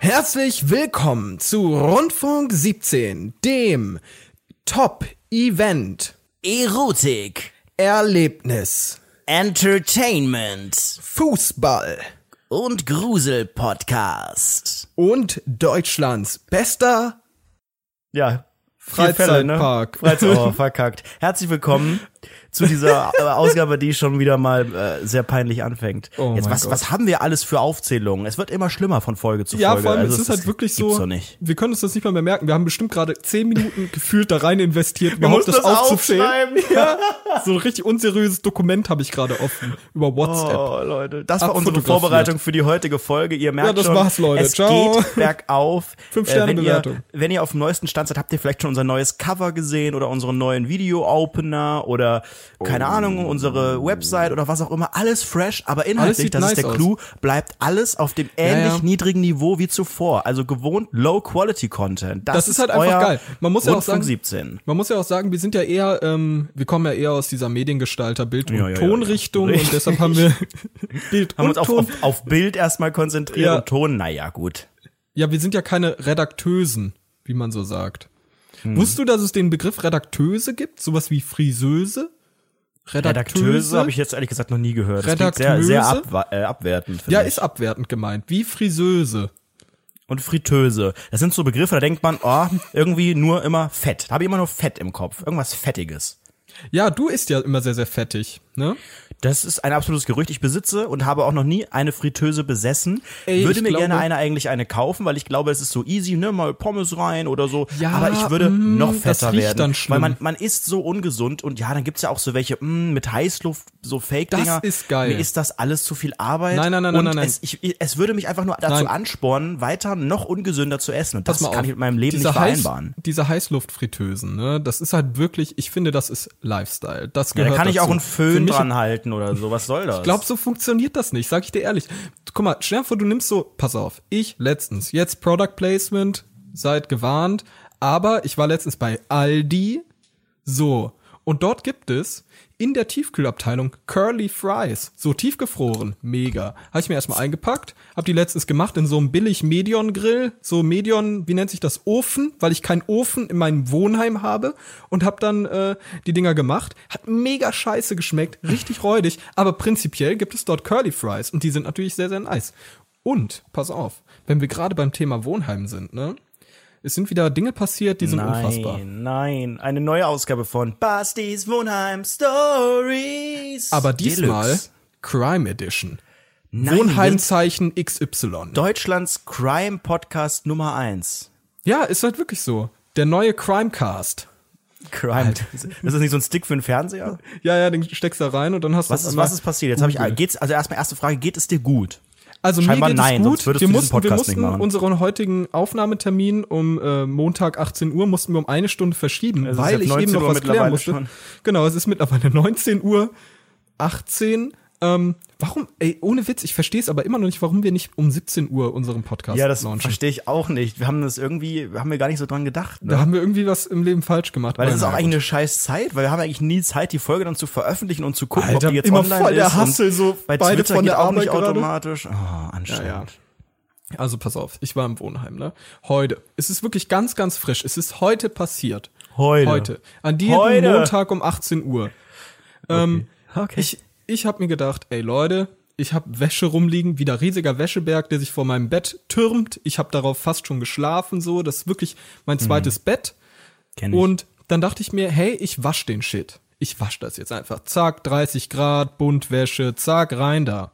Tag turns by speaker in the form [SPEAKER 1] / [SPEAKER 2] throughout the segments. [SPEAKER 1] Herzlich willkommen zu Rundfunk 17, dem Top-Event
[SPEAKER 2] Erotik,
[SPEAKER 1] Erlebnis
[SPEAKER 2] Entertainment
[SPEAKER 1] Fußball
[SPEAKER 2] und Grusel-Podcast.
[SPEAKER 1] und Deutschlands bester
[SPEAKER 3] Ja.
[SPEAKER 1] Freizeitpark.
[SPEAKER 3] ne? Freizeitpark. Oh, verkackt. Herzlich willkommen zu dieser äh, Ausgabe, die schon wieder mal äh, sehr peinlich anfängt.
[SPEAKER 1] Oh
[SPEAKER 3] Jetzt,
[SPEAKER 1] mein
[SPEAKER 3] was,
[SPEAKER 1] Gott.
[SPEAKER 3] was haben wir alles für Aufzählungen? Es wird immer schlimmer von Folge zu
[SPEAKER 4] Ja,
[SPEAKER 3] Folge.
[SPEAKER 4] vor allem,
[SPEAKER 3] Also
[SPEAKER 4] es ist
[SPEAKER 3] das
[SPEAKER 4] halt wirklich
[SPEAKER 3] gibt's
[SPEAKER 4] so,
[SPEAKER 3] doch nicht.
[SPEAKER 4] wir können uns das nicht mal mehr merken. Wir haben bestimmt gerade zehn Minuten gefühlt da rein investiert, überhaupt das, aufzuzählen. Ja, so ein richtig unseriöses Dokument habe ich gerade offen über WhatsApp.
[SPEAKER 3] Oh, Leute, das war unsere
[SPEAKER 4] Abfotografiert.
[SPEAKER 3] Vorbereitung für die heutige Folge. Ihr merkt
[SPEAKER 4] Ja, das
[SPEAKER 3] schon,
[SPEAKER 4] war's, Leute.
[SPEAKER 3] es
[SPEAKER 4] Ciao.
[SPEAKER 3] geht bergauf.
[SPEAKER 4] Fünf
[SPEAKER 3] Äh,
[SPEAKER 4] Sterne
[SPEAKER 3] wenn
[SPEAKER 4] Bewertung.
[SPEAKER 3] Ihr, wenn ihr auf dem neuesten Stand seid, habt ihr vielleicht schon unser neues Cover gesehen oder unseren neuen Video-Opener oder, keine Ahnung, unsere Website oder was auch immer. Alles fresh, aber inhaltlich,
[SPEAKER 4] sieht
[SPEAKER 3] das
[SPEAKER 4] nice
[SPEAKER 3] ist der
[SPEAKER 4] aus.
[SPEAKER 3] Clou, bleibt alles auf dem ähnlich
[SPEAKER 4] ja.
[SPEAKER 3] niedrigen Niveau wie zuvor. Also gewohnt Low-Quality-Content. Das,
[SPEAKER 4] Das ist halt einfach
[SPEAKER 3] euer
[SPEAKER 4] geil. Man muss ja auch
[SPEAKER 3] Rundfunk
[SPEAKER 4] sagen-
[SPEAKER 3] 17.
[SPEAKER 4] Man muss ja auch sagen, wir sind ja eher, ähm, wir kommen ja eher aus dieser Mediengestalter Bild- und
[SPEAKER 3] Ja, ja, ja, ja.
[SPEAKER 4] Tonrichtung
[SPEAKER 3] Richtig.
[SPEAKER 4] und deshalb haben wir Bild
[SPEAKER 3] Haben wir
[SPEAKER 4] und
[SPEAKER 3] uns auf,
[SPEAKER 4] Ton.
[SPEAKER 3] auf, auf Bild erstmal konzentriert
[SPEAKER 4] Ja.
[SPEAKER 3] und Ton, naja, gut.
[SPEAKER 4] Ja, wir sind ja keine Redaktösen, wie man so sagt.
[SPEAKER 3] Hm.
[SPEAKER 4] Wusstest du, dass es den Begriff Redakteuse gibt? Sowas wie Friseuse?
[SPEAKER 3] Redakteuse habe ich jetzt ehrlich gesagt noch nie gehört. Das klingt sehr,
[SPEAKER 4] Redakteuse?
[SPEAKER 3] sehr abwa- äh, abwertend. finde
[SPEAKER 4] Ja,
[SPEAKER 3] ich.
[SPEAKER 4] ist abwertend gemeint. Wie Friseuse.
[SPEAKER 3] Und Fritteuse. Das sind so Begriffe, da denkt man, oh, irgendwie nur immer Fett. Da habe ich immer nur Fett im Kopf. Irgendwas Fettiges.
[SPEAKER 4] Ja, du isst ja immer sehr, sehr fettig, ne?
[SPEAKER 3] Das ist ein absolutes Gerücht. Ich besitze und habe auch noch nie eine Fritteuse besessen.
[SPEAKER 4] Ey,
[SPEAKER 3] würde
[SPEAKER 4] ich
[SPEAKER 3] mir gerne
[SPEAKER 4] glaube-
[SPEAKER 3] eine eigentlich eine kaufen, weil ich glaube, es ist so easy, ne, mal Pommes rein oder so.
[SPEAKER 4] Ja,
[SPEAKER 3] Aber ich würde
[SPEAKER 4] mm,
[SPEAKER 3] noch
[SPEAKER 4] das
[SPEAKER 3] fetter
[SPEAKER 4] riecht
[SPEAKER 3] werden.
[SPEAKER 4] dann schlimm.
[SPEAKER 3] Weil man, man ist so ungesund und ja, dann gibt's ja auch so welche, mm, mit Heißluft, so Fake-Dinger.
[SPEAKER 4] Das ist geil.
[SPEAKER 3] Mir ist das alles zu viel Arbeit.
[SPEAKER 4] Nein, nein, nein,
[SPEAKER 3] und
[SPEAKER 4] nein, nein, nein.
[SPEAKER 3] Es, ich, ich- es würde mich einfach nur dazu
[SPEAKER 4] Nein.
[SPEAKER 3] anspornen, weiter noch ungesünder zu essen. Und das
[SPEAKER 4] Pass mal
[SPEAKER 3] kann
[SPEAKER 4] auf.
[SPEAKER 3] ich mit meinem Leben
[SPEAKER 4] diese
[SPEAKER 3] nicht vereinbaren.
[SPEAKER 4] Heiß, diese Heißluftfritteusen, ne? Das ist halt wirklich, ich finde, das ist Lifestyle. Das
[SPEAKER 3] Ja,
[SPEAKER 4] gehört
[SPEAKER 3] da kann ich
[SPEAKER 4] dazu.
[SPEAKER 3] auch einen
[SPEAKER 4] Für
[SPEAKER 3] Föhn
[SPEAKER 4] mich-
[SPEAKER 3] dran halten oder so. Was soll das?
[SPEAKER 4] Ich glaube, so funktioniert das nicht, sag ich dir ehrlich. Guck mal, stell dir vor, du nimmst so, pass auf, ich letztens, jetzt Product Placement, seid gewarnt, aber ich war letztens bei Aldi, so, und dort gibt es in der Tiefkühlabteilung Curly Fries, so tiefgefroren, mega. Habe ich mir erstmal eingepackt, habe die letztens gemacht in so einem billig Medion Grill, so Medion, wie nennt sich das, Ofen, weil ich keinen Ofen in meinem Wohnheim habe und habe dann äh, die Dinger gemacht. Hat mega scheiße geschmeckt, richtig räudig, aber prinzipiell gibt es dort Curly Fries und die sind natürlich sehr, sehr nice. Und, pass auf, wenn wir gerade beim Thema Wohnheim sind, ne? Es sind wieder Dinge passiert, die sind
[SPEAKER 3] nein,
[SPEAKER 4] unfassbar.
[SPEAKER 3] nein. Eine neue Ausgabe von Bastis Wohnheim Stories.
[SPEAKER 4] Aber diesmal
[SPEAKER 3] Deluxe.
[SPEAKER 4] Crime Edition.
[SPEAKER 3] Nein, wir-
[SPEAKER 4] Wohnheimzeichen XY.
[SPEAKER 3] Deutschlands Crime Podcast Nummer eins.
[SPEAKER 4] Ja, ist halt wirklich so. Der neue Crimecast.
[SPEAKER 3] Crime. Das ist nicht so ein Stick für den Fernseher?
[SPEAKER 4] Ja, ja, den steckst du da rein und dann hast du
[SPEAKER 3] Was
[SPEAKER 4] das
[SPEAKER 3] ist,
[SPEAKER 4] einmal-
[SPEAKER 3] was ist passiert? Jetzt habe ich,
[SPEAKER 4] Google.
[SPEAKER 3] geht's, also erstmal erste Frage, geht es dir gut?
[SPEAKER 4] Also mir
[SPEAKER 3] Scheinbar
[SPEAKER 4] geht es
[SPEAKER 3] nein,
[SPEAKER 4] gut.
[SPEAKER 3] sonst würdest
[SPEAKER 4] wir
[SPEAKER 3] du diesen
[SPEAKER 4] mussten, wir
[SPEAKER 3] Podcast
[SPEAKER 4] mussten
[SPEAKER 3] nicht machen.
[SPEAKER 4] unseren heutigen Aufnahmetermin um äh, Montag 18 Uhr mussten wir um eine Stunde verschieben,
[SPEAKER 3] ist
[SPEAKER 4] weil
[SPEAKER 3] jetzt
[SPEAKER 4] ich
[SPEAKER 3] 19
[SPEAKER 4] eben noch
[SPEAKER 3] Uhr
[SPEAKER 4] was klären
[SPEAKER 3] mittlerweile
[SPEAKER 4] musste.
[SPEAKER 3] schon.
[SPEAKER 4] Genau, es ist mittlerweile 19 Uhr 18. Ähm, warum? Ey, ohne Witz, ich verstehe es aber immer noch nicht, warum wir nicht um 17 Uhr unseren Podcast
[SPEAKER 3] Ja, das
[SPEAKER 4] launchen.
[SPEAKER 3] verstehe ich auch nicht. Wir haben das irgendwie, haben wir gar nicht so dran gedacht. Ne?
[SPEAKER 4] Da haben wir irgendwie was im Leben falsch gemacht.
[SPEAKER 3] Weil das
[SPEAKER 4] Aber
[SPEAKER 3] ist auch
[SPEAKER 4] naja,
[SPEAKER 3] eigentlich eine scheiß Zeit, weil wir haben eigentlich nie Zeit, die Folge dann zu veröffentlichen und zu gucken,
[SPEAKER 4] Alter,
[SPEAKER 3] ob die jetzt
[SPEAKER 4] immer
[SPEAKER 3] online
[SPEAKER 4] voll der
[SPEAKER 3] ist.
[SPEAKER 4] Hassel,
[SPEAKER 3] und
[SPEAKER 4] so
[SPEAKER 3] bei
[SPEAKER 4] beide
[SPEAKER 3] Twitter
[SPEAKER 4] von
[SPEAKER 3] geht
[SPEAKER 4] der
[SPEAKER 3] auch nicht
[SPEAKER 4] Arbeit gerade.
[SPEAKER 3] automatisch. Oh, anstrengend.
[SPEAKER 4] gut. Also pass auf, ich war im Wohnheim, ne? Heute. Es ist wirklich ganz, ganz frisch. Es ist heute passiert.
[SPEAKER 3] Heute.
[SPEAKER 4] Heute. An diesem
[SPEAKER 3] Heute.
[SPEAKER 4] Montag um 18 Uhr. Ähm,
[SPEAKER 3] Okay.
[SPEAKER 4] Ich, ich habe mir gedacht, ey Leute, ich habe Wäsche rumliegen, wieder riesiger Wäscheberg, der sich vor meinem Bett türmt. Ich habe darauf fast schon geschlafen, so. Das ist wirklich
[SPEAKER 3] Mhm.
[SPEAKER 4] mein zweites Bett.
[SPEAKER 3] Kenn ich.
[SPEAKER 4] Und dann dachte ich mir, hey, ich wasch den Shit. Ich wasch das jetzt einfach. Zack, 30 Grad, Buntwäsche, zack, rein da.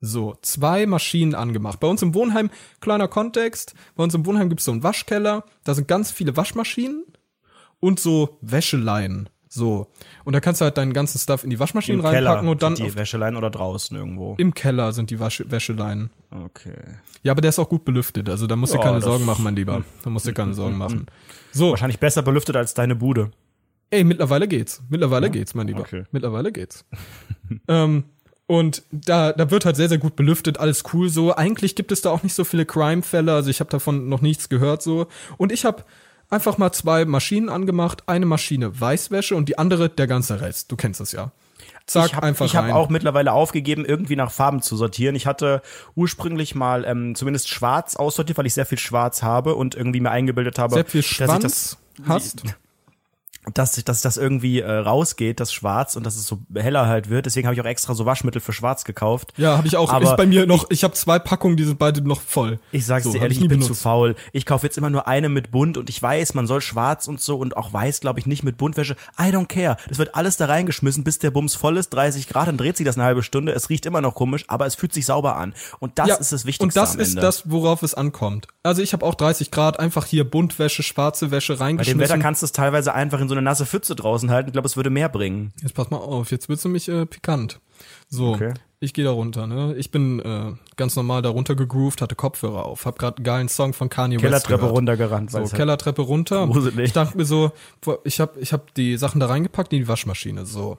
[SPEAKER 4] So, zwei Maschinen angemacht. Bei uns im Wohnheim, kleiner Kontext, bei uns im Wohnheim gibt's so einen Waschkeller, da sind ganz viele Waschmaschinen und so Wäscheleien. So. Und da kannst du halt deinen ganzen Stuff in die Waschmaschinen
[SPEAKER 3] Im
[SPEAKER 4] reinpacken
[SPEAKER 3] Keller
[SPEAKER 4] und dann
[SPEAKER 3] sind die
[SPEAKER 4] auf,
[SPEAKER 3] Wäscheleien oder draußen irgendwo.
[SPEAKER 4] im Keller sind die Wasche, Wäscheleien.
[SPEAKER 3] Okay.
[SPEAKER 4] Ja, aber der ist auch gut belüftet, also da musst du
[SPEAKER 3] Ja,
[SPEAKER 4] keine
[SPEAKER 3] das- hm.
[SPEAKER 4] Sorgen machen, mein Lieber. Da musst du keine Sorgen machen. So,
[SPEAKER 3] Wahrscheinlich besser belüftet als deine Bude.
[SPEAKER 4] Ey, mittlerweile geht's. Mittlerweile geht's, mein Lieber.
[SPEAKER 3] Okay.
[SPEAKER 4] Mittlerweile geht's. ähm, und da, da wird halt sehr, sehr gut belüftet, alles cool so. Eigentlich gibt es da auch nicht so viele Crime-Fälle, also ich habe davon noch nichts gehört so. Und ich habe einfach mal zwei Maschinen angemacht. Eine Maschine Weißwäsche und die andere der ganze Rest. Du kennst das ja. Zack,
[SPEAKER 3] ich hab,
[SPEAKER 4] einfach
[SPEAKER 3] Ich habe
[SPEAKER 4] rein.
[SPEAKER 3] auch mittlerweile aufgegeben, irgendwie nach Farben zu sortieren. Ich hatte ursprünglich mal ähm, zumindest schwarz aussortiert, weil ich sehr viel schwarz habe und irgendwie mir eingebildet habe,
[SPEAKER 4] sehr viel
[SPEAKER 3] dass ich
[SPEAKER 4] Schwanz
[SPEAKER 3] das
[SPEAKER 4] hast.
[SPEAKER 3] dass, ich- dass das irgendwie äh, rausgeht, das Schwarz, und dass es so heller halt wird. Deswegen habe ich auch extra so Waschmittel für Schwarz gekauft.
[SPEAKER 4] Ja, habe ich auch.
[SPEAKER 3] Aber
[SPEAKER 4] ist bei mir noch, ich habe zwei Packungen, die sind beide noch voll.
[SPEAKER 3] Ich sag's
[SPEAKER 4] So,
[SPEAKER 3] dir
[SPEAKER 4] hab
[SPEAKER 3] ehrlich,
[SPEAKER 4] nie
[SPEAKER 3] ich bin zu
[SPEAKER 4] benutzt.
[SPEAKER 3] faul. Ich kaufe jetzt immer nur eine mit bunt und ich weiß, man soll schwarz und so und auch weiß, glaube ich, nicht mit Buntwäsche. I don't care. Das wird alles da reingeschmissen, bis der Bums voll ist, 30 Grad, dann dreht sich das eine halbe Stunde. Es riecht immer noch komisch, aber es fühlt sich sauber an. Und das
[SPEAKER 4] Ja,
[SPEAKER 3] ist das Wichtigste
[SPEAKER 4] Und das
[SPEAKER 3] am
[SPEAKER 4] ist
[SPEAKER 3] Ende.
[SPEAKER 4] das, worauf es ankommt. Also ich habe auch 30 Grad einfach hier Buntwäsche, schwarze Wäsche
[SPEAKER 3] Bei dem
[SPEAKER 4] reingeschmissen.
[SPEAKER 3] Wetter kannst du es teilweise einfach in so eine nasse Pfütze draußen halten. Ich glaube, es würde mehr bringen.
[SPEAKER 4] Jetzt pass mal auf, jetzt wird's nämlich äh, pikant. So,
[SPEAKER 3] Okay.
[SPEAKER 4] ich gehe da runter, ne? Ich bin äh, ganz normal da runter gegroovt, hatte Kopfhörer auf, hab gerade einen geilen Song von Kanye West
[SPEAKER 3] Kellertreppe
[SPEAKER 4] gehört.
[SPEAKER 3] runtergerannt.
[SPEAKER 4] So,
[SPEAKER 3] weil es halt-
[SPEAKER 4] Kellertreppe runter.
[SPEAKER 3] Gruselig.
[SPEAKER 4] Ich dachte mir so, wo- ich hab, ich hab die Sachen da reingepackt in die Waschmaschine. So.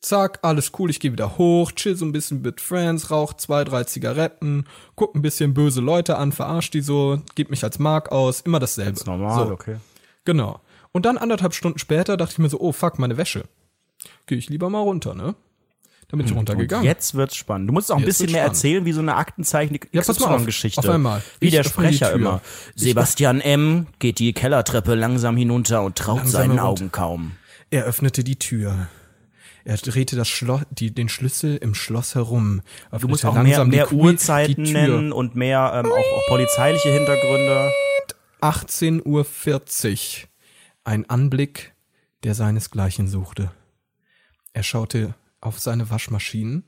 [SPEAKER 4] Zack, alles cool, ich gehe wieder hoch, chill so ein bisschen mit Friends, rauch zwei, drei Zigaretten, guck ein bisschen böse Leute an, verarsch die so, gib mich als Mark aus, immer dasselbe.
[SPEAKER 3] Ist normal,
[SPEAKER 4] so.
[SPEAKER 3] okay.
[SPEAKER 4] Genau. Und dann anderthalb Stunden später dachte ich mir so, oh fuck, meine Wäsche. Gehe ich lieber mal runter, ne? Dann bin ich runtergegangen.
[SPEAKER 3] Hm, Jetzt wird's spannend. Du musst auch ein
[SPEAKER 4] Jetzt
[SPEAKER 3] bisschen
[SPEAKER 4] wird's
[SPEAKER 3] mehr
[SPEAKER 4] spannend.
[SPEAKER 3] erzählen, wie so eine Aktenzeichen
[SPEAKER 4] Ja, pass mal auf.
[SPEAKER 3] Geschichte.
[SPEAKER 4] Auf einmal.
[SPEAKER 3] Wie
[SPEAKER 4] Ich
[SPEAKER 3] der
[SPEAKER 4] öffne die
[SPEAKER 3] Sprecher
[SPEAKER 4] Tür.
[SPEAKER 3] immer.
[SPEAKER 2] Sebastian M. geht die Kellertreppe langsam hinunter und traut
[SPEAKER 4] Langsam
[SPEAKER 2] seinen
[SPEAKER 4] herunter.
[SPEAKER 2] Augen kaum.
[SPEAKER 4] Er öffnete die Tür. Er drehte das Schloss, die, den Schlüssel im Schloss herum.
[SPEAKER 3] Du musst auch mehr, mehr Uhrzeiten nennen und mehr ähm, auch, auch polizeiliche Hintergründe.
[SPEAKER 4] 18.40 Uhr. Ein Anblick, der seinesgleichen suchte. Er schaute auf seine Waschmaschinen,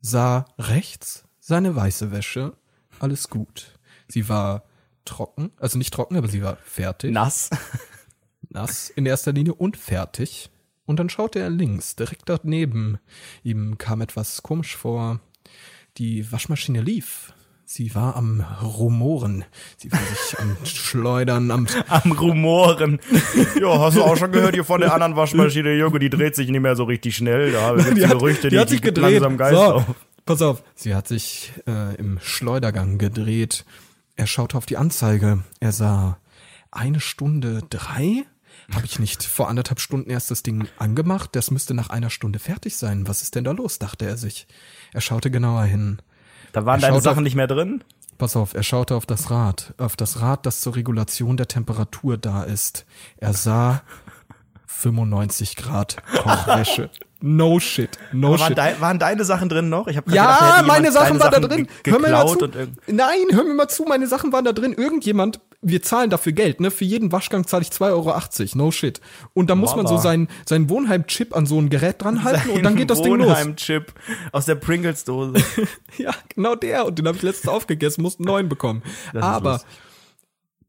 [SPEAKER 4] sah rechts seine weiße Wäsche. Alles gut. Sie war trocken, also nicht trocken, aber sie war fertig.
[SPEAKER 3] Nass.
[SPEAKER 4] nass in erster Linie und fertig. Und dann schaute er links, direkt dort neben. Ihm kam etwas komisch vor. Die Waschmaschine lief. Sie war am Rumoren. Sie war sich am Schleudern, am
[SPEAKER 3] Am Rumoren. jo, hast du auch schon gehört hier von der anderen Waschmaschine, Junge, die dreht sich nicht mehr so richtig schnell. Da gibt's
[SPEAKER 4] die hat, die hat sich
[SPEAKER 3] gibt
[SPEAKER 4] gedreht. so,
[SPEAKER 3] auf.
[SPEAKER 4] Pass auf, sie hat sich äh, im Schleudergang gedreht. Er schaute auf die Anzeige. Er sah eine Stunde drei. Habe ich nicht vor anderthalb Stunden erst das Ding angemacht? Das müsste nach einer Stunde fertig sein. Was ist denn da los? dachte er sich. Er schaute genauer hin.
[SPEAKER 3] Da waren
[SPEAKER 4] Er
[SPEAKER 3] deine
[SPEAKER 4] schaut
[SPEAKER 3] Sachen
[SPEAKER 4] auf-
[SPEAKER 3] nicht mehr drin?
[SPEAKER 4] Pass auf, er schaute auf das Rad, auf das Rad, das zur Regulation der Temperatur da ist. Er sah 95 Grad Kochwäsche. No shit, no
[SPEAKER 3] Waren,
[SPEAKER 4] Oh, shit.
[SPEAKER 3] dei- waren deine Sachen drin noch? Ich hab grad gedacht, da hätte
[SPEAKER 4] Ja,
[SPEAKER 3] jemand
[SPEAKER 4] meine Sachen
[SPEAKER 3] deine
[SPEAKER 4] waren da drin.
[SPEAKER 3] ge-
[SPEAKER 4] Hör mir mal
[SPEAKER 3] geklaut
[SPEAKER 4] zu.
[SPEAKER 3] und irgend-
[SPEAKER 4] Nein, hör mir mal zu, meine Sachen waren da drin. Irgendjemand, wir zahlen dafür Geld, ne? Für jeden Waschgang zahle ich 2,80 Euro. No shit. Und da muss man so
[SPEAKER 3] Mama.
[SPEAKER 4] seinen, seinen Wohnheim-Chip an so ein Gerät dran halten und Oh, dann geht das Ding los.
[SPEAKER 3] Wohnheim-Chip aus der Pringles-Dose.
[SPEAKER 4] Ja, genau der. Und den habe ich letztens aufgegessen, musste einen neuen bekommen.
[SPEAKER 3] ist
[SPEAKER 4] Aber
[SPEAKER 3] lustig.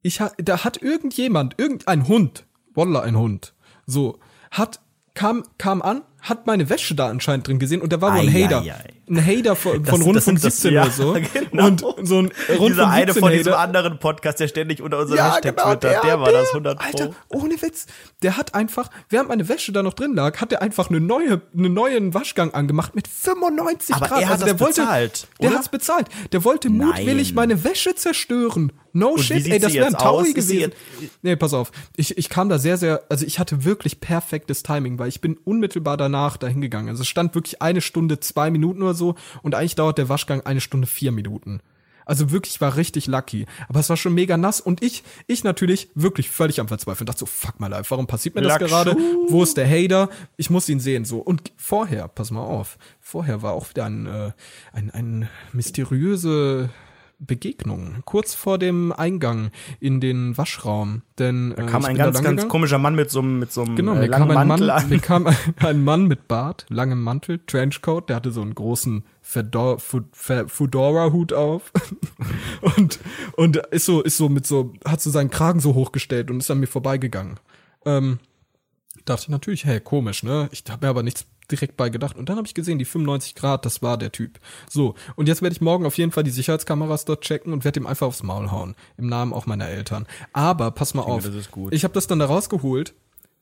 [SPEAKER 4] ich ha da hat irgendjemand, irgendein Hund, Walla ein Hund, so, hat, kam, kam an, hat meine Wäsche da anscheinend drin gesehen und da war wohl ein
[SPEAKER 2] Ei,
[SPEAKER 4] Hater.
[SPEAKER 2] ei, ei.
[SPEAKER 4] Ein Hater von,
[SPEAKER 3] Das-
[SPEAKER 4] von
[SPEAKER 3] das
[SPEAKER 4] Rundfunk
[SPEAKER 3] sind das-
[SPEAKER 4] 17
[SPEAKER 3] ja,
[SPEAKER 4] oder so.
[SPEAKER 3] genau.
[SPEAKER 4] Und so ein Rundfunk
[SPEAKER 3] Dieser eine von
[SPEAKER 4] 17
[SPEAKER 3] diesem
[SPEAKER 4] Hater.
[SPEAKER 3] anderen Podcast, der ständig unter unserem
[SPEAKER 4] Ja,
[SPEAKER 3] Hashtag
[SPEAKER 4] genau,
[SPEAKER 3] twittert, der, war das 100 Pro.
[SPEAKER 4] Alter, ohne Witz. Der hat einfach, während meine Wäsche da noch drin lag, hat er einfach eine neue, einen neuen Waschgang angemacht mit 95
[SPEAKER 3] Aber
[SPEAKER 4] Grad.
[SPEAKER 3] er hat
[SPEAKER 4] also
[SPEAKER 3] das
[SPEAKER 4] der wollte,
[SPEAKER 3] bezahlt,
[SPEAKER 4] der
[SPEAKER 3] oder?
[SPEAKER 4] hat's bezahlt. Der wollte mutwillig meine Wäsche zerstören. No
[SPEAKER 3] wie
[SPEAKER 4] shit,
[SPEAKER 3] sieht
[SPEAKER 4] ey,
[SPEAKER 3] sie
[SPEAKER 4] das wäre ein
[SPEAKER 3] jetzt aus?
[SPEAKER 4] Taui
[SPEAKER 3] Ist sie
[SPEAKER 4] gewesen. Nee, pass auf. Ich, ich kam da sehr, sehr, also ich hatte wirklich perfektes Timing, weil ich bin unmittelbar danach dahin gegangen. Also es stand wirklich eine Stunde, zwei Minuten oder so und eigentlich dauert der Waschgang eine Stunde, vier Minuten. Also wirklich ich war richtig lucky. Aber es war schon mega nass und ich, ich natürlich wirklich völlig am Verzweifeln. Dachte so, fuck my life, warum passiert mir das
[SPEAKER 3] Lackschuh.
[SPEAKER 4] gerade? Wo ist der Hater? Ich muss ihn sehen, so. Und vorher, pass mal auf, vorher war auch wieder ein, äh, ein, ein mysteriöse Begegnung. Kurz vor dem Eingang in den Waschraum. Denn, äh, da
[SPEAKER 3] Kam ein ganz, ganz komischer Mann mit so einem, mit so einem
[SPEAKER 4] Genau,
[SPEAKER 3] äh,
[SPEAKER 4] mir
[SPEAKER 3] langen
[SPEAKER 4] kam, ein Mann,
[SPEAKER 3] Mantel an.
[SPEAKER 4] mir kam ein Mann mit Bart, langem Mantel, Trenchcoat, der hatte so einen großen Fedor- Fu- Fe- Fedora-Hut auf und, und ist so, ist so mit so, hat so seinen Kragen so hochgestellt und ist an mir vorbeigegangen. Ähm, dachte ich natürlich, hey, komisch, ne? Ich habe mir aber nichts direkt bei gedacht. Und dann habe ich gesehen, die 95 Grad, das war der Typ. So, und jetzt werde ich morgen auf jeden Fall die Sicherheitskameras dort checken und werde ihm einfach aufs Maul hauen. Im Namen auch meiner Eltern. Aber pass mal auf.
[SPEAKER 3] das ist gut.
[SPEAKER 4] Ich habe das dann da rausgeholt.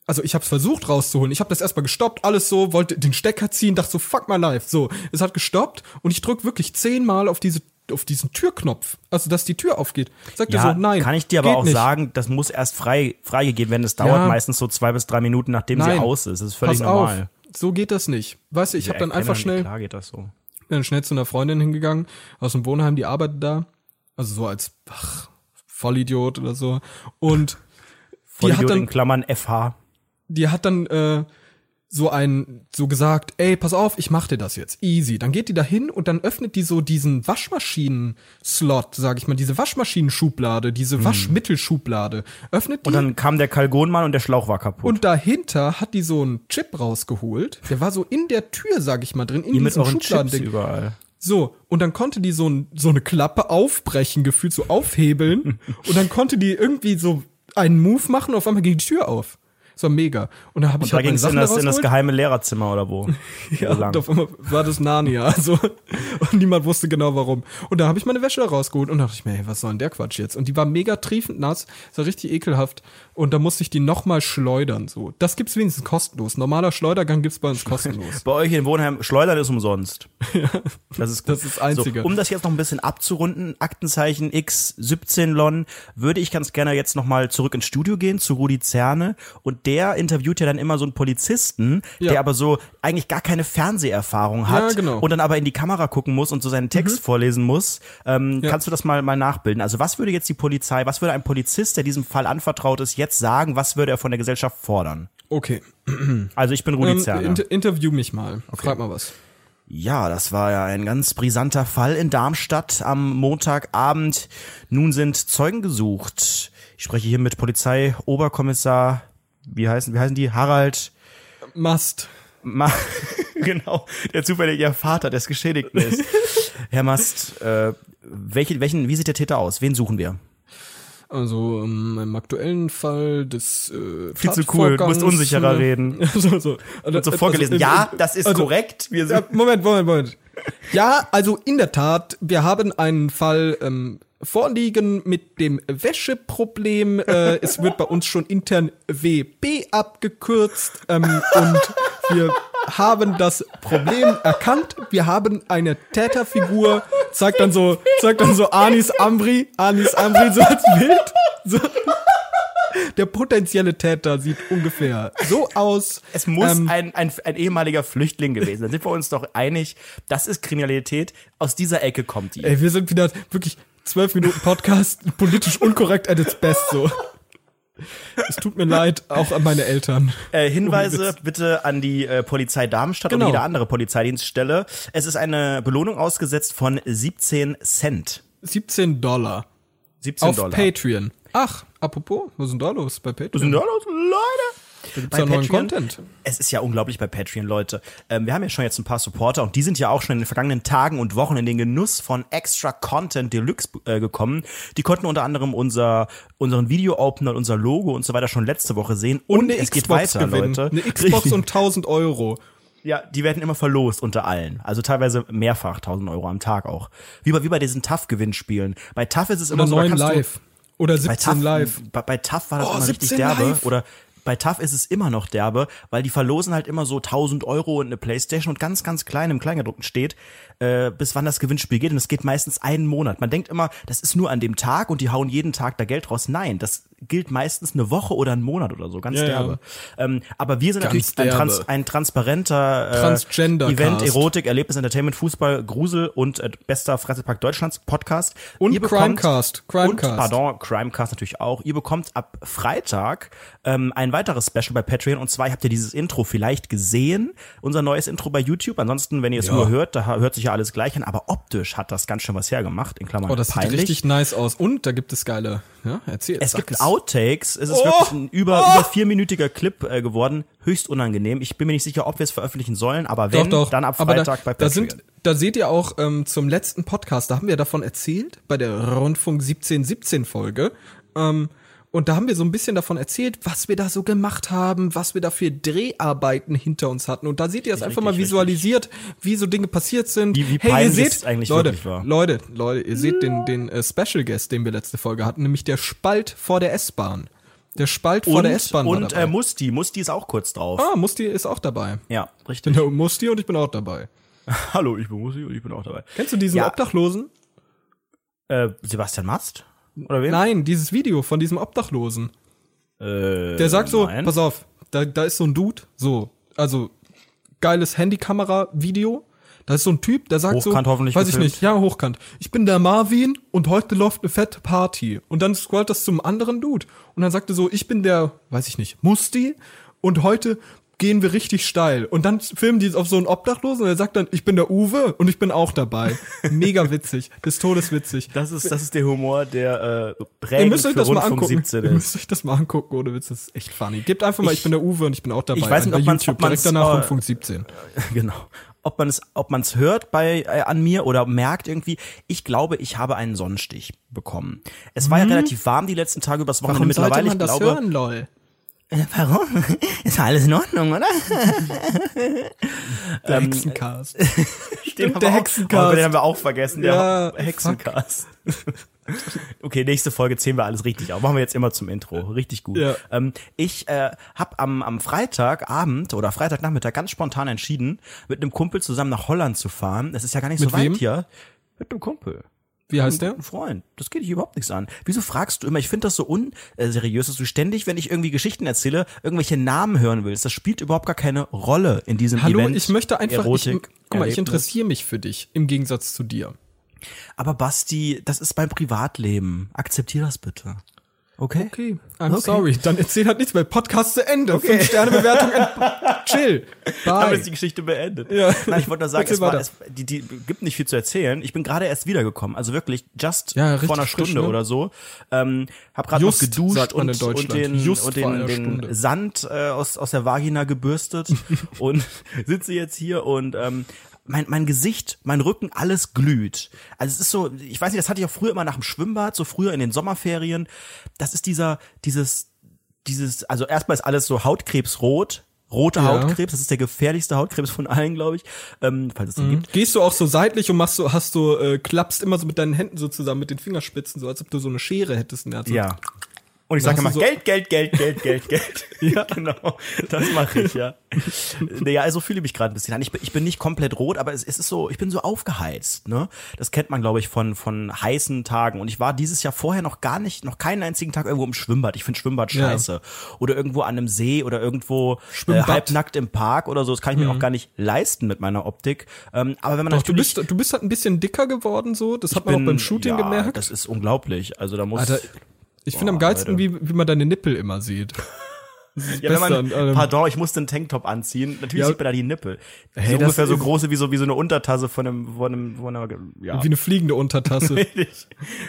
[SPEAKER 4] Also ich habe es versucht rauszuholen. Ich habe das erstmal gestoppt, alles so, wollte den Stecker ziehen, dachte so, fuck my life. So, es hat gestoppt und ich drück wirklich zehnmal auf diese auf diesen Türknopf, also dass die Tür aufgeht. Sagt
[SPEAKER 3] Ja,
[SPEAKER 4] er so, nein.
[SPEAKER 3] kann ich dir aber
[SPEAKER 4] geht
[SPEAKER 3] auch
[SPEAKER 4] nicht.
[SPEAKER 3] sagen, das muss erst frei freigegeben werden. Das dauert
[SPEAKER 4] Ja.
[SPEAKER 3] meistens so zwei bis drei Minuten, nachdem sie aus ist. Das ist völlig
[SPEAKER 4] pass
[SPEAKER 3] normal.
[SPEAKER 4] Auf. so geht das nicht. Weißt du, ich habe dann einfach schnell,
[SPEAKER 3] Klar geht das so.
[SPEAKER 4] bin dann schnell zu einer Freundin hingegangen, aus dem Wohnheim, die arbeitet da. Also so als ach, Vollidiot oder so. Und
[SPEAKER 3] Voll
[SPEAKER 4] die hat
[SPEAKER 3] in
[SPEAKER 4] dann,
[SPEAKER 3] Klammern FH.
[SPEAKER 4] die hat dann äh, so ein, so gesagt, ey, pass auf, ich mach dir das jetzt. Easy. Dann geht die da hin und dann öffnet die so diesen Waschmaschinen-Slot, sag ich mal, diese Waschmaschinenschublade, diese Waschmittelschublade. Öffnet die
[SPEAKER 3] Mhm. Und dann kam der Kalgonmann und der Schlauch war kaputt.
[SPEAKER 4] Und dahinter hat die so einen Chip rausgeholt. Der war so in der Tür, sag ich mal, drin, in
[SPEAKER 3] Ihr mit
[SPEAKER 4] diesem
[SPEAKER 3] euren Chips
[SPEAKER 4] Schubladending.
[SPEAKER 3] überall.
[SPEAKER 4] So, und dann konnte die so, ein, so eine Klappe aufbrechen, gefühlt so aufhebeln. und dann konnte die irgendwie so einen Move machen und auf einmal ging die Tür auf. Das war mega. Und dann habe ich
[SPEAKER 3] Da
[SPEAKER 4] halt
[SPEAKER 3] ging
[SPEAKER 4] meine
[SPEAKER 3] es in
[SPEAKER 4] Sachen
[SPEAKER 3] das, in das
[SPEAKER 4] rausgeholt.
[SPEAKER 3] geheime Lehrerzimmer oder wo?
[SPEAKER 4] ja,
[SPEAKER 3] lang.
[SPEAKER 4] und auf einmal war das Narnia. Also, und niemand wusste genau warum. Und da habe ich meine Wäsche rausgeholt und dachte ich mir, hey, was soll denn der Quatsch jetzt? Und die war mega triefend nass. Das war richtig ekelhaft. Und da musste ich die nochmal schleudern. So, Das gibt's wenigstens kostenlos. Normaler Schleudergang gibt's bei uns kostenlos.
[SPEAKER 3] Bei euch in Wohnheim, Schleudern ist umsonst. Das ist, gut.
[SPEAKER 4] Das ist das Einzige.
[SPEAKER 3] So, um das jetzt noch ein bisschen abzurunden, Aktenzeichen X17Lon, würde ich ganz gerne jetzt nochmal zurück ins Studio gehen zu Rudi Zerne. Und der interviewt ja dann immer so einen Polizisten,
[SPEAKER 4] Ja.
[SPEAKER 3] der aber so eigentlich gar keine Fernseherfahrung hat
[SPEAKER 4] Ja, genau. Mhm.
[SPEAKER 3] und dann aber in die Kamera gucken muss und so seinen Text vorlesen muss. Ähm, Kannst du das mal, mal nachbilden? Also was würde jetzt die Polizei, was würde ein Polizist, der diesem Fall anvertraut ist, jetzt sagen? Was würde er von der Gesellschaft fordern?
[SPEAKER 4] Okay.
[SPEAKER 3] Also ich bin Rudi
[SPEAKER 4] Ähm,
[SPEAKER 3] Zerne.
[SPEAKER 4] inter interview mich mal. Frag mal was.
[SPEAKER 3] Ja, das war ja ein ganz brisanter Fall in Darmstadt am Montagabend. Nun sind Zeugen gesucht. Ich spreche hier mit Polizeioberkommissar, wie heißen, wie heißen die? Harald
[SPEAKER 4] Mast.
[SPEAKER 3] Ma genau, der zufällig ihr Vater des Geschädigten ist. Herr Mast, äh, welche, welchen, wie sieht der Täter aus? Wen suchen wir?
[SPEAKER 4] Also ähm, im aktuellen Fall des äh,
[SPEAKER 3] Viel zu cool, du musst
[SPEAKER 4] Tatvorgangs,
[SPEAKER 3] unsicherer
[SPEAKER 4] äh,
[SPEAKER 3] reden.
[SPEAKER 4] so, so.
[SPEAKER 3] Und so vorgelesen.
[SPEAKER 4] Also, äh,
[SPEAKER 3] ja, das ist
[SPEAKER 4] also,
[SPEAKER 3] korrekt. Wir
[SPEAKER 4] Ja,
[SPEAKER 3] sind
[SPEAKER 4] Moment, Moment, Moment. Ja, also in der Tat, wir haben einen Fall ähm, vorliegen mit dem Wäscheproblem. Äh, es wird bei uns schon intern WB abgekürzt ähm, und wir haben das Problem erkannt. Wir haben eine Täterfigur. Zeigt dann so, zeigt dann so Anis Amri, Anis Amri so als Bild. So. Der potenzielle Täter sieht ungefähr so aus.
[SPEAKER 3] Es muss
[SPEAKER 4] Ähm,
[SPEAKER 3] ein, ein, ein ehemaliger Flüchtling gewesen. sein. sind wir uns doch einig, das ist Kriminalität. Aus dieser Ecke kommt die.
[SPEAKER 4] Ey, wir sind wieder wirklich zwölf Minuten Podcast, politisch unkorrekt at its best so. Es tut mir leid, auch an meine Eltern.
[SPEAKER 3] Äh, Hinweise bitte an die äh, Polizei Darmstadt und
[SPEAKER 4] Genau.
[SPEAKER 3] jede andere Polizeidienststelle. Es ist eine Belohnung ausgesetzt von 17 Cent.
[SPEAKER 4] 17 Dollar
[SPEAKER 3] 17
[SPEAKER 4] auf
[SPEAKER 3] Dollar.
[SPEAKER 4] Patreon. Ach, apropos, was sind da los bei Patreon?
[SPEAKER 3] Sind da los, Leute?
[SPEAKER 4] ja neuen Content.
[SPEAKER 3] Es ist ja unglaublich bei Patreon, Leute. Ähm, wir haben ja schon jetzt ein paar Supporter und die sind ja auch schon in den vergangenen Tagen und Wochen in den Genuss von extra Content Deluxe äh, gekommen. Die konnten unter anderem unser, unseren Video-Opener, und unser Logo und so weiter schon letzte Woche sehen. Und, es geht weiter,
[SPEAKER 4] gewinnen.
[SPEAKER 3] Leute.
[SPEAKER 4] Eine Xbox
[SPEAKER 3] Richtig.
[SPEAKER 4] und 1000 Euro.
[SPEAKER 3] Ja, die werden immer verlost unter allen. Also teilweise mehrfach 1000 Euro am Tag auch. Wie bei, wie bei diesen TAF-Gewinnspielen. Bei TAF ist es immer
[SPEAKER 4] Oder
[SPEAKER 3] so, da
[SPEAKER 4] neun
[SPEAKER 3] kannst du,
[SPEAKER 4] live. Oder
[SPEAKER 3] bei TAF,
[SPEAKER 4] 17 live.
[SPEAKER 3] Bei, bei TAF war das
[SPEAKER 4] Oh,
[SPEAKER 3] immer richtig
[SPEAKER 4] 17
[SPEAKER 3] derbe.
[SPEAKER 4] live.
[SPEAKER 3] Oder bei TAF ist es immer noch derbe, weil die verlosen halt immer so 1000 Euro und eine Playstation und ganz, ganz klein im Kleingedruckten steht, äh, bis wann das Gewinnspiel geht. Und es geht meistens einen Monat. Man denkt immer, das ist nur an dem Tag und die hauen jeden Tag da Geld raus. Nein, das gilt meistens eine Woche oder einen Monat oder so. Ganz
[SPEAKER 4] Ja, ja.
[SPEAKER 3] derbe. Ähm, aber wir sind natürlich ein,
[SPEAKER 4] derbe.
[SPEAKER 3] Trans ein transparenter äh,
[SPEAKER 4] Transgender-Cast.
[SPEAKER 3] Event, Erotik, Erlebnis, Entertainment, Fußball, Grusel und äh, bester Freizeitpark Deutschlands Podcast.
[SPEAKER 4] Und
[SPEAKER 3] Ihr bekommt-
[SPEAKER 4] Crimecast, Crimecast.
[SPEAKER 3] Und, pardon, Crimecast natürlich auch. Ihr bekommt ab Freitag ähm, ein weiteres Special bei Patreon. Und zwar habt ihr dieses Intro vielleicht gesehen, unser neues Intro bei YouTube. Ansonsten, wenn ihr es nur hört, da hört sich ja alles gleich an. Aber optisch hat das ganz schön was hergemacht, in Klammern
[SPEAKER 4] Oh, das sieht
[SPEAKER 3] peinlich.
[SPEAKER 4] richtig nice aus. Und da gibt es geile, ja, erzähl.
[SPEAKER 3] Es
[SPEAKER 4] sag
[SPEAKER 3] gibt Outtakes. Es
[SPEAKER 4] Oh.
[SPEAKER 3] ist wirklich ein über, über vierminütiger Clip äh, geworden. Höchst unangenehm. Ich bin mir nicht sicher, ob wir es veröffentlichen sollen, aber wenn, dann ab
[SPEAKER 4] Aber
[SPEAKER 3] Freitag
[SPEAKER 4] da,
[SPEAKER 3] bei Patreon.
[SPEAKER 4] da sind, da seht ihr auch ähm, zum letzten Podcast, da haben wir davon erzählt, bei der Rundfunk 1717 Folge. Ähm, und da haben wir so ein bisschen davon erzählt, was wir da so gemacht haben, was wir da für Dreharbeiten hinter uns hatten. Und da seht ihr das einfach mal
[SPEAKER 3] richtig,
[SPEAKER 4] visualisiert, wie so Dinge passiert sind.
[SPEAKER 3] Wie- wie
[SPEAKER 4] hey, ihr
[SPEAKER 3] peinlich
[SPEAKER 4] seht,
[SPEAKER 3] es eigentlich
[SPEAKER 4] Leute,
[SPEAKER 3] wirklich war.
[SPEAKER 4] Leute, Leute, ihr seht den, den äh, Special Guest, den wir letzte Folge hatten, nämlich der Spalt vor der S-Bahn. Der Spalt vor
[SPEAKER 3] und,
[SPEAKER 4] der S-Bahn war
[SPEAKER 3] und
[SPEAKER 4] dabei.
[SPEAKER 3] äh, Musti. Musti ist auch kurz drauf.
[SPEAKER 4] ah, Musti ist auch dabei.
[SPEAKER 3] Ja, richtig.
[SPEAKER 4] Genau, Musti und ich bin auch dabei.
[SPEAKER 3] Hallo, ich bin Musti und ich bin auch dabei.
[SPEAKER 4] Kennst du diesen
[SPEAKER 3] Ja.
[SPEAKER 4] Obdachlosen?
[SPEAKER 3] Äh, Sebastian Mast? Oder wen?
[SPEAKER 4] Nein, dieses Video von diesem Obdachlosen.
[SPEAKER 3] Äh,
[SPEAKER 4] Der sagt so,
[SPEAKER 3] nein.
[SPEAKER 4] pass auf, da, da ist so ein Dude, so, also geiles Handykamera-Video. Da ist so ein Typ, der sagt
[SPEAKER 3] Hochkant
[SPEAKER 4] so,
[SPEAKER 3] hoffentlich
[SPEAKER 4] weiß
[SPEAKER 3] gefilmt.
[SPEAKER 4] ich nicht, ja, hochkant. Ich bin der Marvin und heute läuft eine fette Party. Und dann scrollt das zum anderen Dude. Und dann sagt er so, ich bin der, weiß ich nicht, Musti und heute gehen wir richtig steil. Und dann filmen die es auf so einen Obdachlosen und er sagt dann, ich bin der Uwe und ich bin auch dabei. Mega witzig. Des Todes witzig.
[SPEAKER 3] Das ist, das ist der Humor, der äh,
[SPEAKER 4] Ihr
[SPEAKER 3] prägend
[SPEAKER 4] müsst euch
[SPEAKER 3] für
[SPEAKER 4] das mal
[SPEAKER 3] Rundfunk
[SPEAKER 4] angucken.
[SPEAKER 3] 17
[SPEAKER 4] Ihr
[SPEAKER 3] ist.
[SPEAKER 4] müsst euch das mal angucken, ohne Witz, das ist echt funny. Gebt einfach mal, ich,
[SPEAKER 3] Ich-
[SPEAKER 4] bin der Uwe und ich bin auch dabei.
[SPEAKER 3] ich weiß nicht,
[SPEAKER 4] ein, bei
[SPEAKER 3] ob man's-
[SPEAKER 4] YouTube,
[SPEAKER 3] ob man's,
[SPEAKER 4] direkt danach
[SPEAKER 3] äh,
[SPEAKER 4] Rundfunk 17.
[SPEAKER 3] genau. Ob man es, ob man es hört bei äh, an mir oder merkt irgendwie, ich glaube, ich habe einen Sonnenstich bekommen. Es war ja relativ warm die letzten Tage übers Wochenende
[SPEAKER 4] Warum sollte
[SPEAKER 3] mittlerweile.
[SPEAKER 4] man
[SPEAKER 3] ich
[SPEAKER 4] das
[SPEAKER 3] glaube,
[SPEAKER 4] hören,
[SPEAKER 3] ähm,
[SPEAKER 4] lol?
[SPEAKER 2] Äh, Warum? Ist ja alles in Ordnung, oder?
[SPEAKER 4] Der Hexencast. der
[SPEAKER 3] Den haben wir auch-
[SPEAKER 4] Hexencast.
[SPEAKER 3] Oh, den haben wir auch vergessen, der
[SPEAKER 4] Ja,
[SPEAKER 3] Hexencast. okay, nächste Folge zählen wir alles richtig auf. Machen wir jetzt immer zum Intro. Richtig gut.
[SPEAKER 4] Ja.
[SPEAKER 3] Ähm, ich äh, habe am, am Freitagabend oder Freitagnachmittag ganz spontan entschieden, mit einem Kumpel zusammen nach Holland zu fahren. Das ist ja gar nicht
[SPEAKER 4] Mit
[SPEAKER 3] so weit
[SPEAKER 4] wem?
[SPEAKER 3] hier. Mit einem Kumpel.
[SPEAKER 4] Wie heißt der?
[SPEAKER 3] Ein Freund. Das geht dich überhaupt nichts an. Wieso fragst du immer? Ich finde das so unseriös, dass du ständig, wenn ich irgendwie Geschichten erzähle, irgendwelche Namen hören willst. Das spielt überhaupt gar keine Rolle in diesem
[SPEAKER 4] Hallo,
[SPEAKER 3] Event.
[SPEAKER 4] ich möchte einfach,
[SPEAKER 3] Erotik,
[SPEAKER 4] ich, guck mal, ich
[SPEAKER 3] Erlebnis.
[SPEAKER 4] interessiere mich für dich, im Gegensatz zu dir.
[SPEAKER 3] Aber Basti, das ist beim Privatleben. Akzeptier das bitte. Okay?
[SPEAKER 4] Okay, I'm sorry. Dann erzähl halt nichts mehr. Podcast zu Ende. Fünf Sterne Bewertung. in- Chill.
[SPEAKER 3] Damit
[SPEAKER 4] Bye.
[SPEAKER 3] ist die Geschichte beendet.
[SPEAKER 4] Ja.
[SPEAKER 3] Nein, ich wollte nur sagen,
[SPEAKER 4] Erzähl
[SPEAKER 3] es, war,
[SPEAKER 4] weiter.
[SPEAKER 3] es die, die gibt nicht viel zu erzählen. Ich bin gerade erst wiedergekommen, also wirklich just
[SPEAKER 4] Ja, richtig
[SPEAKER 3] vor einer
[SPEAKER 4] frisch,
[SPEAKER 3] Stunde
[SPEAKER 4] ne?
[SPEAKER 3] oder so. Ähm, hab gerade noch
[SPEAKER 4] Just,
[SPEAKER 3] geduscht
[SPEAKER 4] sagt man in
[SPEAKER 3] und, und
[SPEAKER 4] Deutschland.
[SPEAKER 3] den,
[SPEAKER 4] Just vor
[SPEAKER 3] und den,
[SPEAKER 4] einer
[SPEAKER 3] den
[SPEAKER 4] Stunde.
[SPEAKER 3] Sand äh, aus, aus der Vagina gebürstet und sitze jetzt hier und ähm, mein, mein Gesicht, mein Rücken, alles glüht. Also es ist so, ich weiß nicht, das hatte ich auch früher immer nach dem Schwimmbad, so früher in den Sommerferien. Das ist dieser, dieses, dieses, also erstmal ist alles so Hautkrebsrot, rote Hautkrebs, das ist der gefährlichste Hautkrebs von allen, glaube ich, ähm, falls es den gibt.
[SPEAKER 4] Gehst du auch so seitlich und machst so, hast du, äh, klappst immer so mit deinen Händen so zusammen, mit den Fingerspitzen, so als ob du so eine Schere hättest. In der Hand.
[SPEAKER 3] Ja. Und ich
[SPEAKER 4] Da
[SPEAKER 3] sage
[SPEAKER 4] hast du
[SPEAKER 3] immer,
[SPEAKER 4] so-
[SPEAKER 3] Geld, Geld, Geld, Geld, Geld, Geld. ja, genau. Das mache ich, ja. Naja, also fühle ich mich gerade ein bisschen an. Ich bin, ich bin nicht komplett rot, aber es, es ist so, ich bin so aufgeheizt, ne? Das kennt man, glaube ich, von, von heißen Tagen. Und ich war dieses Jahr vorher noch gar nicht, noch keinen einzigen Tag irgendwo im Schwimmbad. Ich finde Schwimmbad
[SPEAKER 4] Ja.
[SPEAKER 3] scheiße. Oder irgendwo an einem See oder irgendwo äh,
[SPEAKER 4] Schwimmbad. Mhm.
[SPEAKER 3] halbnackt im Park oder so. Das kann ich mir auch gar nicht leisten mit meiner Optik. Ähm, aber wenn man
[SPEAKER 4] Doch, du
[SPEAKER 3] natürlich.
[SPEAKER 4] bist, du bist halt ein bisschen dicker geworden, so. Das hat man auch
[SPEAKER 3] bin-
[SPEAKER 4] beim Shooting
[SPEAKER 3] ja,
[SPEAKER 4] gemerkt.
[SPEAKER 3] Das ist unglaublich. Also da muss.
[SPEAKER 4] Alter, ich finde am geilsten, wie, wie man deine Nippel immer sieht.
[SPEAKER 3] Ja, wenn man,
[SPEAKER 4] Beste an allem.
[SPEAKER 3] pardon, ich musste einen Tanktop anziehen. Natürlich
[SPEAKER 4] ähm, Ja.
[SPEAKER 3] sieht man da die Nippel. Die
[SPEAKER 4] Hey,
[SPEAKER 3] sind
[SPEAKER 4] das
[SPEAKER 3] ungefähr so
[SPEAKER 4] ist-
[SPEAKER 3] große wie so, wie so eine Untertasse von einem, von einem, von einer, ja.
[SPEAKER 4] Wie eine fliegende Untertasse.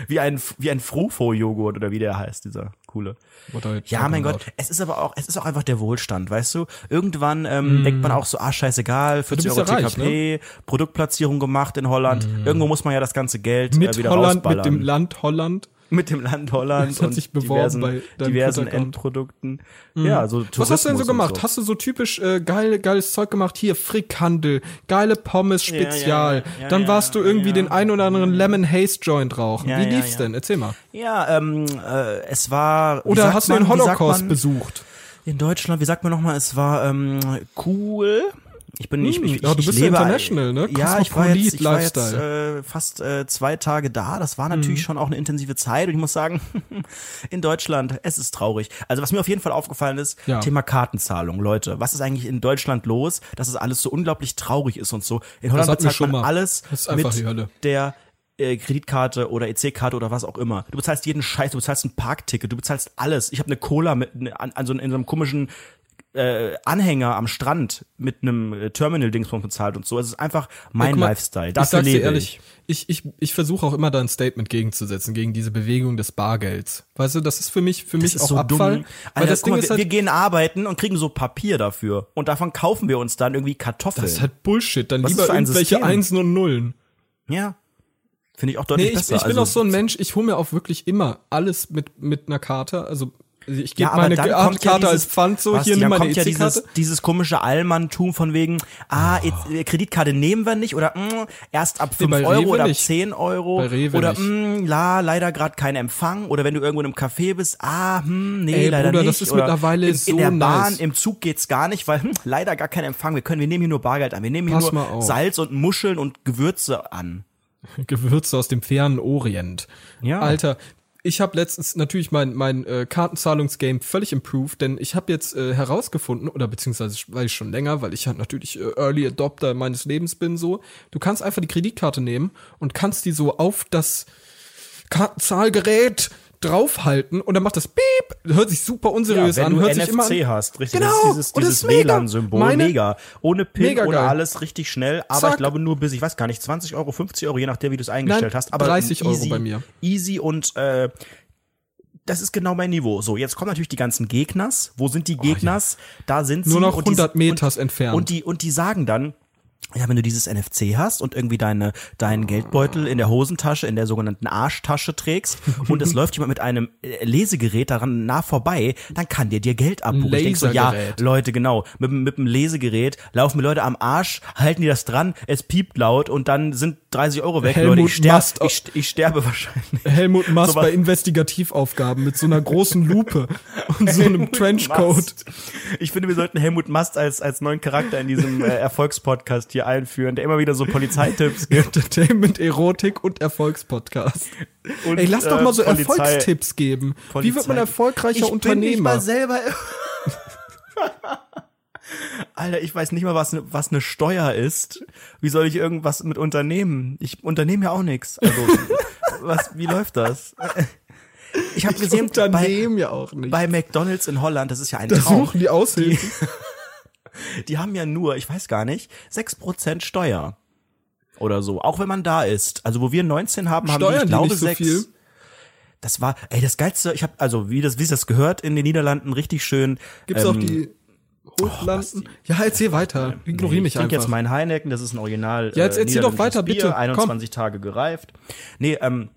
[SPEAKER 3] Wie ein, wie ein Frufo-Joghurt oder wie der heißt, dieser coole.
[SPEAKER 4] What are you
[SPEAKER 3] Ja, mein
[SPEAKER 4] talking
[SPEAKER 3] Gott. Es ist aber auch, es ist auch einfach der Wohlstand, weißt du? Irgendwann, ähm, denkt man auch so, ah, scheißegal, 40
[SPEAKER 4] Mhm. bist
[SPEAKER 3] Euro
[SPEAKER 4] ja reich, ne? Mhm.
[SPEAKER 3] TKP, Produktplatzierung gemacht in Holland. Irgendwo muss man ja das ganze Geld äh,
[SPEAKER 4] mit
[SPEAKER 3] wieder
[SPEAKER 4] Holland, mit
[SPEAKER 3] rausballern
[SPEAKER 4] dem Land Holland.
[SPEAKER 3] mit dem Land Holland
[SPEAKER 4] Das hat
[SPEAKER 3] und
[SPEAKER 4] sich
[SPEAKER 3] diversen,
[SPEAKER 4] beworben bei deinem
[SPEAKER 3] diversen
[SPEAKER 4] Twitter-Account. Mhm.
[SPEAKER 3] Endprodukten. Ja, so
[SPEAKER 4] Was hast du denn
[SPEAKER 3] Tourismus
[SPEAKER 4] so
[SPEAKER 3] und
[SPEAKER 4] gemacht? Hast du so typisch äh, geil, geiles Zeug gemacht? Hier, Frickhandel, geile Pommes Spezial.
[SPEAKER 3] ja, ja, ja,
[SPEAKER 4] Dann
[SPEAKER 3] ja, Mhm.
[SPEAKER 4] warst du irgendwie den ein oder anderen Lemon Haze Joint rauchen.
[SPEAKER 3] Ja,
[SPEAKER 4] Wie
[SPEAKER 3] ja,
[SPEAKER 4] lief's
[SPEAKER 3] ja.
[SPEAKER 4] denn? Erzähl mal.
[SPEAKER 3] Ja, ähm, äh, es war. wie
[SPEAKER 4] Oder
[SPEAKER 3] sagt
[SPEAKER 4] hast du
[SPEAKER 3] man-
[SPEAKER 4] den
[SPEAKER 3] wie sagt
[SPEAKER 4] Holocaust
[SPEAKER 3] man
[SPEAKER 4] besucht?
[SPEAKER 3] In Deutschland, wie sagt man nochmal, es war ähm, cool. Ich bin nicht. Ich, ich,
[SPEAKER 4] Hm, ja, du
[SPEAKER 3] ich
[SPEAKER 4] bist ja
[SPEAKER 3] lebe,
[SPEAKER 4] international, ne?
[SPEAKER 3] Ja, ich war jetzt, ich war jetzt
[SPEAKER 4] Lifestyle. Mhm.
[SPEAKER 3] äh, fast äh, zwei Tage da. Das war natürlich schon auch eine intensive Zeit. Und ich muss sagen, in Deutschland, es ist traurig. Also was mir auf jeden Fall aufgefallen ist,
[SPEAKER 4] Ja.
[SPEAKER 3] Thema Kartenzahlung, Leute. Was ist eigentlich in Deutschland los, dass es alles so unglaublich traurig ist und so? In Holland
[SPEAKER 4] hatten wir
[SPEAKER 3] bezahlt
[SPEAKER 4] schon
[SPEAKER 3] man
[SPEAKER 4] mal.
[SPEAKER 3] alles
[SPEAKER 4] Das ist einfach die
[SPEAKER 3] mit
[SPEAKER 4] Hölle.
[SPEAKER 3] der äh, Kreditkarte oder EC-Karte oder was auch immer. Du bezahlst jeden Scheiß, du bezahlst ein Parkticket, du bezahlst alles. Ich habe eine Cola mit ne, an, an so, in so einem komischen äh, Anhänger am Strand mit einem äh, Terminal-Dings von bezahlt und so. Es ist einfach mein
[SPEAKER 4] Guck mal,
[SPEAKER 3] Lifestyle.
[SPEAKER 4] Ich
[SPEAKER 3] Dafür
[SPEAKER 4] sag's
[SPEAKER 3] lebe
[SPEAKER 4] dir
[SPEAKER 3] ich.
[SPEAKER 4] ehrlich, ich, ich, ich versuche auch immer da ein Statement gegenzusetzen, gegen diese Bewegung des Bargelds. Weißt du, das ist für mich, für mich auch Abfall. Weil
[SPEAKER 3] Alter,
[SPEAKER 4] das
[SPEAKER 3] guck
[SPEAKER 4] Ding
[SPEAKER 3] mal,
[SPEAKER 4] ist
[SPEAKER 3] wir,
[SPEAKER 4] halt,
[SPEAKER 3] wir gehen arbeiten und kriegen so Papier dafür. Und davon kaufen wir uns dann irgendwie Kartoffeln.
[SPEAKER 4] das ist halt Bullshit. Dann
[SPEAKER 3] Was ist
[SPEAKER 4] lieber
[SPEAKER 3] für ein
[SPEAKER 4] irgendwelche
[SPEAKER 3] System?
[SPEAKER 4] Einsen und Nullen.
[SPEAKER 3] ja. Finde ich auch
[SPEAKER 4] Nee,
[SPEAKER 3] deutlich
[SPEAKER 4] ich,
[SPEAKER 3] besser.
[SPEAKER 4] ich bin
[SPEAKER 3] also,
[SPEAKER 4] auch so ein Mensch, ich hole mir auch wirklich immer alles mit, mit einer Karte. Also ich gebe
[SPEAKER 3] Ja, aber
[SPEAKER 4] meine
[SPEAKER 3] dann
[SPEAKER 4] Karte
[SPEAKER 3] kommt ja dieses,
[SPEAKER 4] als Pfand so,
[SPEAKER 3] Basti,
[SPEAKER 4] hier nimm
[SPEAKER 3] dann
[SPEAKER 4] meine E
[SPEAKER 3] kommt ja dieses,
[SPEAKER 4] EC-Karte.
[SPEAKER 3] dieses komische Allmanntum von wegen, ah, jetzt, äh, Kreditkarte nehmen wir nicht oder mh, erst ab 5
[SPEAKER 4] bei
[SPEAKER 3] Euro
[SPEAKER 4] Rewe
[SPEAKER 3] oder ab
[SPEAKER 4] nicht.
[SPEAKER 3] 10 Euro
[SPEAKER 4] Bei Rewe
[SPEAKER 3] oder
[SPEAKER 4] nicht.
[SPEAKER 3] mh, la, leider gerade kein Empfang oder wenn du irgendwo in einem Café bist, ah, hm, nee,
[SPEAKER 4] Ey,
[SPEAKER 3] leider
[SPEAKER 4] Bruder, das
[SPEAKER 3] nicht.
[SPEAKER 4] ist
[SPEAKER 3] oder
[SPEAKER 4] mittlerweile
[SPEAKER 3] in,
[SPEAKER 4] so
[SPEAKER 3] In der Bahn,
[SPEAKER 4] nice.
[SPEAKER 3] im Zug geht's gar nicht, weil hm, leider gar kein Empfang. Wir können, wir nehmen hier nur Bargeld an, wir nehmen hier
[SPEAKER 4] Pass mal
[SPEAKER 3] nur
[SPEAKER 4] auf.
[SPEAKER 3] Salz und Muscheln und Gewürze an.
[SPEAKER 4] Gewürze aus dem fernen Orient.
[SPEAKER 3] Ja.
[SPEAKER 4] Alter, ich habe letztens natürlich mein mein äh, Kartenzahlungsgame völlig improved, denn ich habe jetzt äh, herausgefunden oder beziehungsweise weil ich schon länger, weil ich halt natürlich äh, Early Adopter meines Lebens bin so, du kannst einfach die Kreditkarte nehmen und kannst die so auf das Kartenzahlgerät draufhalten und dann macht das Piep, hört sich super unseriös
[SPEAKER 3] wenn
[SPEAKER 4] an,
[SPEAKER 3] du
[SPEAKER 4] hört
[SPEAKER 3] NFC
[SPEAKER 4] sich immer an.
[SPEAKER 3] hast, richtig.
[SPEAKER 4] Genau,
[SPEAKER 3] das ist dieses,
[SPEAKER 4] und das
[SPEAKER 3] dieses
[SPEAKER 4] ist mega.
[SPEAKER 3] WLAN-Symbol, mega.
[SPEAKER 4] Meine-
[SPEAKER 3] Ohne PIN,
[SPEAKER 4] Mega
[SPEAKER 3] ohne
[SPEAKER 4] geil.
[SPEAKER 3] alles, richtig schnell. Aber
[SPEAKER 4] Zack.
[SPEAKER 3] ich glaube nur bis, ich weiß gar nicht, 20 Euro, 50 Euro, je nachdem, wie du es eingestellt
[SPEAKER 4] Nein,
[SPEAKER 3] hast. Aber
[SPEAKER 4] 30 Euro bei mir.
[SPEAKER 3] Easy und äh, das ist genau mein Niveau. So, jetzt kommen natürlich die ganzen Gegners. Wo sind die Gegners? Da sind sie.
[SPEAKER 4] Nur noch
[SPEAKER 3] und die-
[SPEAKER 4] 100 Meters
[SPEAKER 3] und,
[SPEAKER 4] entfernt.
[SPEAKER 3] Und die, und die sagen dann, ja, wenn du dieses NFC hast und irgendwie deine, deinen Geldbeutel in der Hosentasche, in der sogenannten Arschtasche trägst und es läuft jemand mit einem äh, Lesegerät daran nah vorbei, dann kann der dir Geld abbuchen. Ich denk so, ja,
[SPEAKER 4] Lasergerät.
[SPEAKER 3] Leute, genau, mit, dem- mit dem Lesegerät laufen mir Leute am Arsch, halten die das dran, es piept laut und dann sind 30 Euro weg,
[SPEAKER 4] Helmut
[SPEAKER 3] Leute. Ich, sterb,
[SPEAKER 4] Mast-
[SPEAKER 3] ich, ich sterbe wahrscheinlich.
[SPEAKER 4] Helmut Mast
[SPEAKER 3] Sowas-
[SPEAKER 4] bei Investigativaufgaben mit so einer großen Lupe und so einem Trenchcoat.
[SPEAKER 3] Mast. Ich finde, wir sollten Helmut Mast als, als neuen Charakter in diesem äh, Erfolgspodcast hier einführen, der immer wieder so Polizeitipps gibt.
[SPEAKER 4] Entertainment, Erotik und Erfolgspodcast.
[SPEAKER 3] Und,
[SPEAKER 4] Ey, lass doch
[SPEAKER 3] äh,
[SPEAKER 4] mal so
[SPEAKER 3] Polizei-
[SPEAKER 4] Erfolgstipps geben. Wie wird man
[SPEAKER 3] Polizei-
[SPEAKER 4] erfolgreicher
[SPEAKER 3] ich Bin nicht
[SPEAKER 4] Unternehmer?
[SPEAKER 3] mal selber. Alter, ich weiß nicht mal, was, ne- was eine Steuer ist. Wie soll ich irgendwas mit Unternehmen? Ich unternehme ja auch nichts. Also, was, wie läuft das? Ich habe gesehen, bei,
[SPEAKER 4] Unternehmen ja auch nicht.
[SPEAKER 3] bei McDonalds in Holland, das ist ja ein
[SPEAKER 4] da
[SPEAKER 3] Traum.
[SPEAKER 4] suchen die Aushilfen.
[SPEAKER 3] Die haben ja nur, ich weiß gar nicht, 6% Steuer. Oder so. Auch wenn man da ist. Also wo wir 19 haben, haben wir,
[SPEAKER 4] Steuern
[SPEAKER 3] ich
[SPEAKER 4] die
[SPEAKER 3] glaube,
[SPEAKER 4] nicht so
[SPEAKER 3] sechs.
[SPEAKER 4] viel?
[SPEAKER 3] Das war, ey, das geilste, ich habe also wie das wie es das gehört in den Niederlanden richtig schön. ähm,
[SPEAKER 4] Gibt's auch die Hochlanden? ja, erzähl weiter. Ignoriere
[SPEAKER 3] ich
[SPEAKER 4] mich
[SPEAKER 3] trinke
[SPEAKER 4] einfach.
[SPEAKER 3] jetzt mein Heineken, das ist ein Original. äh,
[SPEAKER 4] Ja, jetzt erzähl doch weiter,
[SPEAKER 3] niederländisches
[SPEAKER 4] bitte.
[SPEAKER 3] Bier,
[SPEAKER 4] Komm.
[SPEAKER 3] 21 Tage gereift. Nee, ähm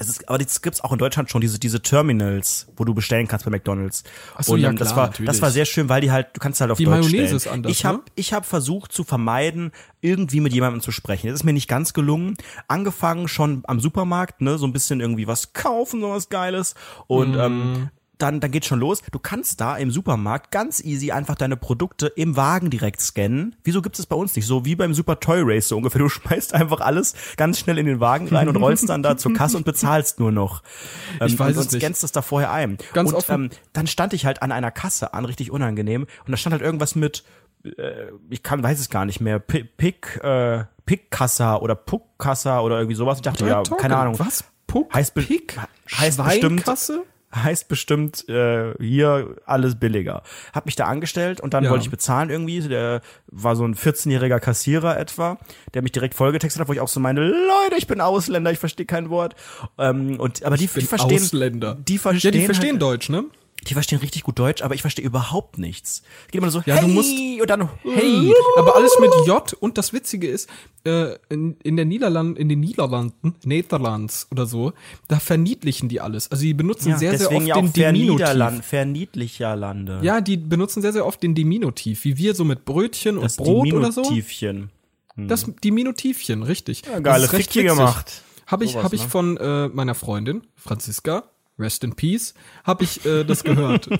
[SPEAKER 3] es ist, aber das gibt's auch in Deutschland schon diese diese Terminals, wo du bestellen kannst bei McDonald's.
[SPEAKER 4] Ach so,
[SPEAKER 3] Und,
[SPEAKER 4] ja,
[SPEAKER 3] ähm, das
[SPEAKER 4] klar,
[SPEAKER 3] war das
[SPEAKER 4] natürlich.
[SPEAKER 3] war sehr schön, weil die halt du kannst halt auf
[SPEAKER 4] Die
[SPEAKER 3] Deutsch
[SPEAKER 4] Mayonnaise
[SPEAKER 3] stellen.
[SPEAKER 4] ist anders,
[SPEAKER 3] ich habe
[SPEAKER 4] ne?
[SPEAKER 3] ich habe versucht zu vermeiden, irgendwie mit jemandem zu sprechen. Das ist mir nicht ganz gelungen. Angefangen schon am Supermarkt, ne, so ein bisschen irgendwie was kaufen, so was Geiles. Und
[SPEAKER 4] Mhm.
[SPEAKER 3] ähm, dann, dann geht's schon los. Du kannst da im Supermarkt ganz easy einfach deine Produkte im Wagen direkt scannen. Wieso gibt's das bei uns nicht? So wie beim Super Toy Race so ungefähr. Du schmeißt einfach alles ganz schnell in den Wagen rein und rollst dann da zur Kasse und bezahlst nur noch. Ähm,
[SPEAKER 4] weiß
[SPEAKER 3] und,
[SPEAKER 4] es
[SPEAKER 3] und
[SPEAKER 4] nicht.
[SPEAKER 3] scannst das da vorher ein.
[SPEAKER 4] Ganz
[SPEAKER 3] und,
[SPEAKER 4] offen.
[SPEAKER 3] Ähm, dann stand ich halt an einer Kasse an, richtig unangenehm. Und da stand halt irgendwas mit, äh, ich kann, weiß es gar nicht mehr, Pi- Pick, äh, Pickkassa oder Puckkassa oder irgendwie sowas. Ich dachte, ja,
[SPEAKER 4] Talk,
[SPEAKER 3] keine Ahnung.
[SPEAKER 4] Was? Puck?
[SPEAKER 3] Heißt be-
[SPEAKER 4] Pick?
[SPEAKER 3] heißt bestimmt-
[SPEAKER 4] Schweinkasse?
[SPEAKER 3] Heißt bestimmt äh, hier alles billiger. Hab mich da angestellt und dann
[SPEAKER 4] Ja.
[SPEAKER 3] wollte ich bezahlen irgendwie. Der war so ein 14-jähriger Kassierer etwa, der mich direkt vollgetextet hat, wo ich auch so meine, Leute, ich bin Ausländer, ich verstehe kein Wort. Ähm, und aber die, die verstehen
[SPEAKER 4] Ausländer.
[SPEAKER 3] Die verstehen,
[SPEAKER 4] Ja, die verstehen
[SPEAKER 3] halt,
[SPEAKER 4] Deutsch, ne?
[SPEAKER 3] die verstehen richtig gut Deutsch, aber ich verstehe überhaupt nichts. Geht immer so
[SPEAKER 4] Ja,
[SPEAKER 3] hey
[SPEAKER 4] du musst-
[SPEAKER 3] und dann
[SPEAKER 4] Hey, aber alles mit J und das Witzige ist, äh, in, in, der Niederland, in den Niederlanden, Netherlands oder so, da verniedlichen die alles. Also die benutzen sehr, sehr
[SPEAKER 3] deswegen
[SPEAKER 4] oft
[SPEAKER 3] ja auch
[SPEAKER 4] den Diminutiv.
[SPEAKER 3] Verniederland, verniedlicher Lande.
[SPEAKER 4] Ja, die benutzen sehr, sehr oft den Diminutiv, wie wir so mit Brötchen und
[SPEAKER 3] das
[SPEAKER 4] Brot oder so.
[SPEAKER 3] Diminutivchen.
[SPEAKER 4] Das Diminutivchen, richtig. Ja,
[SPEAKER 3] geile Fickchen gemacht.
[SPEAKER 4] Habe ich,
[SPEAKER 3] Sowas,
[SPEAKER 4] hab ich
[SPEAKER 3] ne?
[SPEAKER 4] von äh, meiner Freundin, Franziska, rest in peace, habe ich äh, das gehört.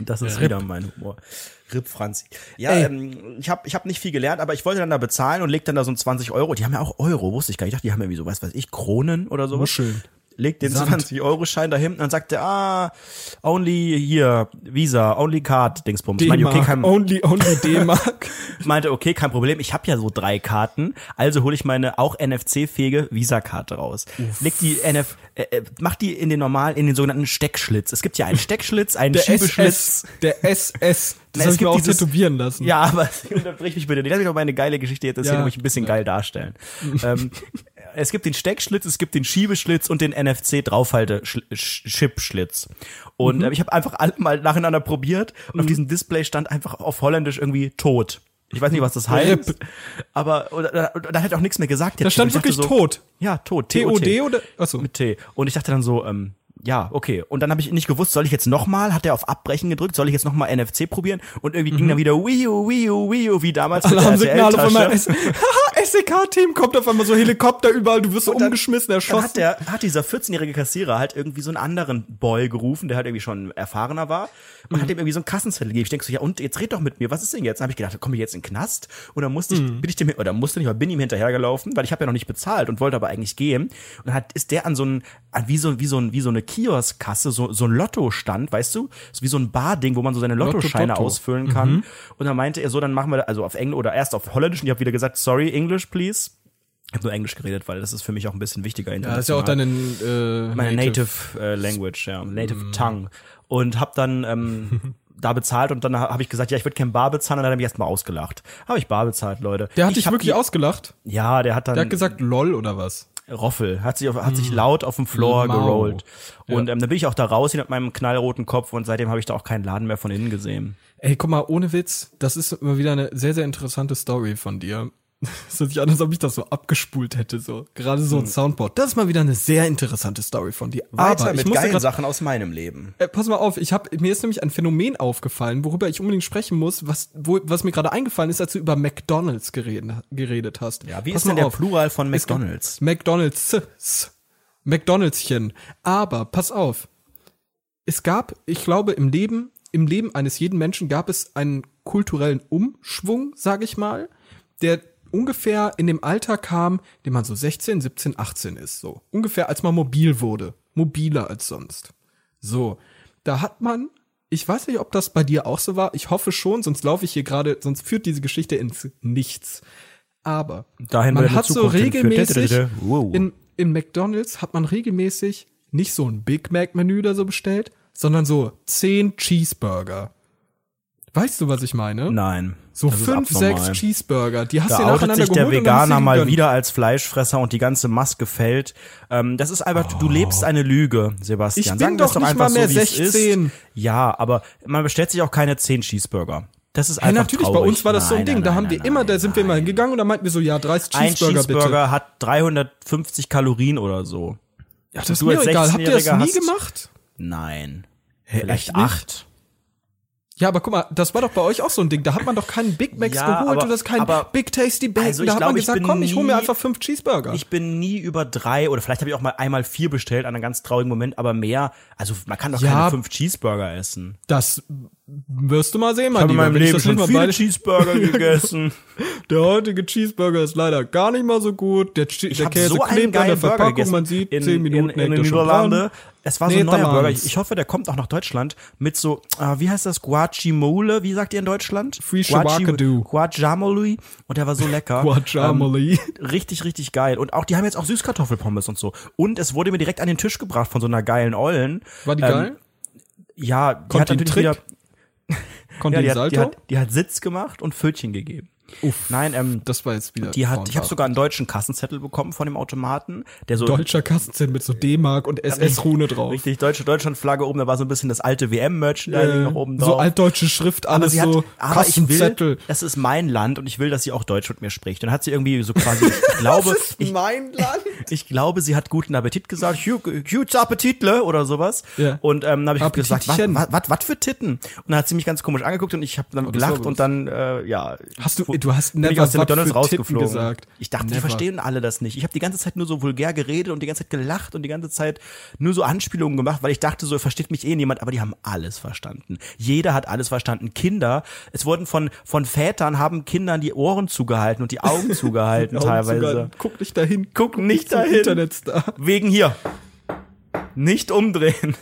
[SPEAKER 3] Das ist wieder mein Humor. Rip Franzi. Ja,
[SPEAKER 4] Ey.
[SPEAKER 3] ähm, ich habe ich hab nicht viel gelernt, aber ich wollte dann da bezahlen und leg dann da so ein 20 Euro. Die haben ja auch Euro, wusste ich gar nicht. Ich dachte, die haben irgendwie so, was weiß ich, Kronen oder sowas.
[SPEAKER 4] Muscheln.
[SPEAKER 3] Legt den
[SPEAKER 4] Sand.
[SPEAKER 3] 20-Euro-Schein da hinten und sagte, ah, only hier, Visa, only Card, Dingsbums. Ich meine, okay,
[SPEAKER 4] D-Mark,
[SPEAKER 3] kein,
[SPEAKER 4] only, only D-Mark.
[SPEAKER 3] meinte, okay, kein Problem, ich habe ja so drei Karten, also hole ich meine auch NFC-fähige Visa-Karte raus. Leg die NF, äh, äh, mach die in den normalen, in den sogenannten Steckschlitz. Es gibt ja einen Steckschlitz, einen
[SPEAKER 4] Der
[SPEAKER 3] Schiebeschlitz.
[SPEAKER 4] SS. Der SS.
[SPEAKER 3] Na, es
[SPEAKER 4] Das habe ich
[SPEAKER 3] gibt
[SPEAKER 4] mir auch
[SPEAKER 3] dieses-
[SPEAKER 4] tätowieren lassen.
[SPEAKER 3] Ja, aber unterbrich mich bitte nicht. Lass mich doch meine geile Geschichte jetzt erzählen,
[SPEAKER 4] Ja.
[SPEAKER 3] ja. ich ein bisschen geil darstellen. ähm, es gibt den Steckschlitz, es gibt den Schiebeschlitz und den NFC draufhalte Chipschlitz. Und
[SPEAKER 4] Mhm.
[SPEAKER 3] äh, ich habe einfach alle mal nacheinander probiert und auf diesem Display stand einfach auf Holländisch irgendwie tot. Ich weiß nicht, was das heißt, aber oder, oder, da hat auch nichts mehr gesagt.
[SPEAKER 4] Da stand wirklich tot.
[SPEAKER 3] Ja, tot.
[SPEAKER 4] TOD
[SPEAKER 3] T-O-T.
[SPEAKER 4] oder? Achso.
[SPEAKER 3] Mit T. Und ich dachte dann so, ähm, ja, okay. Und dann habe ich nicht gewusst, soll ich jetzt nochmal, hat er auf Abbrechen gedrückt, soll ich jetzt nochmal NFC probieren? Und irgendwie ging dann wieder Wii U, Wii U, Wii U, wie damals mit der
[SPEAKER 4] Mhm. Alarmsignal auf
[SPEAKER 3] RTL-Tasche.
[SPEAKER 4] einmal. SS. Haha, SEK-Team kommt auf einmal so Helikopter überall, du wirst so
[SPEAKER 3] dann-
[SPEAKER 4] umgeschmissen,
[SPEAKER 3] Dann
[SPEAKER 4] erschossen.
[SPEAKER 3] hat, der, hat dieser 14-jährige Kassierer halt irgendwie so einen anderen Boy gerufen, der halt irgendwie schon erfahrener war und hat ihm irgendwie so einen Kassenzettel gegeben. Ich denke so, ja und, jetzt red doch mit mir, was ist denn jetzt? Dann habe ich gedacht, komme ich jetzt in den Knast? Und dann musste ich, bin ich dem, oder musste nicht, aber bin ihm hinterhergelaufen, weil ich habe ja noch nicht bezahlt und wollte aber eigentlich gehen. Und dann hat, ist der an so einen, an wie so, wie so, ein, wie so eine Kioskkasse, so, so ein Lottostand, weißt du? So wie so ein Barding, wo man so seine Lottoscheine
[SPEAKER 4] Lotto-Totto.
[SPEAKER 3] ausfüllen kann. Und dann meinte er so, dann machen wir, also auf Englisch, oder erst auf Holländisch und ich habe wieder gesagt, sorry, English, please. Ich habe nur Englisch geredet, weil das ist für mich auch ein bisschen wichtiger.
[SPEAKER 4] Ja, das ist ja auch deine äh,
[SPEAKER 3] meine Native, äh, Language, ja,
[SPEAKER 4] Mm.
[SPEAKER 3] Native Tongue. Und habe dann ähm, da bezahlt und dann habe ich gesagt, ja, ich würde kein Bar bezahlen. Und dann hat er mich erstmal ausgelacht. Habe ich Bar bezahlt, Leute.
[SPEAKER 4] Der hat
[SPEAKER 3] Ich
[SPEAKER 4] dich
[SPEAKER 3] hab
[SPEAKER 4] wirklich
[SPEAKER 3] die,
[SPEAKER 4] ausgelacht.
[SPEAKER 3] Ja, der hat dann
[SPEAKER 4] Der hat gesagt, lol oder was?
[SPEAKER 3] Roffel, hat sich, auf, hat sich laut auf dem Floor
[SPEAKER 4] Mau.
[SPEAKER 3] gerollt. Und ähm, dann bin ich auch da raus hier mit meinem knallroten Kopf und seitdem habe ich da auch keinen Laden mehr von innen gesehen.
[SPEAKER 4] Ey, guck mal, ohne Witz, das ist immer wieder eine sehr, sehr interessante Story von dir. Es hört sich an, als ob ich das so abgespult hätte, so. Gerade so ein Soundboard. Das ist mal wieder eine sehr interessante Story von dir. Aber ich musste grad,
[SPEAKER 2] Sachen aus meinem Leben.
[SPEAKER 4] äh, pass mal auf, ich hab, mir ist nämlich ein Phänomen aufgefallen, worüber ich unbedingt sprechen muss, was, wo, was mir gerade eingefallen ist, als du über McDonalds geredet, geredet hast.
[SPEAKER 3] Ja, wie
[SPEAKER 4] Pass
[SPEAKER 3] ist denn
[SPEAKER 4] mal
[SPEAKER 3] der
[SPEAKER 4] auf.
[SPEAKER 3] Plural von
[SPEAKER 4] Es gibt
[SPEAKER 3] McDonalds?
[SPEAKER 4] McDonalds. McDonaldschen. Aber pass auf. Es gab, ich glaube, im Leben, im Leben eines jeden Menschen gab es einen kulturellen Umschwung, sage ich mal, der ungefähr in dem Alter kam, in dem man so 16, 17, 18 ist, so. Ungefähr als man mobil wurde. Mobiler als sonst. So. Da hat man, ich weiß nicht, ob das bei dir auch so war. Ich hoffe schon, sonst laufe ich hier gerade, sonst führt diese Geschichte ins Nichts. Aber
[SPEAKER 3] Dahin
[SPEAKER 4] man
[SPEAKER 3] würde
[SPEAKER 4] hat so
[SPEAKER 3] Zukunft hinführen.
[SPEAKER 4] regelmäßig
[SPEAKER 3] Wow.
[SPEAKER 4] in, in McDonald's hat man regelmäßig nicht so ein Big Mac Menü oder so bestellt, sondern so 10 Cheeseburger. Weißt du, was ich meine?
[SPEAKER 3] Nein.
[SPEAKER 4] so
[SPEAKER 3] das ist
[SPEAKER 4] 5,
[SPEAKER 3] abnormal.
[SPEAKER 4] 6 Cheeseburger, die hast du dir
[SPEAKER 3] Da outet
[SPEAKER 4] nacheinander
[SPEAKER 3] sich der
[SPEAKER 4] geholt und dann hast du
[SPEAKER 3] Veganer
[SPEAKER 4] dir
[SPEAKER 3] mal
[SPEAKER 4] gegönnt.
[SPEAKER 3] wieder als Fleischfresser und die ganze Maske fällt. Ähm, das ist einfach, du lebst eine Lüge, Sebastian.
[SPEAKER 4] Oh. Ich bin
[SPEAKER 3] Sagen wir es
[SPEAKER 4] doch nicht mal mehr
[SPEAKER 3] wie es
[SPEAKER 4] 16.
[SPEAKER 3] Ist. Ja, aber man bestellt sich auch keine 10 Cheeseburger. Das ist
[SPEAKER 4] Ja,
[SPEAKER 3] einfach
[SPEAKER 4] natürlich,
[SPEAKER 3] traurig.
[SPEAKER 4] bei uns war das so ein
[SPEAKER 3] Nein,
[SPEAKER 4] Ding.
[SPEAKER 3] nein,
[SPEAKER 4] da
[SPEAKER 3] nein,
[SPEAKER 4] haben wir
[SPEAKER 3] nein,
[SPEAKER 4] immer,
[SPEAKER 3] nein,
[SPEAKER 4] da sind wir mal hingegangen und da meinten wir so, ja, 30
[SPEAKER 3] ein
[SPEAKER 4] Cheeseburger, bitte.
[SPEAKER 3] Cheeseburger hat 350 Kalorien oder so.
[SPEAKER 4] Ja, das ist
[SPEAKER 3] du
[SPEAKER 4] mir
[SPEAKER 3] als
[SPEAKER 4] egal. Habt ihr das
[SPEAKER 3] 16-Jähriger
[SPEAKER 4] nie
[SPEAKER 3] hast-
[SPEAKER 4] gemacht?
[SPEAKER 3] Nein. Vielleicht
[SPEAKER 4] echt nicht?
[SPEAKER 3] acht.
[SPEAKER 4] Ja, aber guck mal, das war doch bei euch auch so ein Ding. Da hat man doch keinen Big Macs
[SPEAKER 3] Ja,
[SPEAKER 4] geholt
[SPEAKER 3] aber-
[SPEAKER 4] oder das kein
[SPEAKER 3] aber-
[SPEAKER 4] Big Tasty Bacon.
[SPEAKER 3] Also ich
[SPEAKER 4] da hat man
[SPEAKER 3] glaube, ich
[SPEAKER 4] gesagt,
[SPEAKER 3] bin
[SPEAKER 4] komm, ich hol mir
[SPEAKER 3] nie-
[SPEAKER 4] einfach fünf Cheeseburger.
[SPEAKER 3] Ich bin nie über drei oder vielleicht habe ich auch mal einmal vier bestellt an einem ganz traurigen Moment, aber mehr. Also man kann doch
[SPEAKER 4] Ja.
[SPEAKER 3] keine fünf Cheeseburger essen.
[SPEAKER 4] das wirst du mal sehen, mein
[SPEAKER 3] Ich habe in
[SPEAKER 4] Lieber.
[SPEAKER 3] meinem
[SPEAKER 4] Wenn
[SPEAKER 3] Leben
[SPEAKER 4] das
[SPEAKER 3] schon
[SPEAKER 4] mal
[SPEAKER 3] viele
[SPEAKER 4] beide- genau.
[SPEAKER 3] Cheeseburger gegessen.
[SPEAKER 4] Der heutige Cheeseburger ist leider gar nicht mal so gut. Der, Che der
[SPEAKER 3] hab
[SPEAKER 4] Käse klebt an der Verpackung, man sieht,
[SPEAKER 3] in,
[SPEAKER 4] 10 Minuten
[SPEAKER 3] in, in
[SPEAKER 4] hängt
[SPEAKER 3] den
[SPEAKER 4] er schon
[SPEAKER 3] Niederlande.
[SPEAKER 4] dran.
[SPEAKER 3] Es war so ein neuer
[SPEAKER 4] Niederlands.
[SPEAKER 3] Burger. Ich, ich hoffe, der kommt auch nach Deutschland mit so, äh, wie heißt das, Guacamole, wie sagt ihr in Deutschland?
[SPEAKER 4] Free
[SPEAKER 3] Guaci-
[SPEAKER 4] Shabakadoo.
[SPEAKER 3] Guacamole. Und der war so lecker.
[SPEAKER 4] Guacamole.
[SPEAKER 3] Ähm, richtig, richtig geil. Und auch, die haben jetzt auch Süßkartoffelpommes und so. Und es wurde mir direkt an den Tisch gebracht von so einer geilen Ollen.
[SPEAKER 4] War die
[SPEAKER 3] Ähm,
[SPEAKER 4] geil?
[SPEAKER 3] Ja, die
[SPEAKER 4] Kommt
[SPEAKER 3] hat
[SPEAKER 4] die im
[SPEAKER 3] natürlich
[SPEAKER 4] Tritt?
[SPEAKER 3] wieder,
[SPEAKER 4] Konnte
[SPEAKER 3] ja, die,
[SPEAKER 4] die
[SPEAKER 3] hat, die,
[SPEAKER 4] Salto?
[SPEAKER 3] hat, die hat Sitz gemacht und Pötchen gegeben.
[SPEAKER 4] Uff.
[SPEAKER 3] Nein, ähm,
[SPEAKER 4] das war jetzt wieder.
[SPEAKER 3] die hat, ich habe
[SPEAKER 4] grauenhaft.
[SPEAKER 3] sogar einen deutschen Kassenzettel bekommen von dem Automaten, der so
[SPEAKER 4] Deutscher Kastenzettel mit so D-Mark und SS-Rune drauf.
[SPEAKER 3] richtig deutsche Deutschlandflagge oben, da war so ein bisschen das alte WM-Merchandising noch oben drauf.
[SPEAKER 4] Äh, so altdeutsche Schrift,
[SPEAKER 3] aber
[SPEAKER 4] alles
[SPEAKER 3] sie hat,
[SPEAKER 4] so
[SPEAKER 3] aber ich will,
[SPEAKER 4] Kassenzettel.
[SPEAKER 3] das ist mein Land und ich will, dass sie auch Deutsch mit mir spricht. Und dann hat sie irgendwie so quasi, ich glaube, ich,
[SPEAKER 4] mein Land.
[SPEAKER 3] ich glaube, sie hat guten Appetit gesagt, "Hu- huge Appetitle oder sowas.
[SPEAKER 4] Ja.
[SPEAKER 3] Und ähm, dann habe ich gesagt, was,
[SPEAKER 4] Appetitchen. Oh,
[SPEAKER 3] was, was, was für Titten? Und dann hat sie mich ganz komisch angeguckt und ich habe
[SPEAKER 4] das
[SPEAKER 3] dann
[SPEAKER 4] war
[SPEAKER 3] gelacht
[SPEAKER 4] was.
[SPEAKER 3] und dann, äh, ja.
[SPEAKER 4] Hast du- du hast
[SPEAKER 3] bin ich
[SPEAKER 4] never
[SPEAKER 3] aus dem
[SPEAKER 4] was für
[SPEAKER 3] McDonalds
[SPEAKER 4] Titten
[SPEAKER 3] rausgeflogen.
[SPEAKER 4] gesagt.
[SPEAKER 3] Ich dachte, die
[SPEAKER 4] Never.
[SPEAKER 3] verstehen alle das nicht. Ich habe die ganze Zeit nur so vulgär geredet und die ganze Zeit gelacht und die ganze Zeit nur so Anspielungen gemacht, weil ich dachte, so versteht mich eh niemand, aber die haben alles verstanden. Jeder hat alles verstanden. Kinder, es wurden von, von Vätern haben Kindern die Ohren zugehalten und die Augen zugehalten teilweise.
[SPEAKER 4] Guck nicht dahin.
[SPEAKER 3] Guck nicht
[SPEAKER 4] zum
[SPEAKER 3] dahin.
[SPEAKER 4] Internetstar.
[SPEAKER 3] Wegen hier. Nicht umdrehen.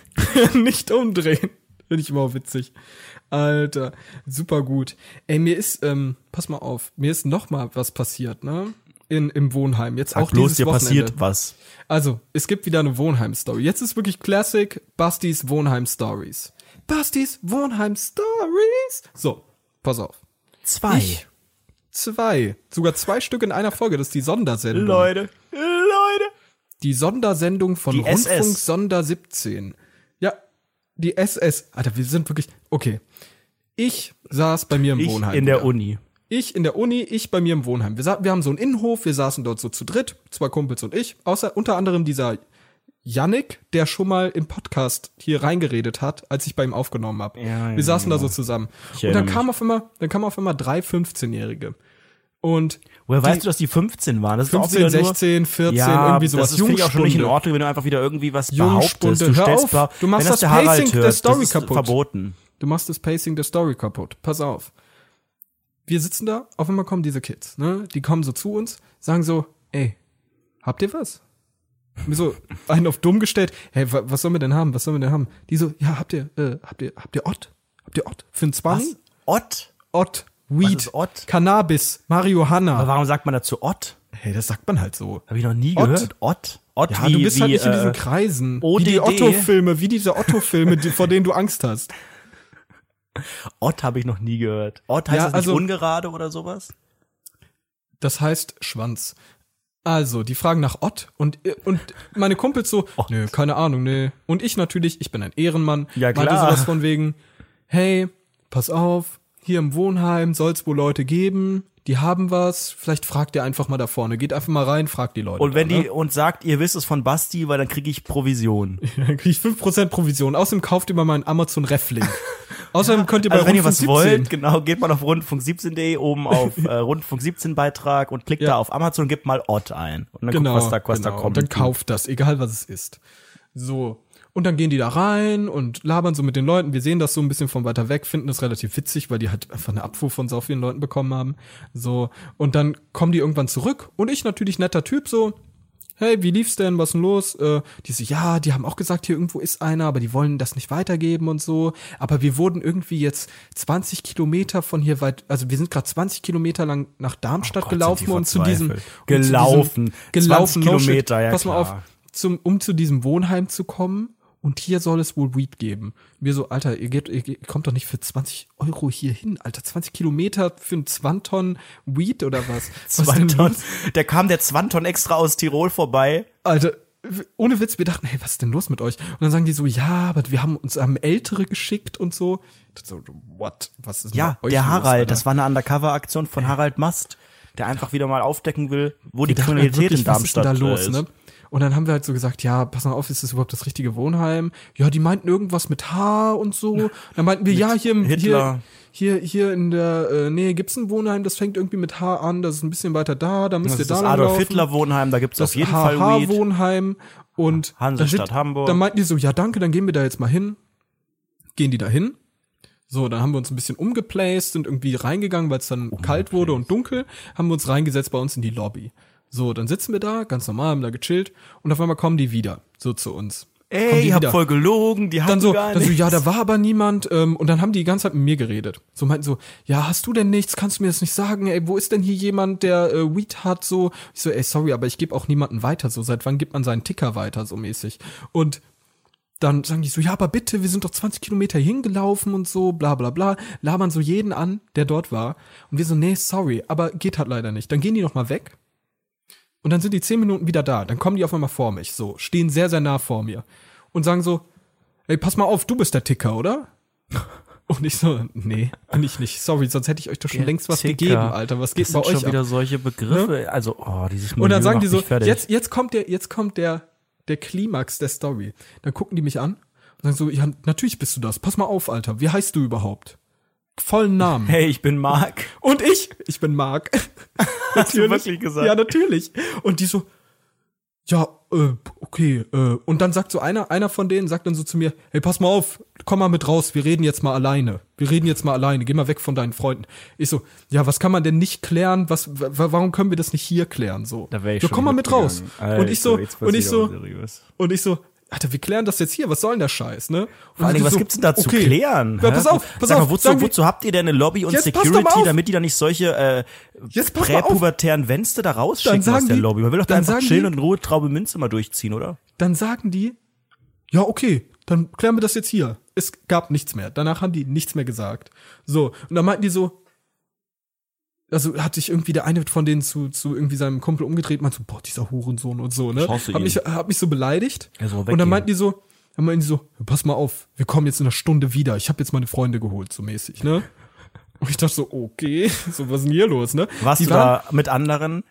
[SPEAKER 4] nicht umdrehen. Finde ich immer witzig. Alter, super gut. Ey, mir ist, ähm, pass mal auf, mir ist noch mal was passiert, ne? In, Im Wohnheim. Jetzt auch
[SPEAKER 3] bloß
[SPEAKER 4] dieses
[SPEAKER 3] dir
[SPEAKER 4] Wochenende.
[SPEAKER 3] passiert was.
[SPEAKER 4] Also, es gibt wieder eine Wohnheim-Story. Jetzt ist wirklich Classic Bastis Wohnheim-Stories. Bastis Wohnheim-Stories. So, pass auf.
[SPEAKER 3] Zwei.
[SPEAKER 4] Ich- Zwei. Sogar zwei Stück in einer Folge. Das ist die Sondersendung.
[SPEAKER 3] Leute. Leute.
[SPEAKER 4] Die Sondersendung von
[SPEAKER 3] Die SS.
[SPEAKER 4] Rundfunk Sonder 17. Ja, die SS. Alter, wir sind wirklich. Okay. Ich saß bei mir im
[SPEAKER 3] Ich
[SPEAKER 4] Wohnheim.
[SPEAKER 3] in der
[SPEAKER 4] wieder.
[SPEAKER 3] Uni.
[SPEAKER 4] Ich in der Uni, ich bei mir im Wohnheim. Wir, sa- wir haben so einen Innenhof, wir saßen dort so zu dritt, zwei Kumpels und ich. Außer unter anderem dieser Yannick, der schon mal im Podcast hier reingeredet hat, als ich bei ihm aufgenommen habe.
[SPEAKER 3] Ja, ja,
[SPEAKER 4] wir saßen da so zusammen. Und
[SPEAKER 3] erinnere
[SPEAKER 4] dann
[SPEAKER 3] mich.
[SPEAKER 4] kam auf einmal, dann kamen auf einmal drei 15-Jährige. Und
[SPEAKER 3] Woher
[SPEAKER 4] die
[SPEAKER 3] weißt du, dass die 15 waren? Das ist auch
[SPEAKER 4] 15,
[SPEAKER 3] wieder
[SPEAKER 4] 16, 14,
[SPEAKER 3] ja,
[SPEAKER 4] irgendwie sowas.
[SPEAKER 3] Das ist finde ich auch schon nicht in
[SPEAKER 4] Jungspunde.
[SPEAKER 3] Ordnung, wenn du einfach wieder irgendwie was behauptest.
[SPEAKER 4] Jungspunde.
[SPEAKER 3] Du
[SPEAKER 4] Hör
[SPEAKER 3] stellst
[SPEAKER 4] auf.
[SPEAKER 3] blau-
[SPEAKER 4] Du machst
[SPEAKER 3] wenn
[SPEAKER 4] das
[SPEAKER 3] das, der
[SPEAKER 4] Pacing
[SPEAKER 3] Harald
[SPEAKER 4] der
[SPEAKER 3] hört, das
[SPEAKER 4] Story
[SPEAKER 3] ist
[SPEAKER 4] kaputt.
[SPEAKER 3] verboten.
[SPEAKER 4] du machst das Pacing der Story kaputt. Pass auf. Wir sitzen da, auf einmal kommen diese Kids, ne? Die kommen so zu uns, sagen so, ey, habt ihr was? Mir so einen auf dumm gestellt, hey, wa was sollen wir denn haben? Was sollen wir denn haben? Die so, ja, habt ihr, äh, habt ihr, habt ihr Ott? Habt ihr Ott? Für ein 20?
[SPEAKER 3] Ott?
[SPEAKER 4] Ott. Weed.
[SPEAKER 3] ist Ott?
[SPEAKER 4] Cannabis.
[SPEAKER 3] Aber
[SPEAKER 4] Marihuana.
[SPEAKER 3] warum sagt man dazu Ott?
[SPEAKER 4] Hey, das sagt man halt so.
[SPEAKER 3] Habe ich noch nie
[SPEAKER 4] Ott?
[SPEAKER 3] gehört. Ott? Ott äh,
[SPEAKER 4] Ja, du bist halt nicht in diesen Kreisen. Wie die
[SPEAKER 3] ODD.
[SPEAKER 4] Otto-Filme, wie diese Otto-Filme, die, vor denen du Angst hast.
[SPEAKER 3] Ott habe ich noch nie gehört. Ott heißt
[SPEAKER 4] Ja,
[SPEAKER 3] das
[SPEAKER 4] also-
[SPEAKER 3] nicht ungerade oder sowas?
[SPEAKER 4] Das heißt Schwanz. Also, die fragen nach Ott und, und meine Kumpels so, nö, keine Ahnung, nee. Und ich natürlich, ich bin ein Ehrenmann,
[SPEAKER 3] Ja, klar.
[SPEAKER 4] meinte sowas von wegen, hey, pass auf, hier im Wohnheim soll es wohl Leute geben, die haben was, vielleicht fragt ihr einfach mal da vorne, geht einfach mal rein, fragt die Leute.
[SPEAKER 3] Und wenn
[SPEAKER 4] da, ne?
[SPEAKER 3] die und sagt, ihr wisst es von Basti, weil dann kriege ich Provision.
[SPEAKER 4] Dann krieg ich 5% Provision. Außerdem kauft ihr mal meinen Amazon Reflink. Außerdem könnt ihr bei
[SPEAKER 3] Also wenn ihr was
[SPEAKER 4] Rundfunk 17
[SPEAKER 3] wollt, genau, geht mal auf rundfunk17.de oben auf äh, Rundfunk17-Beitrag und klickt da auf Amazon, gibt mal Ott ein. Und dann
[SPEAKER 4] Genau,
[SPEAKER 3] guckt, was da, was da
[SPEAKER 4] genau. Und
[SPEAKER 3] kommt.
[SPEAKER 4] dann kauft das, egal was es ist. So. Und dann gehen die da rein und labern so mit den Leuten. Wir sehen das so ein bisschen von weiter weg, finden das relativ witzig, weil die halt einfach eine Abfuhr von so vielen Leuten bekommen haben. So. Und dann kommen die irgendwann zurück. Und ich natürlich netter Typ so. Hey, wie lief's denn? Was ist denn los? Äh, die so, ja, die haben auch gesagt, hier irgendwo ist einer, aber die wollen das nicht weitergeben und so. Aber wir wurden irgendwie jetzt 20 Kilometer von hier weit, also wir sind gerade 20 Kilometer lang nach Darmstadt
[SPEAKER 3] Oh Gott, sind
[SPEAKER 4] gelaufen
[SPEAKER 3] die
[SPEAKER 4] und zu diesem
[SPEAKER 3] verzweifelt.
[SPEAKER 4] und zu diesem-
[SPEAKER 3] Gelaufen. 20
[SPEAKER 4] gelaufen no shit.
[SPEAKER 3] Kilometer, ja,
[SPEAKER 4] Pass mal auf,
[SPEAKER 3] klar.
[SPEAKER 4] zum, um zu diesem Wohnheim zu kommen. Und hier soll es wohl Weed geben. Wir so, Alter, ihr, geht, ihr geht- kommt doch nicht für 20 Euro hier hin, Alter. 20 Kilometer für ein 20 Tonnen Weed oder was? was denn
[SPEAKER 3] Zwanton.
[SPEAKER 4] los?
[SPEAKER 3] Da kam der Zwanton extra aus Tirol vorbei.
[SPEAKER 4] Alter, w- ohne Witz, wir dachten, hey, was ist denn los mit euch? Und dann sagen die so, ja, aber wir haben uns am Ältere geschickt und so. Ich dachte so, what? Was ist
[SPEAKER 3] Ja,
[SPEAKER 4] mit euch
[SPEAKER 3] der
[SPEAKER 4] los,
[SPEAKER 3] Harald,
[SPEAKER 4] Alter?
[SPEAKER 3] das war eine Undercover-Aktion von Harald Mast, der einfach wieder mal aufdecken will, wo
[SPEAKER 4] Wir
[SPEAKER 3] die
[SPEAKER 4] dachten halt
[SPEAKER 3] Kriminalität
[SPEAKER 4] wirklich,
[SPEAKER 3] in
[SPEAKER 4] was ist denn
[SPEAKER 3] Darmstadt
[SPEAKER 4] da los,
[SPEAKER 3] ist.
[SPEAKER 4] ne? Und dann haben wir halt so gesagt, ja, pass mal auf, ist das überhaupt das richtige Wohnheim? Ja, die meinten irgendwas mit Haar und so. Dann meinten wir, ja, hier, im- hier,
[SPEAKER 3] Hitler.
[SPEAKER 4] hier, hier in der äh, Nähe gibt's ein Wohnheim, das fängt irgendwie mit Haar an, das ist ein bisschen weiter da, da müsst
[SPEAKER 3] Das
[SPEAKER 4] ihr
[SPEAKER 3] ist
[SPEAKER 4] da
[SPEAKER 3] das
[SPEAKER 4] lang
[SPEAKER 3] Adolf
[SPEAKER 4] laufen.
[SPEAKER 3] Hitler-Wohnheim, da gibt's
[SPEAKER 4] das
[SPEAKER 3] auf jeden Fall Weed.
[SPEAKER 4] HH-Wohnheim und
[SPEAKER 3] Hansestadt
[SPEAKER 4] dann sind-
[SPEAKER 3] Hamburg.
[SPEAKER 4] Dann meinten die so, ja, danke, dann gehen wir da jetzt mal hin. Gehen die da hin? So, dann haben wir uns ein bisschen umgeplaced, sind irgendwie reingegangen, weil es dann
[SPEAKER 3] Oh,
[SPEAKER 4] kalt wurde und dunkel, haben wir uns reingesetzt bei uns in die Lobby. So, dann sitzen wir da, ganz normal, haben da gechillt und auf einmal kommen die wieder, so zu uns. Kommen
[SPEAKER 3] Ey,
[SPEAKER 4] die
[SPEAKER 3] ich hab
[SPEAKER 4] wieder.
[SPEAKER 3] voll gelogen, die hatten
[SPEAKER 4] Dann so,
[SPEAKER 3] gar
[SPEAKER 4] dann so,
[SPEAKER 3] nichts.
[SPEAKER 4] ja, da war aber niemand. Ähm, und dann haben die die ganze Zeit mit mir geredet. So meinten so, ja, hast du denn nichts? Kannst du mir das nicht sagen? Ey, wo ist denn hier jemand, der äh, Weed hat? So, ich so, ey, sorry, aber ich gebe auch niemanden weiter. So, seit wann gibt man seinen Ticker weiter so mäßig? Und dann sagen die so, ja, aber bitte, wir sind doch 20 Kilometer hingelaufen und so, bla bla bla, labern so jeden an, der dort war. Und wir so, nee, sorry, aber geht halt leider nicht. Dann gehen die noch mal weg. Und dann sind die 10 Minuten wieder da. Dann kommen die auf einmal vor mich, so, stehen sehr, sehr nah vor mir. Und sagen so, ey, pass mal auf, du bist der Ticker, oder? Und ich so, nee, bin ich nicht. Sorry, sonst hätte ich euch doch schon längst was
[SPEAKER 3] Ticker.
[SPEAKER 4] gegeben, Alter. Was geht
[SPEAKER 3] das
[SPEAKER 4] bei
[SPEAKER 3] sind
[SPEAKER 4] euch
[SPEAKER 3] schon
[SPEAKER 4] ab?
[SPEAKER 3] wieder solche
[SPEAKER 4] Ne?
[SPEAKER 3] Begriffe. Also, oh, dieses
[SPEAKER 4] Und dann
[SPEAKER 3] Milieu
[SPEAKER 4] sagen
[SPEAKER 3] macht
[SPEAKER 4] die so,
[SPEAKER 3] mich fertig.
[SPEAKER 4] jetzt, jetzt kommt der, jetzt kommt der, der Klimax der Story. Dann gucken die mich an und sagen so, ja, natürlich bist du das. Pass mal auf, Alter. Wie heißt du überhaupt? Vollen Namen.
[SPEAKER 3] Hey, ich bin Marc.
[SPEAKER 4] Und ich, ich bin Marc. Hast
[SPEAKER 3] du wirklich gesagt?
[SPEAKER 4] Ja, natürlich. Und die so, ja, äh, okay. Äh. Und dann sagt so einer, einer von denen sagt dann so zu mir, hey, pass mal auf, komm mal mit raus, wir reden jetzt mal alleine. Wir reden jetzt mal alleine, geh mal weg von deinen Freunden. Ich so, ja, was kann man denn nicht klären? Was, wa- warum können wir das nicht hier klären? So,
[SPEAKER 3] Da wär ich
[SPEAKER 4] ja,
[SPEAKER 3] schon
[SPEAKER 4] komm mal mit raus.
[SPEAKER 3] mitgegangen.
[SPEAKER 4] und ich so,
[SPEAKER 3] Alter, jetzt
[SPEAKER 4] und
[SPEAKER 3] wird's
[SPEAKER 4] ich
[SPEAKER 3] wieder
[SPEAKER 4] so,
[SPEAKER 3] unseriös.
[SPEAKER 4] und ich so, Alter, wir klären das jetzt hier, was soll denn der Scheiß, ne? Und
[SPEAKER 3] Vor allen
[SPEAKER 4] die
[SPEAKER 3] Dingen, was
[SPEAKER 4] so,
[SPEAKER 3] gibt's denn da zu
[SPEAKER 4] okay.
[SPEAKER 3] klären?
[SPEAKER 4] Ja,
[SPEAKER 3] hä?
[SPEAKER 4] pass auf, pass
[SPEAKER 3] Sag mal,
[SPEAKER 4] auf,
[SPEAKER 3] wozu,
[SPEAKER 4] sagen die-
[SPEAKER 3] wozu habt ihr denn eine Lobby und
[SPEAKER 4] Jetzt passt doch mal
[SPEAKER 3] Security,
[SPEAKER 4] auf.
[SPEAKER 3] damit die da nicht solche äh,
[SPEAKER 4] Jetzt pass mal auf.
[SPEAKER 3] präpubertären Wenste da rausschicken
[SPEAKER 4] sagen
[SPEAKER 3] aus der
[SPEAKER 4] die-
[SPEAKER 3] Lobby? Man will doch da
[SPEAKER 4] dann
[SPEAKER 3] einfach
[SPEAKER 4] sagen
[SPEAKER 3] chillen
[SPEAKER 4] die-
[SPEAKER 3] und in Ruhe Traube Minze mal durchziehen, oder?
[SPEAKER 4] dann sagen die, ja, okay, dann klären wir das jetzt hier. Es gab nichts mehr. Danach haben die nichts mehr gesagt. So, und dann meinten die so, also hat sich irgendwie der eine von denen zu, zu irgendwie seinem Kumpel umgedreht, meinte so, boah, dieser Hurensohn und so, ne?
[SPEAKER 3] Schaust du
[SPEAKER 4] Hat
[SPEAKER 3] ihn?
[SPEAKER 4] mich, hat mich so beleidigt.
[SPEAKER 3] Ja, so
[SPEAKER 4] und
[SPEAKER 3] weggehen.
[SPEAKER 4] dann meinten die so, dann meinten die so, pass mal auf, wir kommen jetzt in einer Stunde wieder. Ich habe jetzt meine Freunde geholt, so mäßig, ne? Und ich dachte so, okay, so was ist denn hier los, ne?
[SPEAKER 3] Warst
[SPEAKER 4] Die
[SPEAKER 3] du
[SPEAKER 4] waren-
[SPEAKER 3] da mit anderen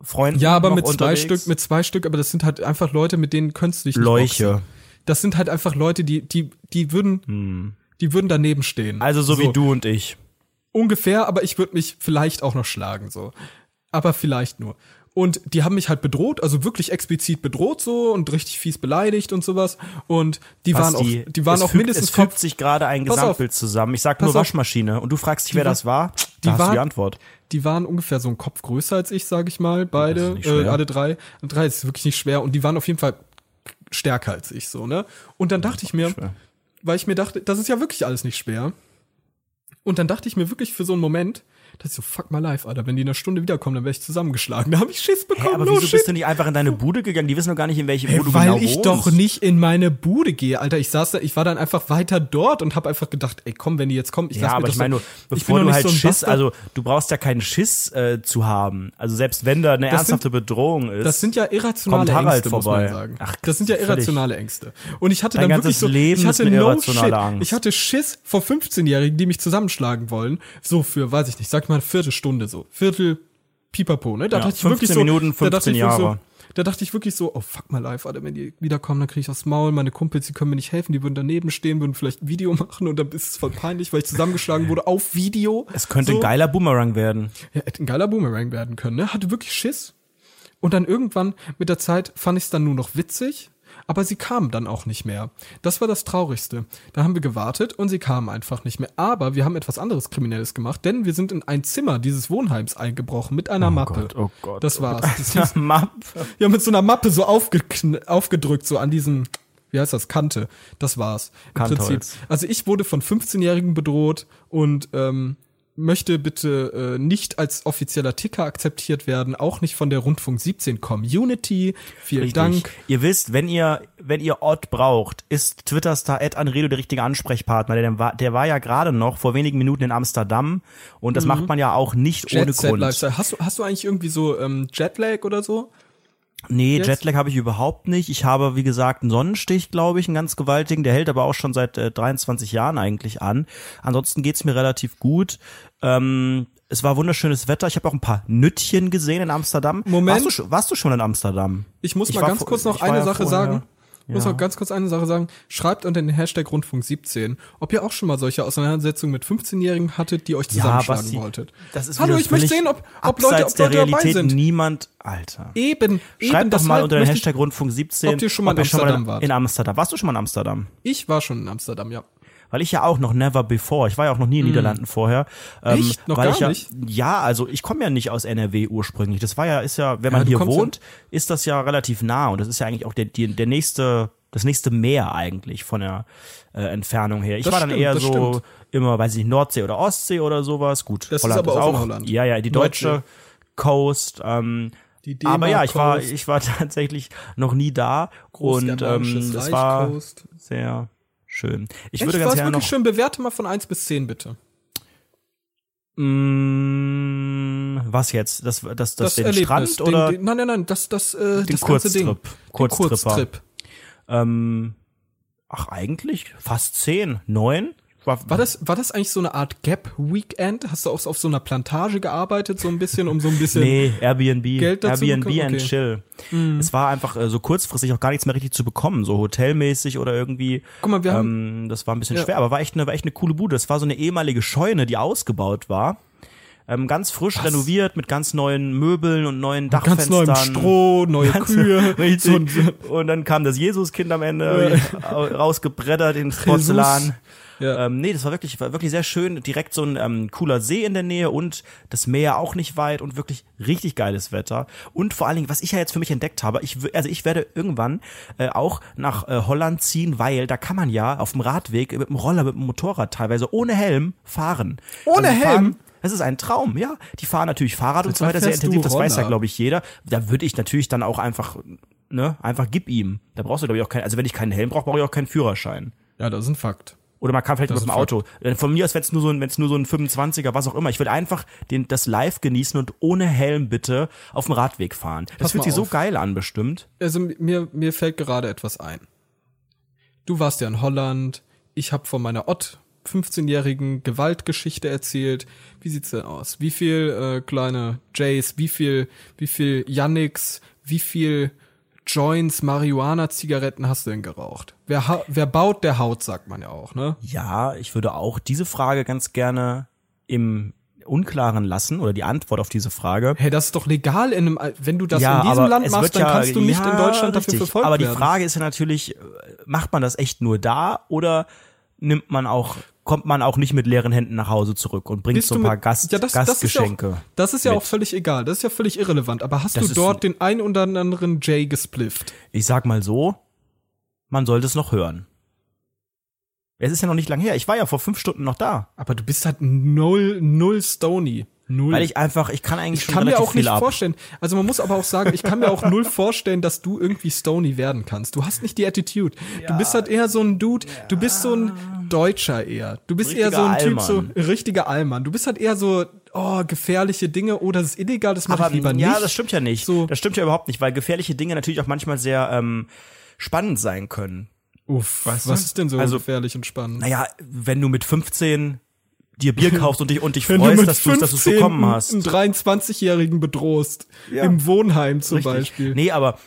[SPEAKER 3] Freunden?
[SPEAKER 4] ja, aber
[SPEAKER 3] noch
[SPEAKER 4] mit zwei
[SPEAKER 3] unterwegs?
[SPEAKER 4] Stück, mit zwei Stück, aber das sind halt einfach Leute, mit denen könntest du dich nicht
[SPEAKER 3] Leuche.
[SPEAKER 4] boxen. Das sind halt
[SPEAKER 3] Hm.
[SPEAKER 4] einfach Leute, die, die, die würden, die würden daneben stehen.
[SPEAKER 3] Also so, wie du und ich.
[SPEAKER 4] Ungefähr, aber ich würde mich vielleicht auch noch schlagen, so. Aber vielleicht nur. Und die haben mich halt bedroht, also wirklich explizit bedroht so und richtig fies beleidigt und sowas. Und die
[SPEAKER 3] Was
[SPEAKER 4] waren
[SPEAKER 3] die,
[SPEAKER 4] auch, die waren
[SPEAKER 3] es
[SPEAKER 4] auch
[SPEAKER 3] fügt,
[SPEAKER 4] mindestens
[SPEAKER 3] Es fügt sich gerade ein
[SPEAKER 4] Pass auf.
[SPEAKER 3] Gesamtbild zusammen. Ich sag nur
[SPEAKER 4] Pass auf.
[SPEAKER 3] Waschmaschine und du fragst dich, wer
[SPEAKER 4] wa-
[SPEAKER 3] das war.
[SPEAKER 4] die
[SPEAKER 3] da hast du die
[SPEAKER 4] war-
[SPEAKER 3] Antwort.
[SPEAKER 4] die waren ungefähr so einen Kopf größer als ich, sage ich mal, beide,
[SPEAKER 3] nicht
[SPEAKER 4] äh,
[SPEAKER 3] schwer.
[SPEAKER 4] alle drei. Und drei ist wirklich nicht schwer und die waren auf jeden Fall stärker als ich, so, ne? Und dann dachte ich mir, weil ich mir dachte, das ist ja wirklich alles nicht schwer. Und dann dachte ich mir wirklich für so einen Moment, dass ich so, fuck my life, Alter, wenn die in einer Stunde wiederkommen, dann wäre ich zusammengeschlagen. Da habe ich Schiss bekommen,
[SPEAKER 3] Hä, aber
[SPEAKER 4] no
[SPEAKER 3] wieso
[SPEAKER 4] shit.
[SPEAKER 3] bist du nicht einfach in deine Bude gegangen? Die wissen doch gar nicht, in welche
[SPEAKER 4] Hey,
[SPEAKER 3] Bude
[SPEAKER 4] weil
[SPEAKER 3] du genau
[SPEAKER 4] ich
[SPEAKER 3] wohnst.
[SPEAKER 4] doch nicht in meine Bude gehe, Alter. Ich saß da, ich war dann einfach weiter dort und habe einfach gedacht, ey, komm, wenn die jetzt kommen, ich
[SPEAKER 3] Ja,
[SPEAKER 4] lass mir
[SPEAKER 3] aber
[SPEAKER 4] das
[SPEAKER 3] ich meine,
[SPEAKER 4] doch-
[SPEAKER 3] nur,
[SPEAKER 4] bin
[SPEAKER 3] bevor
[SPEAKER 4] doch
[SPEAKER 3] du
[SPEAKER 4] nicht
[SPEAKER 3] halt
[SPEAKER 4] so ein
[SPEAKER 3] Schiss,
[SPEAKER 4] Bastard.
[SPEAKER 3] also du brauchst ja keinen Schiss äh, zu haben. Also selbst wenn da eine
[SPEAKER 4] Das sind-
[SPEAKER 3] ernsthafte Bedrohung ist.
[SPEAKER 4] Das sind ja irrationale
[SPEAKER 3] Kommt Harald
[SPEAKER 4] Ängste, muss
[SPEAKER 3] vorbei.
[SPEAKER 4] man sagen.
[SPEAKER 3] Ach,
[SPEAKER 4] das sind ja
[SPEAKER 3] völlig.
[SPEAKER 4] irrationale Ängste. Und ich hatte
[SPEAKER 3] Dein
[SPEAKER 4] dann wirklich
[SPEAKER 3] ganzes
[SPEAKER 4] so, ich
[SPEAKER 3] Leben ist
[SPEAKER 4] hatte
[SPEAKER 3] eine
[SPEAKER 4] no shit.
[SPEAKER 3] irrationale Angst.
[SPEAKER 4] Ich hatte Schiss vor 15-Jährigen, die mich zusammenschlagen wollen. So für, weiß ich nicht, sag ich mal eine Viertelstunde so. Viertel Pipapo, ne? Da
[SPEAKER 3] Ja,
[SPEAKER 4] dachte ich wirklich
[SPEAKER 3] 15
[SPEAKER 4] so.
[SPEAKER 3] Minuten,
[SPEAKER 4] da dachte
[SPEAKER 3] 15
[SPEAKER 4] ich wirklich
[SPEAKER 3] Jahre.
[SPEAKER 4] So, da dachte ich wirklich so, oh fuck my life, Alter, wenn die wiederkommen, dann kriege ich aufs Maul, meine Kumpels, die können mir nicht helfen, die würden daneben stehen, würden vielleicht ein Video machen und dann ist es voll peinlich, weil ich zusammengeschlagen wurde auf Video.
[SPEAKER 3] es könnte
[SPEAKER 4] so.
[SPEAKER 3] ein geiler Boomerang werden.
[SPEAKER 4] Ja, hätte ein geiler Boomerang werden können, ne? Hatte wirklich Schiss. Und dann irgendwann mit der Zeit fand ich es dann nur noch witzig, aber sie kamen dann auch nicht mehr. Das war das Traurigste. Da haben wir gewartet und sie kamen einfach nicht mehr. Aber wir haben etwas anderes Kriminelles gemacht, denn wir sind in ein Zimmer dieses Wohnheims eingebrochen mit einer Mappe.
[SPEAKER 3] Gott, oh Gott,
[SPEAKER 4] Das
[SPEAKER 3] oh
[SPEAKER 4] war's. Das hieß,
[SPEAKER 3] Map.
[SPEAKER 4] ja, mit so einer Mappe so aufgekn- aufgedrückt, so an diesem, wie heißt das, Kante. Das war's. Im
[SPEAKER 3] Kantholz.
[SPEAKER 4] Also ich wurde von 15-Jährigen bedroht und ähm, möchte bitte äh, nicht als offizieller Ticker akzeptiert werden, auch nicht von der Rundfunk 17 Community. Vielen
[SPEAKER 3] Richtig.
[SPEAKER 4] Dank.
[SPEAKER 3] Ihr wisst, wenn ihr, wenn ihr Ort braucht, ist Twitter-Star Ed Anredo der richtige Ansprechpartner. Der war, der war ja gerade noch vor wenigen Minuten in Amsterdam und das macht man ja auch nicht ohne
[SPEAKER 4] Mhm. Jet Set
[SPEAKER 3] Grund.
[SPEAKER 4] Lifestyle. Hast du, hast du eigentlich irgendwie so ähm, Jetlag oder so?
[SPEAKER 3] Nee,
[SPEAKER 4] Jetzt?
[SPEAKER 3] Jetlag habe ich überhaupt nicht. Ich habe, wie gesagt, einen Sonnenstich, glaube ich, einen ganz gewaltigen. Der hält aber auch schon seit äh, 23 Jahren eigentlich an. Ansonsten geht's mir relativ gut. Ähm, es war wunderschönes Wetter. Ich habe auch ein paar Nüttchen gesehen in Amsterdam.
[SPEAKER 4] Moment.
[SPEAKER 3] Warst du, schon- warst du schon in Amsterdam?
[SPEAKER 4] Ich muss
[SPEAKER 3] Ich
[SPEAKER 4] mal
[SPEAKER 3] war
[SPEAKER 4] ganz
[SPEAKER 3] vor-
[SPEAKER 4] kurz noch
[SPEAKER 3] ich war
[SPEAKER 4] eine
[SPEAKER 3] ja
[SPEAKER 4] Sache
[SPEAKER 3] vorher-
[SPEAKER 4] sagen. Ich muss
[SPEAKER 3] Ja.
[SPEAKER 4] noch ganz kurz eine Sache sagen. Schreibt unter den Hashtag Rundfunk 17, ob ihr auch schon mal solche Auseinandersetzungen mit 15-Jährigen hattet, die euch zusammenschlagen
[SPEAKER 3] Basti,
[SPEAKER 4] wolltet.
[SPEAKER 3] Das ist
[SPEAKER 4] Hallo,
[SPEAKER 3] wieder
[SPEAKER 4] ich möchte
[SPEAKER 3] völlig
[SPEAKER 4] sehen, ob, ob
[SPEAKER 3] abseits
[SPEAKER 4] Leute, ob
[SPEAKER 3] der
[SPEAKER 4] Leute dabei
[SPEAKER 3] Realität
[SPEAKER 4] sind.
[SPEAKER 3] niemand, Alter.
[SPEAKER 4] Eben, eben
[SPEAKER 3] Schreibt doch mal
[SPEAKER 4] deshalb
[SPEAKER 3] unter den
[SPEAKER 4] möchte ich-
[SPEAKER 3] Hashtag Rundfunk 17,
[SPEAKER 4] ob ihr schon mal in Amsterdam wart.
[SPEAKER 3] in Amsterdam. Warst du schon mal in Amsterdam?
[SPEAKER 4] Ich war schon in Amsterdam, ja.
[SPEAKER 3] weil ich ja auch noch never before, ich war ja auch noch nie in den Niederlanden vorher. Ähm,
[SPEAKER 4] Mhm. Echt? Noch
[SPEAKER 3] weil
[SPEAKER 4] gar
[SPEAKER 3] ich ja,
[SPEAKER 4] nicht?
[SPEAKER 3] Ja, also ich komme ja nicht aus NRW ursprünglich. Das war ja, ist ja, wenn man
[SPEAKER 4] du
[SPEAKER 3] hier
[SPEAKER 4] kommst ja-
[SPEAKER 3] wohnt, ist das ja relativ nah und das ist ja eigentlich auch der, die, der nächste, das nächste Meer eigentlich von der äh, Entfernung her. Ich
[SPEAKER 4] Das
[SPEAKER 3] war dann
[SPEAKER 4] stimmt,
[SPEAKER 3] eher
[SPEAKER 4] das
[SPEAKER 3] so
[SPEAKER 4] stimmt.
[SPEAKER 3] immer, weiß ich nicht, Nordsee oder Ostsee oder sowas. Gut,
[SPEAKER 4] Das ist aber auch in Holland.
[SPEAKER 3] Ja, ja, die deutsche
[SPEAKER 4] Nordsee.
[SPEAKER 3] Coast. Ähm,
[SPEAKER 4] Die
[SPEAKER 3] aber ja, ich war,
[SPEAKER 4] Dänemark-Coast.
[SPEAKER 3] ich war tatsächlich noch nie da und ähm,
[SPEAKER 4] Großgermanisches
[SPEAKER 3] das
[SPEAKER 4] Reich
[SPEAKER 3] war
[SPEAKER 4] Coast.
[SPEAKER 3] sehr schön. Ich
[SPEAKER 4] Echt,
[SPEAKER 3] würde ganz
[SPEAKER 4] war's
[SPEAKER 3] gerne
[SPEAKER 4] wirklich
[SPEAKER 3] noch
[SPEAKER 4] schön. Bewerte mal von 1 bis 10, bitte.
[SPEAKER 3] Mm, was jetzt? Das, das, das, den
[SPEAKER 4] Erlebnis,
[SPEAKER 3] Strand oder?
[SPEAKER 4] Den, den, nein, nein, nein, das, das, äh, das ganze Ding.
[SPEAKER 3] Kurztrip. Kurztripper.
[SPEAKER 4] Kurztrip.
[SPEAKER 3] ähm, ach, eigentlich fast zehn, neun? War,
[SPEAKER 4] War das, war das eigentlich so eine Art Gap-Weekend? Hast du auch so auf so einer Plantage gearbeitet, so ein bisschen, um so ein bisschen.
[SPEAKER 3] Nee, Airbnb.
[SPEAKER 4] Geld dazu
[SPEAKER 3] Airbnb
[SPEAKER 4] bekommen?
[SPEAKER 3] and
[SPEAKER 4] Okay. Hm.
[SPEAKER 3] chill. Es war einfach äh, so kurzfristig auch gar nichts mehr richtig zu bekommen, so hotelmäßig oder irgendwie.
[SPEAKER 4] Guck mal, wir haben-
[SPEAKER 3] ähm, das war ein bisschen
[SPEAKER 4] Ja.
[SPEAKER 3] schwer, aber war echt, eine, war echt eine coole Bude. Das war so eine ehemalige Scheune, die ausgebaut war. Ähm, ganz frisch renoviert mit ganz neuen Möbeln und neuen
[SPEAKER 4] Ganz
[SPEAKER 3] Dachfenstern.
[SPEAKER 4] neuem Stroh, neue Kühe. so ein-
[SPEAKER 3] Richtig. Und dann kam das Jesuskind am Ende rausgebreddert ins Porzellan.
[SPEAKER 4] Ja.
[SPEAKER 3] Ähm, nee, das war wirklich, war wirklich sehr schön. Direkt so ein ähm, cooler See in der Nähe und das Meer auch nicht weit und wirklich richtig geiles Wetter. Und vor allen Dingen, was ich ja jetzt für mich entdeckt habe, ich, w- also ich werde irgendwann äh, auch nach äh, Holland ziehen, weil da kann man ja auf dem Radweg mit dem Roller, mit dem Motorrad teilweise ohne Helm fahren. Also
[SPEAKER 4] Ohne
[SPEAKER 3] die
[SPEAKER 4] Helm?
[SPEAKER 3] Fahren, das ist ein Traum, ja. Die fahren natürlich Fahrrad und so weiter sehr
[SPEAKER 4] fährst du
[SPEAKER 3] intensiv, das weiß ja,
[SPEAKER 4] Roller?
[SPEAKER 3] glaube ich, jeder. Da würde ich natürlich dann auch einfach, ne, einfach gib ihm. Da brauchst du, glaube ich, auch keinen, also wenn ich keinen Helm brauche, brauche ich auch keinen Führerschein.
[SPEAKER 4] Ja, das ist ein Fakt.
[SPEAKER 3] Oder man kann vielleicht mit
[SPEAKER 4] ist
[SPEAKER 3] dem
[SPEAKER 4] ein
[SPEAKER 3] Auto. Äh, Von mir aus, wenn es nur so ein, wenn es nur so ein 25er, was auch immer. Ich will einfach den, das live genießen und ohne Helm bitte auf dem Radweg fahren. Das
[SPEAKER 4] Pass mal
[SPEAKER 3] fühlt sich so
[SPEAKER 4] auf.
[SPEAKER 3] geil an, bestimmt.
[SPEAKER 4] Also mir, mir fällt gerade etwas ein. Du warst ja in Holland. Ich habe von meiner Ott 15-jährigen Gewaltgeschichte erzählt. Wie sieht's denn aus? Wie viel äh, kleine Jays, wie viel, wie viel Yannicks, wie viel Joints, Marihuana-Zigaretten hast du denn geraucht? Wer, ha wer baut, der haut, sagt man ja auch, ne?
[SPEAKER 3] Ja, ich würde auch diese Frage ganz gerne im Unklaren lassen oder die Antwort auf diese Frage.
[SPEAKER 4] Hey, das ist doch legal in einem, wenn du das
[SPEAKER 3] ja,
[SPEAKER 4] in diesem
[SPEAKER 3] aber
[SPEAKER 4] Land
[SPEAKER 3] es
[SPEAKER 4] machst,
[SPEAKER 3] wird
[SPEAKER 4] dann
[SPEAKER 3] ja,
[SPEAKER 4] kannst du nicht
[SPEAKER 3] ja,
[SPEAKER 4] in Deutschland
[SPEAKER 3] richtig.
[SPEAKER 4] dafür verfolgt
[SPEAKER 3] Aber die
[SPEAKER 4] werden.
[SPEAKER 3] Frage ist ja natürlich, äh, macht man das echt nur da oder nimmt man auch, kommt man auch nicht mit leeren Händen nach Hause zurück und bringt
[SPEAKER 4] Bist
[SPEAKER 3] so
[SPEAKER 4] du
[SPEAKER 3] ein paar
[SPEAKER 4] mit-
[SPEAKER 3] Gast,
[SPEAKER 4] ja, das- das ist ja auch-
[SPEAKER 3] Gastgeschenke?
[SPEAKER 4] Das ist ja auch völlig egal, das ist ja völlig irrelevant. Aber hast
[SPEAKER 3] Das
[SPEAKER 4] du
[SPEAKER 3] ist-
[SPEAKER 4] dort den ein oder anderen Jay gesplifft?
[SPEAKER 3] ich sag mal so, man sollte es noch hören. Es ist ja noch nicht lang her. Ich war ja vor fünf Stunden noch da.
[SPEAKER 4] Aber du bist halt null, null Stony. Null.
[SPEAKER 3] Weil ich einfach, ich kann eigentlich
[SPEAKER 4] Ich
[SPEAKER 3] schon
[SPEAKER 4] kann mir
[SPEAKER 3] relativ
[SPEAKER 4] auch nicht
[SPEAKER 3] viel ab.
[SPEAKER 4] vorstellen, also man muss aber auch sagen, ich kann mir auch null vorstellen, dass du irgendwie Stony werden kannst. Du hast nicht die Attitude. Du bist halt eher so ein Dude, du bist so ein Deutscher eher. Du bist eher so ein
[SPEAKER 3] Richtiger
[SPEAKER 4] Typ, so ein richtiger Allmann. Du bist halt eher so, oh, gefährliche Dinge, oh, das ist illegal, das mache
[SPEAKER 3] Aber
[SPEAKER 4] ich lieber nicht.
[SPEAKER 3] ja, das stimmt ja nicht.
[SPEAKER 4] So.
[SPEAKER 3] Das stimmt ja überhaupt nicht, weil gefährliche Dinge natürlich auch manchmal sehr ähm, spannend sein können.
[SPEAKER 4] Uff, was
[SPEAKER 3] du?
[SPEAKER 4] ist denn so
[SPEAKER 3] Also-
[SPEAKER 4] gefährlich und spannend?
[SPEAKER 3] Naja, wenn du mit 15 dir Bier kaufst und dich und dich
[SPEAKER 4] Wenn du
[SPEAKER 3] freust,
[SPEAKER 4] mit
[SPEAKER 3] dass du es dass du's
[SPEAKER 4] 15
[SPEAKER 3] bekommen hast.
[SPEAKER 4] einen 23-Jährigen bedrohst, im Wohnheim zum
[SPEAKER 3] Richtig.
[SPEAKER 4] Beispiel.
[SPEAKER 3] Nee, aber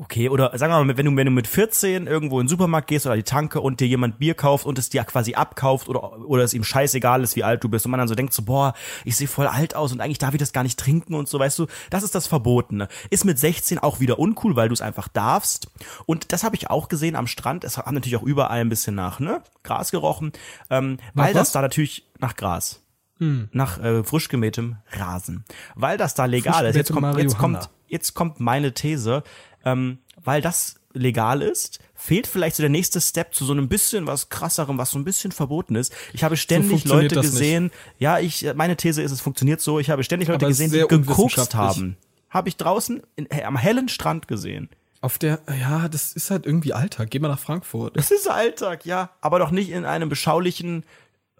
[SPEAKER 3] okay, oder sagen wir mal, wenn du, wenn du mit 14 irgendwo in den Supermarkt gehst oder die Tanke und dir jemand Bier kauft und es dir quasi abkauft oder, oder es ihm scheißegal ist, wie alt du bist und man dann so denkt so, boah, ich sehe voll alt aus und eigentlich darf ich das gar nicht trinken und so, weißt du, das ist das Verbotene. Ist mit 16 auch wieder uncool, weil du es einfach darfst und das habe ich auch gesehen am Strand, es haben natürlich auch überall ein bisschen nach, ne, Gras gerochen, ähm, weil das
[SPEAKER 4] was? Hm.
[SPEAKER 3] da natürlich nach Gras. Nach äh, frisch gemähtem Rasen. Weil das da legal ist. Jetzt
[SPEAKER 4] gemähte
[SPEAKER 3] kommt, jetzt
[SPEAKER 4] Marihuana.
[SPEAKER 3] kommt jetzt kommt meine These, ähm, weil das legal ist, fehlt vielleicht so der nächste Step zu so einem bisschen was krasserem, was so ein bisschen verboten ist. Ich habe ständig
[SPEAKER 4] funktioniert
[SPEAKER 3] Leute
[SPEAKER 4] das
[SPEAKER 3] gesehen, ja, ich, äh, meine These ist, es funktioniert so, ich habe ständig Leute
[SPEAKER 4] Aber es ist
[SPEAKER 3] gesehen,
[SPEAKER 4] sehr
[SPEAKER 3] die gekokst
[SPEAKER 4] unwissenschaftlich.
[SPEAKER 3] haben. Habe ich draußen in, äh, am hellen Strand gesehen.
[SPEAKER 4] Auf der, ja, das ist halt irgendwie Alltag. Geh mal nach Frankfurt.
[SPEAKER 3] Das ist Alltag, ja, aber doch nicht in einem beschaulichen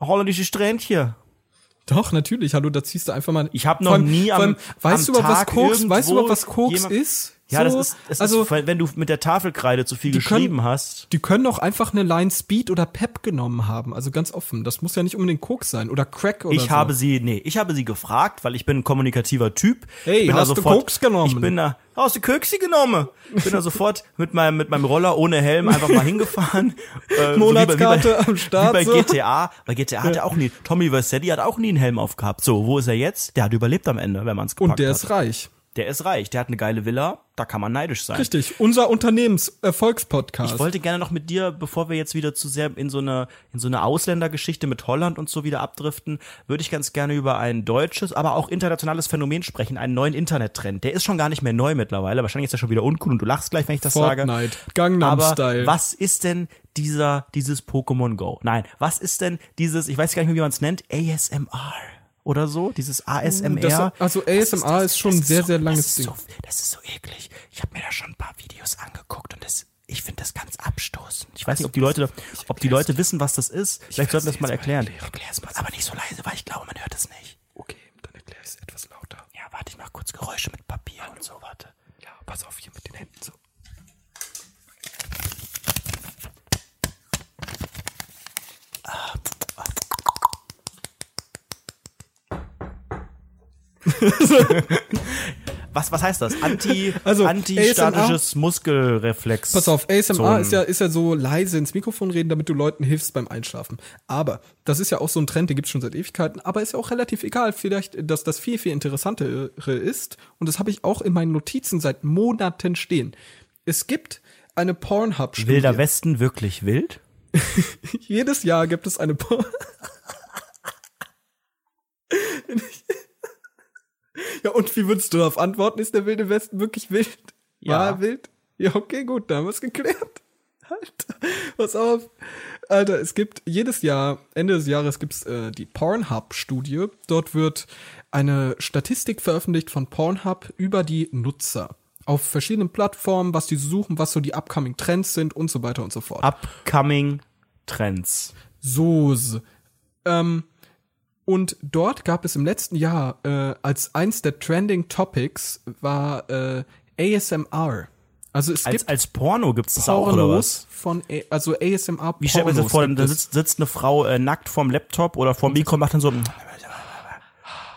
[SPEAKER 3] holländischen Strändchen.
[SPEAKER 4] Doch, natürlich. Hallo, da ziehst du einfach mal.
[SPEAKER 3] Ich hab
[SPEAKER 4] Vor
[SPEAKER 3] noch
[SPEAKER 4] allem-
[SPEAKER 3] nie am-
[SPEAKER 4] vor allem,
[SPEAKER 3] am
[SPEAKER 4] Weißt du überhaupt, was
[SPEAKER 3] Tag
[SPEAKER 4] Koks, weißt du überhaupt, was
[SPEAKER 3] irgendwo
[SPEAKER 4] Koks
[SPEAKER 3] jemand-
[SPEAKER 4] ist?
[SPEAKER 3] Ja, das
[SPEAKER 4] So,
[SPEAKER 3] ist, das
[SPEAKER 4] also,
[SPEAKER 3] ist, wenn du mit der Tafelkreide zu viel
[SPEAKER 4] können-
[SPEAKER 3] geschrieben hast.
[SPEAKER 4] die können auch einfach eine Line Speed oder Pep genommen haben. Also ganz offen. Das muss ja nicht unbedingt Koks sein oder Crack oder
[SPEAKER 3] Ich
[SPEAKER 4] so.
[SPEAKER 3] habe sie, nee, ich habe sie gefragt, weil ich bin ein kommunikativer Typ.
[SPEAKER 4] Hey,
[SPEAKER 3] ich bin
[SPEAKER 4] hast du Koks genommen?
[SPEAKER 3] Ich bin da, hast du Köksi genommen? Ich bin da sofort mit meinem, mit meinem Roller ohne Helm einfach mal hingefahren. Äh,
[SPEAKER 4] Monatskarte
[SPEAKER 3] so wie bei, wie bei,
[SPEAKER 4] am Start,
[SPEAKER 3] Wie
[SPEAKER 4] so.
[SPEAKER 3] bei GTA, bei GTA hat er auch nie, Tommy Versetti hat auch nie einen Helm aufgehabt. So, wo ist er jetzt? Der hat überlebt am Ende, wenn man es gepackt
[SPEAKER 4] Und der
[SPEAKER 3] hat.
[SPEAKER 4] ist reich.
[SPEAKER 3] der ist reich, der hat eine geile Villa, da kann man neidisch sein.
[SPEAKER 4] Richtig. Unser Unternehmenserfolgspodcast.
[SPEAKER 3] Ich wollte gerne noch mit dir, bevor wir jetzt wieder zu sehr in so eine, in so eine Ausländergeschichte mit Holland und so wieder abdriften, würde ich ganz gerne über ein deutsches, aber auch internationales Phänomen sprechen, einen neuen Internettrend. Der ist schon gar nicht mehr neu mittlerweile. Wahrscheinlich ist er schon wieder uncool und du lachst gleich, wenn ich das sage.
[SPEAKER 4] Fortnite. Gangnam
[SPEAKER 3] aber
[SPEAKER 4] Style.
[SPEAKER 3] was ist denn dieser, dieses Pokémon Go? Nein, was ist denn dieses, ich weiß gar nicht mehr, wie man es nennt, ASMR? Oder so, dieses ASMR.
[SPEAKER 4] Das- also ASMR ist schon ein sehr, sehr langes
[SPEAKER 3] das ist
[SPEAKER 4] Ding.
[SPEAKER 3] So, das ist so eklig. Ich habe mir da schon ein paar Videos angeguckt und das, ich finde das ganz abstoßend. Ich weiß nicht, ob die Leute, ob die Leute wissen, was das ist. Vielleicht sollten wir das mal erklären. Erklär's mal, aber nicht so leise, weil ich glaube, man hört es nicht.
[SPEAKER 4] Okay, dann erkläre ich es etwas lauter.
[SPEAKER 3] Ja, warte, ich mach kurz Geräusche mit Papier und so, warte.
[SPEAKER 4] Ja, pass auf hier mit den Händen so.
[SPEAKER 3] Was, was heißt das? Anti,
[SPEAKER 4] Also,
[SPEAKER 3] antistatisches Muskelreflex.
[SPEAKER 4] Pass auf, ASMR
[SPEAKER 3] So ein-
[SPEAKER 4] ist, ja, ist ja so leise ins Mikrofon reden, damit du Leuten hilfst beim Einschlafen. Aber das ist ja auch so ein Trend, den gibt's schon seit Ewigkeiten, aber ist ja auch relativ egal. Vielleicht, dass das viel, viel interessantere ist. Und das habe ich auch in meinen Notizen seit Monaten stehen. Es gibt eine Pornhub-Studie.
[SPEAKER 3] Wilder Westen wirklich wild?
[SPEAKER 4] Jedes Jahr gibt es eine Por Ja, und wie würdest du darauf antworten? Ist der Wilde Westen wirklich wild?
[SPEAKER 3] Ja.
[SPEAKER 4] War er wild? Ja, okay, gut, da haben wir es geklärt. Alter, pass auf. Alter, es gibt jedes Jahr, Ende des Jahres gibt's äh, die Pornhub-Studie. Dort wird eine Statistik veröffentlicht von Pornhub über die Nutzer. Auf verschiedenen Plattformen, was die suchen, was so die upcoming Trends sind und so weiter und so fort.
[SPEAKER 3] Upcoming Trends.
[SPEAKER 4] Soße. Ähm, und dort gab es im letzten Jahr äh, als eins der Trending Topics war äh, ASMR. Also es
[SPEAKER 3] Als,
[SPEAKER 4] gibt
[SPEAKER 3] als Porno gibt's das auch, oder
[SPEAKER 4] Pornos
[SPEAKER 3] was?
[SPEAKER 4] von A also ASMR
[SPEAKER 3] Wie stellt man sich das vor? Da sitzt, sitzt eine Frau äh, nackt vorm Laptop oder vorm Mikro und macht dann so.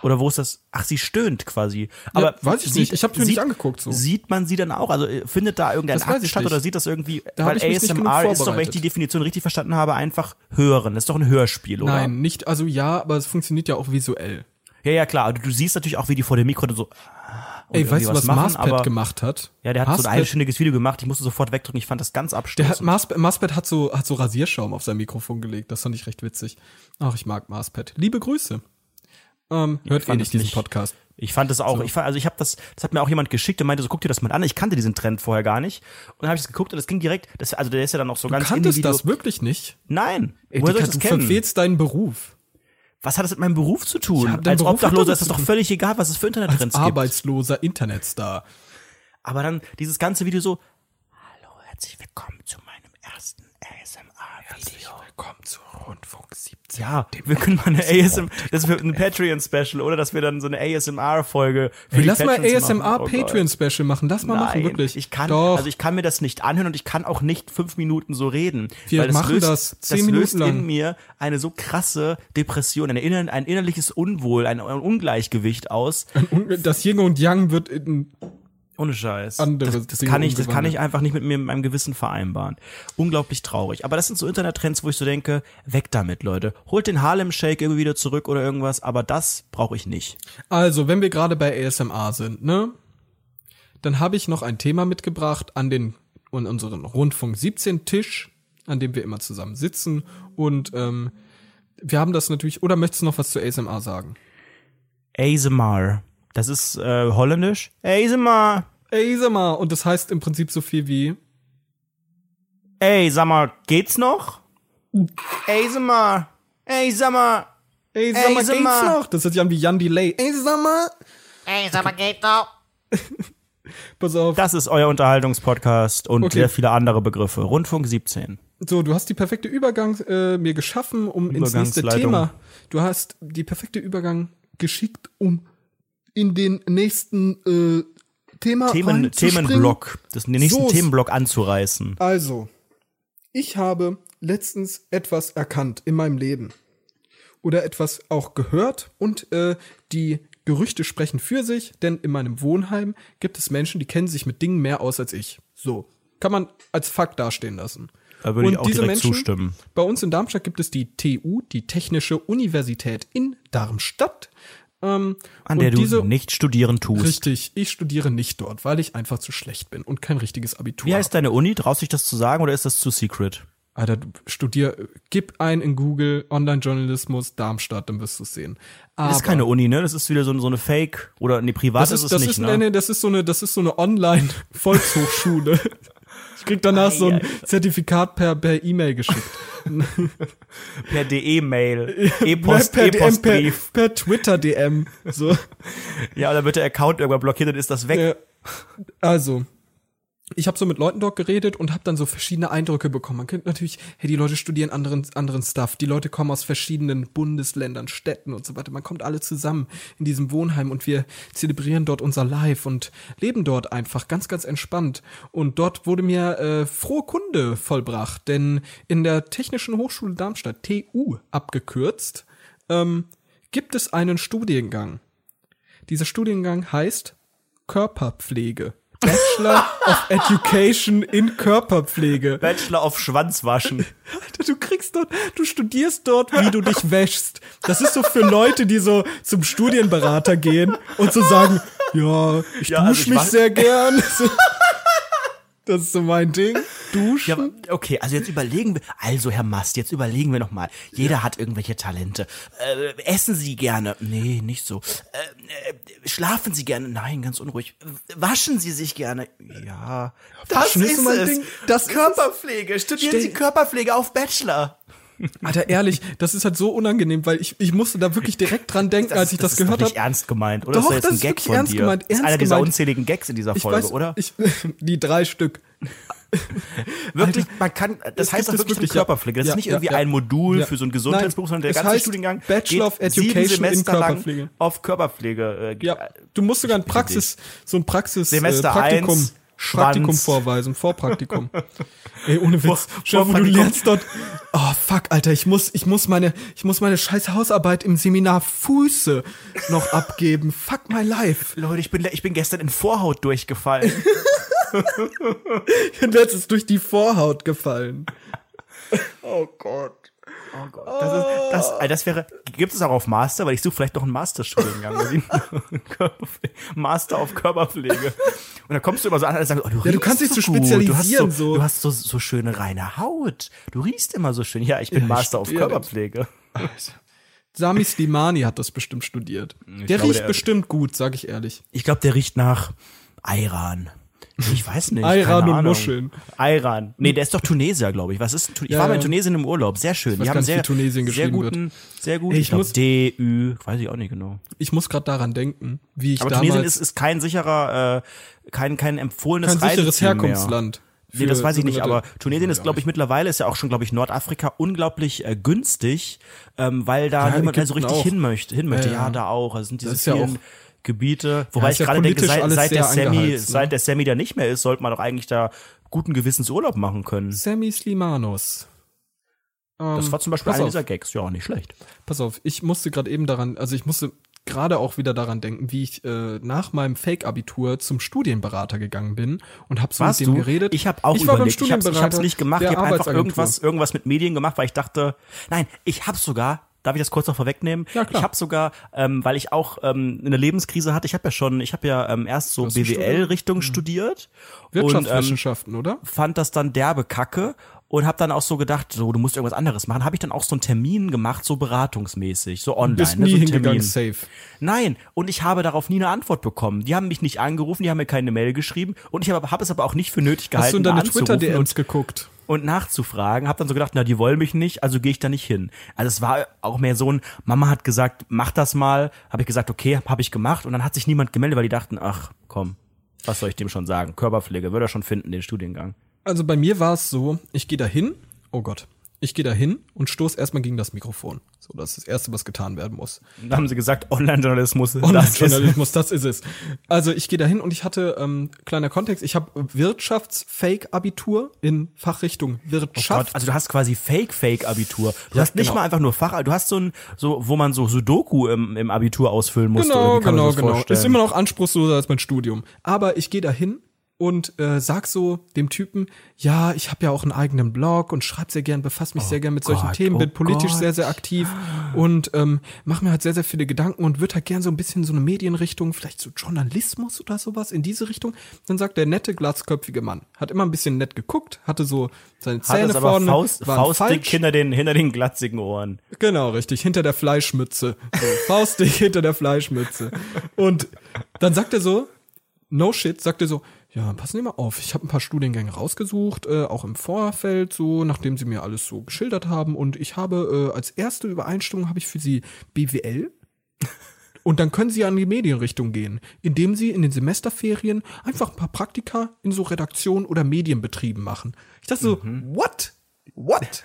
[SPEAKER 3] Oder wo ist das? Ach, sie stöhnt quasi. Aber
[SPEAKER 4] weiß ich nicht. Ich hab's mir nicht
[SPEAKER 3] sieht-
[SPEAKER 4] angeguckt, so.
[SPEAKER 3] Sieht man sie dann auch? Also äh, findet da irgendein
[SPEAKER 4] Das weiß
[SPEAKER 3] Akt
[SPEAKER 4] ich
[SPEAKER 3] statt
[SPEAKER 4] nicht.
[SPEAKER 3] oder sieht das irgendwie?
[SPEAKER 4] Da hab
[SPEAKER 3] weil
[SPEAKER 4] ich mich nicht genug
[SPEAKER 3] ASMR ist doch, wenn ich
[SPEAKER 4] vorbereitet.
[SPEAKER 3] die Definition richtig verstanden habe, einfach hören. Das ist doch ein Hörspiel, oder?
[SPEAKER 4] Nein, nicht, also ja, aber es funktioniert ja auch visuell.
[SPEAKER 3] Ja, ja, klar. Du, du siehst natürlich auch, wie die vor dem Mikro dann so. und
[SPEAKER 4] Ey, weißt
[SPEAKER 3] irgendwie
[SPEAKER 4] du, was
[SPEAKER 3] machen,
[SPEAKER 4] Marspad
[SPEAKER 3] aber-
[SPEAKER 4] gemacht hat?
[SPEAKER 3] Ja, der hat so ein
[SPEAKER 4] Marspad-
[SPEAKER 3] einstündiges Video gemacht. Ich musste sofort wegdrücken. Ich fand das ganz
[SPEAKER 4] Der hat
[SPEAKER 3] abstoßend.
[SPEAKER 4] Marspad, Marspad hat so hat so Rasierschaum auf sein Mikrofon gelegt. Das fand ich recht witzig. Ach, ich mag Marspad. Liebe Grüße. Ähm, hört eh
[SPEAKER 3] fand
[SPEAKER 4] nicht
[SPEAKER 3] es
[SPEAKER 4] diesen
[SPEAKER 3] nicht.
[SPEAKER 4] Podcast.
[SPEAKER 3] Ich fand das auch, ich fand, also ich habe das, das hat mir auch jemand geschickt und meinte, so guck dir das mal an. Ich kannte diesen Trend vorher gar nicht. Und dann habe ich das geguckt und das ging direkt, das, also der ist ja dann auch so ganz
[SPEAKER 4] Kanntest
[SPEAKER 3] individu-
[SPEAKER 4] das wirklich nicht?
[SPEAKER 3] Nein.
[SPEAKER 4] Ey,
[SPEAKER 3] Woher soll
[SPEAKER 4] Dicker,
[SPEAKER 3] ich das
[SPEAKER 4] du
[SPEAKER 3] kennen?
[SPEAKER 4] verfehlst deinen Beruf.
[SPEAKER 3] Was hat das mit meinem Beruf zu tun?
[SPEAKER 4] Ja, dein
[SPEAKER 3] Als
[SPEAKER 4] Beruf hat
[SPEAKER 3] Obdachloser
[SPEAKER 4] damit
[SPEAKER 3] ist das
[SPEAKER 4] zu
[SPEAKER 3] doch
[SPEAKER 4] tun.
[SPEAKER 3] völlig egal, was es für Internettrends gibt.
[SPEAKER 4] Arbeitsloser Internetstar.
[SPEAKER 3] Aber dann dieses ganze Video so, hallo, herzlich willkommen zu meinem ersten ASMR-Video.
[SPEAKER 4] Willkommen zu Rundfunk 17.
[SPEAKER 3] Ja, wir können mal eine ASMR, das wird ein Patreon-Special oder dass wir dann so eine ASMR-Folge für
[SPEAKER 4] Ey,
[SPEAKER 3] die
[SPEAKER 4] lass mal
[SPEAKER 3] Patrons machen.
[SPEAKER 4] ASMR
[SPEAKER 3] Oh Gott.
[SPEAKER 4] Patreon Special machen. Lass mal machen, wirklich.
[SPEAKER 3] Ich kann,
[SPEAKER 4] Doch.
[SPEAKER 3] also ich kann mir das nicht anhören und ich kann auch nicht fünf Minuten so reden.
[SPEAKER 4] Wir
[SPEAKER 3] weil das
[SPEAKER 4] machen
[SPEAKER 3] löst,
[SPEAKER 4] das zehn
[SPEAKER 3] das
[SPEAKER 4] Minuten
[SPEAKER 3] löst in
[SPEAKER 4] lang.
[SPEAKER 3] mir eine so krasse Depression, eine inner, ein innerliches Unwohl, ein, ein Ungleichgewicht aus.
[SPEAKER 4] Und das Yin und Yang wird in,
[SPEAKER 3] Ohne Scheiß.
[SPEAKER 4] Andere
[SPEAKER 3] das, das
[SPEAKER 4] Dinge
[SPEAKER 3] kann ich, das kann
[SPEAKER 4] umgewandelt.
[SPEAKER 3] ich einfach nicht mit mir, mit meinem Gewissen vereinbaren. Unglaublich traurig. Aber das sind so Internettrends, wo ich so denke, weg damit, Leute. Holt den Harlem Shake irgendwie wieder zurück oder irgendwas, aber das brauche ich nicht.
[SPEAKER 4] Also, wenn wir gerade bei ASMR sind, ne? Dann habe ich noch ein Thema mitgebracht an den an unseren Rundfunk 17 Tisch, an dem wir immer zusammen sitzen und ähm, wir haben das natürlich oder möchtest du noch was zu ASMR sagen?
[SPEAKER 3] ASMR. Das ist äh, holländisch. ASMR.
[SPEAKER 4] ASMR und das heißt im Prinzip so viel wie
[SPEAKER 3] Ey, sag mal, geht's noch? Ey, sag mal. Ey, sag mal.
[SPEAKER 4] Ey, sag mal,
[SPEAKER 3] sag
[SPEAKER 4] geht's
[SPEAKER 3] mal.
[SPEAKER 4] noch? Das hört sich an wie Jan Delay. Ey, sag mal.
[SPEAKER 5] Ey, sag mal, geht doch.
[SPEAKER 4] Pass auf.
[SPEAKER 3] Das ist euer Unterhaltungspodcast und
[SPEAKER 4] Okay.
[SPEAKER 3] sehr viele andere Begriffe. Rundfunk 17.
[SPEAKER 4] So, du hast die perfekte Übergang äh, mir geschaffen, um ins nächste
[SPEAKER 3] Übergangsleitung.
[SPEAKER 4] Thema. Du hast die perfekte Übergang geschickt, um in den nächsten äh, Thema
[SPEAKER 3] Themen,
[SPEAKER 4] reinzuspringen.
[SPEAKER 3] Themenblock. Das den nächsten
[SPEAKER 4] So ist-
[SPEAKER 3] Themenblock anzureißen.
[SPEAKER 4] Also, ich habe letztens etwas erkannt in meinem Leben oder etwas auch gehört und äh, die Gerüchte sprechen für sich, denn in meinem Wohnheim gibt es Menschen, die kennen sich mit Dingen mehr aus als ich. So, kann man als Fakt dastehen lassen.
[SPEAKER 3] Da würde ich auch direkt zustimmen.
[SPEAKER 4] Bei uns in Darmstadt gibt es die TU, die Technische Universität in Darmstadt. Ähm,
[SPEAKER 3] An
[SPEAKER 4] und
[SPEAKER 3] der du
[SPEAKER 4] diese,
[SPEAKER 3] nicht studieren tust.
[SPEAKER 4] Richtig, ich studiere nicht dort, weil ich einfach zu schlecht bin und kein richtiges Abitur
[SPEAKER 3] Wie
[SPEAKER 4] habe.
[SPEAKER 3] heißt deine Uni? Traust du dich das zu sagen oder ist das zu secret?
[SPEAKER 4] Alter, du studier, gib ein in Google Online-Journalismus Darmstadt, dann wirst du es sehen. Aber
[SPEAKER 3] Das ist keine Uni, ne? Das ist wieder so, so eine Fake oder nee, privat
[SPEAKER 4] das
[SPEAKER 3] ist,
[SPEAKER 4] ist,
[SPEAKER 3] es
[SPEAKER 4] das
[SPEAKER 3] nicht,
[SPEAKER 4] ist,
[SPEAKER 3] ne?
[SPEAKER 4] nee, nee, das ist so eine, das ist so eine Online-Volkshochschule. ich krieg danach so ein Zertifikat per, per E-Mail geschickt.
[SPEAKER 3] Per DE-Mail, E-Post,
[SPEAKER 4] per, DM, per,
[SPEAKER 3] E-Postbrief.
[SPEAKER 4] per Twitter-DM. So.
[SPEAKER 3] Ja, dann wird der Account irgendwann blockiert und ist das weg.
[SPEAKER 4] Ja. Äh, Also, ich habe so mit Leuten dort geredet und habe dann so verschiedene Eindrücke bekommen. Man kennt natürlich, hey, die Leute studieren anderen, anderen Stuff. Die Leute kommen aus verschiedenen Bundesländern, Städten und so weiter. Man kommt alle zusammen in diesem Wohnheim und wir zelebrieren dort unser Live und leben dort einfach ganz, ganz entspannt. Und dort wurde mir äh, frohe Kunde vollbracht, denn in der Technischen Hochschule Darmstadt, TU abgekürzt, ähm, gibt es einen Studiengang. Dieser Studiengang heißt Körperpflege. Bachelor of Education in Körperpflege.
[SPEAKER 3] Bachelor auf Schwanzwaschen.
[SPEAKER 4] Alter, du kriegst dort, du studierst dort, wie du dich wäschst. Das ist so für Leute, die so zum Studienberater gehen und so sagen, ja, ich dusche
[SPEAKER 3] Ja, also ich
[SPEAKER 4] mich
[SPEAKER 3] mach-
[SPEAKER 4] sehr gern. So. Das ist so mein Ding. Duschen.
[SPEAKER 3] Ja, aber- okay, also jetzt überlegen wir, also Herr Mast, jetzt überlegen wir noch mal. Jeder hat irgendwelche Talente. Äh, essen Sie gerne? Nee, nicht so. Äh, äh, schlafen Sie gerne? Nein, ganz unruhig. Äh, Waschen Sie sich gerne? Ja. Das
[SPEAKER 4] waschen ist so mein Ding. Das ist
[SPEAKER 3] Körperpflege. Studieren
[SPEAKER 4] Stell-
[SPEAKER 3] Sie Körperpflege auf Bachelor.
[SPEAKER 4] Alter, ehrlich, das ist halt so unangenehm, weil ich, ich musste da wirklich direkt dran denken, als ich das,
[SPEAKER 3] ist doch
[SPEAKER 4] gehört
[SPEAKER 3] nicht
[SPEAKER 4] habe.
[SPEAKER 3] ernst gemeint, oder?
[SPEAKER 4] Doch,
[SPEAKER 3] ist
[SPEAKER 4] das ist
[SPEAKER 3] jetzt ein Gag
[SPEAKER 4] wirklich
[SPEAKER 3] von
[SPEAKER 4] ernst
[SPEAKER 3] dir.
[SPEAKER 4] gemeint,
[SPEAKER 3] Das ist
[SPEAKER 4] ernst
[SPEAKER 3] einer dieser
[SPEAKER 4] gemeint.
[SPEAKER 3] unzähligen Gags in dieser
[SPEAKER 4] Ich
[SPEAKER 3] Folge,
[SPEAKER 4] weiß,
[SPEAKER 3] oder?
[SPEAKER 4] Ich, die drei Stück.
[SPEAKER 3] Wirklich, Also, man kann, das
[SPEAKER 4] Es gibt
[SPEAKER 3] heißt doch
[SPEAKER 4] es
[SPEAKER 3] wirklich,
[SPEAKER 4] wirklich,
[SPEAKER 3] eine Körperpflege. Das
[SPEAKER 4] ja.
[SPEAKER 3] ist nicht
[SPEAKER 4] Ja,
[SPEAKER 3] irgendwie
[SPEAKER 4] ja, ja.
[SPEAKER 3] ein Modul
[SPEAKER 4] Ja.
[SPEAKER 3] für so einen Gesundheitsberuf,
[SPEAKER 4] Nein,
[SPEAKER 3] sondern der
[SPEAKER 4] es
[SPEAKER 3] ganze
[SPEAKER 4] heißt
[SPEAKER 3] Studiengang
[SPEAKER 4] Bachelor of
[SPEAKER 3] geht sieben
[SPEAKER 4] Education in
[SPEAKER 3] Semester lang
[SPEAKER 4] Körperpflege.
[SPEAKER 3] auf Körperpflege. Äh,
[SPEAKER 4] Ja, du musst sogar ein Praxis, so ein Praxis äh,
[SPEAKER 3] Semester
[SPEAKER 4] Praktikum.
[SPEAKER 3] 1, Schwanz.
[SPEAKER 4] Praktikum vorweisen, Vorpraktikum. Ey, ohne Witz.
[SPEAKER 3] Vor-
[SPEAKER 4] Stell dir vor, du
[SPEAKER 3] Vorpraktikum.
[SPEAKER 4] lernst dort. Oh fuck, Alter, ich muss, ich muss meine, ich muss meine scheiß Hausarbeit im Seminar Füße noch abgeben. Fuck my life.
[SPEAKER 3] Leute, ich bin, ich bin gestern in Vorhaut durchgefallen. Oh
[SPEAKER 4] Ich bin letztens durch die Vorhaut gefallen. Oh
[SPEAKER 3] Das, ist, das, also das wäre, gibt es auch auf Master, weil ich suche vielleicht noch einen Masterstudiengang. wo die- Körperpflege- Master auf Körperpflege. Und dann kommst du immer so an und sagst, oh, du, riechst
[SPEAKER 4] du kannst dich
[SPEAKER 3] so
[SPEAKER 4] so
[SPEAKER 3] gut, du hast, so,
[SPEAKER 4] spezialisieren, so.
[SPEAKER 3] Du hast so, so schöne reine Haut. Du riechst immer so schön. Ja, ich bin
[SPEAKER 4] Ja, ich
[SPEAKER 3] Master auf
[SPEAKER 4] studiere das.
[SPEAKER 3] Körperpflege.
[SPEAKER 4] Sami Slimani hat das bestimmt studiert. der
[SPEAKER 3] glaube,
[SPEAKER 4] riecht
[SPEAKER 3] der-
[SPEAKER 4] bestimmt gut, sag ich ehrlich.
[SPEAKER 3] Ich glaube, der riecht nach Ayran. Ich weiß nicht.
[SPEAKER 4] Ayran
[SPEAKER 3] keine
[SPEAKER 4] und
[SPEAKER 3] Ahnung.
[SPEAKER 4] Muscheln.
[SPEAKER 3] Ayran. Nee, der ist doch Tunesier, glaube ich. Was ist ein Tun- Ich
[SPEAKER 4] Ja,
[SPEAKER 3] war mal in
[SPEAKER 4] ja.
[SPEAKER 3] Tunesien im Urlaub. Sehr schön.
[SPEAKER 4] weiß
[SPEAKER 3] Die
[SPEAKER 4] gar
[SPEAKER 3] haben
[SPEAKER 4] nicht, wie
[SPEAKER 3] sehr,
[SPEAKER 4] Tunesien
[SPEAKER 3] sehr
[SPEAKER 4] geschrieben wird.
[SPEAKER 3] guten, sehr gut.
[SPEAKER 4] Ich
[SPEAKER 3] Ich, glaube,
[SPEAKER 4] muss-
[SPEAKER 3] D, Ü, weiß ich auch nicht genau.
[SPEAKER 4] Ich muss gerade daran denken, wie ich
[SPEAKER 3] Aber
[SPEAKER 4] damals
[SPEAKER 3] Tunesien ist, ist kein sicherer, äh, kein, kein
[SPEAKER 4] kein
[SPEAKER 3] empfohlenes
[SPEAKER 4] sicheres
[SPEAKER 3] Reiseziel mehr.
[SPEAKER 4] Herkunftsland.
[SPEAKER 3] Nee, das
[SPEAKER 4] für
[SPEAKER 3] weiß ich nicht, aber
[SPEAKER 4] sogenannte-
[SPEAKER 3] Tunesien ist, glaube ich, mittlerweile, ist ja auch schon, glaube ich, Nordafrika unglaublich äh, günstig, ähm, weil da
[SPEAKER 4] Ja,
[SPEAKER 3] niemand mehr so
[SPEAKER 4] Ägypten
[SPEAKER 3] richtig
[SPEAKER 4] auch.
[SPEAKER 3] hin möchte. Hin möchte.
[SPEAKER 4] Ja,
[SPEAKER 3] Ja,
[SPEAKER 4] ja.
[SPEAKER 3] da auch. Also sind diese
[SPEAKER 4] Das ist ja
[SPEAKER 3] vielen
[SPEAKER 4] auch-
[SPEAKER 3] Gebiete. Wobei
[SPEAKER 4] ist
[SPEAKER 3] ich
[SPEAKER 4] ja
[SPEAKER 3] gerade denke,
[SPEAKER 4] politisch
[SPEAKER 3] seit,
[SPEAKER 4] alles
[SPEAKER 3] seit, der
[SPEAKER 4] sehr
[SPEAKER 3] Sammy,
[SPEAKER 4] angeheizt, ne?
[SPEAKER 3] seit der Sammy da nicht mehr ist, sollte man doch eigentlich da guten Gewissens Urlaub machen können.
[SPEAKER 4] Sammy Slimanos. Ähm,
[SPEAKER 3] Das war zum Beispiel
[SPEAKER 4] pass
[SPEAKER 3] einer
[SPEAKER 4] auf.
[SPEAKER 3] dieser Gags. Ja, nicht schlecht.
[SPEAKER 4] Pass auf, ich musste gerade eben daran, also ich musste gerade auch wieder daran denken, wie ich äh, nach meinem Fake-Abitur zum Studienberater gegangen bin und habe so
[SPEAKER 3] Warst
[SPEAKER 4] mit dem
[SPEAKER 3] du?
[SPEAKER 4] geredet.
[SPEAKER 3] Ich habe auch
[SPEAKER 4] ich war beim
[SPEAKER 3] überlegt. ich hab's,
[SPEAKER 4] Studienberater.
[SPEAKER 3] ich hab's nicht gemacht. Ich
[SPEAKER 4] der
[SPEAKER 3] habe einfach
[SPEAKER 4] Arbeitsagentur.
[SPEAKER 3] irgendwas, irgendwas mit Medien gemacht, weil ich dachte, nein, ich habe sogar. Darf ich das kurz noch vorwegnehmen?
[SPEAKER 4] Ja, klar.
[SPEAKER 3] Ich habe sogar, ähm, weil ich auch ähm, eine Lebenskrise hatte. Ich habe ja schon, ich habe ja ähm, erst so
[SPEAKER 4] Hast du studiert?
[SPEAKER 3] BWL-Richtung studiert und ähm,
[SPEAKER 4] Mhm. Wirtschaftswissenschaften, oder?
[SPEAKER 3] fand das dann derbe Kacke und habe dann auch so gedacht, so du musst irgendwas anderes machen. Habe ich dann auch so einen Termin gemacht, so beratungsmäßig, so online.
[SPEAKER 4] Bist
[SPEAKER 3] ne,
[SPEAKER 4] nie
[SPEAKER 3] so einen
[SPEAKER 4] hingegangen,
[SPEAKER 3] Termin.
[SPEAKER 4] safe.
[SPEAKER 3] Nein, und ich habe darauf nie eine Antwort bekommen. Die haben mich nicht angerufen, die haben mir keine Mail geschrieben und ich habe hab es aber auch nicht für nötig gehalten,
[SPEAKER 4] Hast du in deine
[SPEAKER 3] da anzurufen
[SPEAKER 4] Twitter-DMs
[SPEAKER 3] und,
[SPEAKER 4] geguckt?
[SPEAKER 3] und nachzufragen. Habe dann so gedacht, na, die wollen mich nicht, also gehe ich da nicht hin. Also es war auch mehr so ein, Mama hat gesagt, mach das mal. Habe ich gesagt, okay, habe ich gemacht und dann hat sich niemand gemeldet, weil die dachten, ach komm, was soll ich dem schon sagen? Körperpflege, würde er schon finden, den Studiengang.
[SPEAKER 4] Also bei mir war es so, ich gehe da hin, oh Gott, ich gehe da hin und stoß erstmal gegen das Mikrofon. So, das ist das Erste, was getan werden muss.
[SPEAKER 3] Und dann haben sie gesagt, Online-Journalismus, das ist
[SPEAKER 4] Online-Journalismus, das ist es. Also ich gehe dahin und ich hatte, ähm, kleiner Kontext, ich habe Wirtschafts-Fake-Abitur in Fachrichtung Wirtschaft.
[SPEAKER 3] Gott, also du hast quasi Fake-Fake-Abitur. Du
[SPEAKER 4] Ja,
[SPEAKER 3] hast nicht
[SPEAKER 4] genau.
[SPEAKER 3] mal einfach nur Fach, du hast so ein, so, wo man so Sudoku im, im Abitur ausfüllen musste.
[SPEAKER 4] genau,
[SPEAKER 3] oder wie kann man
[SPEAKER 4] genau,
[SPEAKER 3] sich das
[SPEAKER 4] genau.
[SPEAKER 3] Vorstellen?
[SPEAKER 4] Ist immer noch anspruchsloser als mein Studium. Aber ich gehe dahin und äh, sag so dem Typen, ja, ich habe ja auch einen eigenen Blog und schreibe sehr gern, befasse mich sehr gern mit solchen
[SPEAKER 3] Gott,
[SPEAKER 4] Themen,
[SPEAKER 3] oh
[SPEAKER 4] bin politisch
[SPEAKER 3] Gott.
[SPEAKER 4] sehr, sehr aktiv und ähm, mache mir halt sehr, sehr viele Gedanken und würde halt gern so ein bisschen so eine Medienrichtung, vielleicht so Journalismus oder sowas in diese Richtung. Dann sagt der nette, glatzköpfige Mann, hat immer ein bisschen nett geguckt, hatte so seine
[SPEAKER 3] hat
[SPEAKER 4] Zähne
[SPEAKER 3] es aber
[SPEAKER 4] vorne,
[SPEAKER 3] Faust,
[SPEAKER 4] waren
[SPEAKER 3] faustdick
[SPEAKER 4] falsch.
[SPEAKER 3] hinter den, hinter den glatzigen Ohren.
[SPEAKER 4] Genau, richtig, hinter der Fleischmütze. So, faustdick hinter der Fleischmütze. Und dann sagt er so, no shit, sagt er so, ja, passen Sie mal auf, ich habe ein paar Studiengänge rausgesucht, äh, auch im Vorfeld, so, nachdem Sie mir alles so geschildert haben. Und ich habe äh, als erste Übereinstimmung habe ich für Sie BWL. Und dann können Sie an die Medienrichtung gehen, indem Sie in den Semesterferien einfach ein paar Praktika in so Redaktion oder Medienbetrieben machen. Ich dachte so,
[SPEAKER 3] Mhm.
[SPEAKER 4] what? What?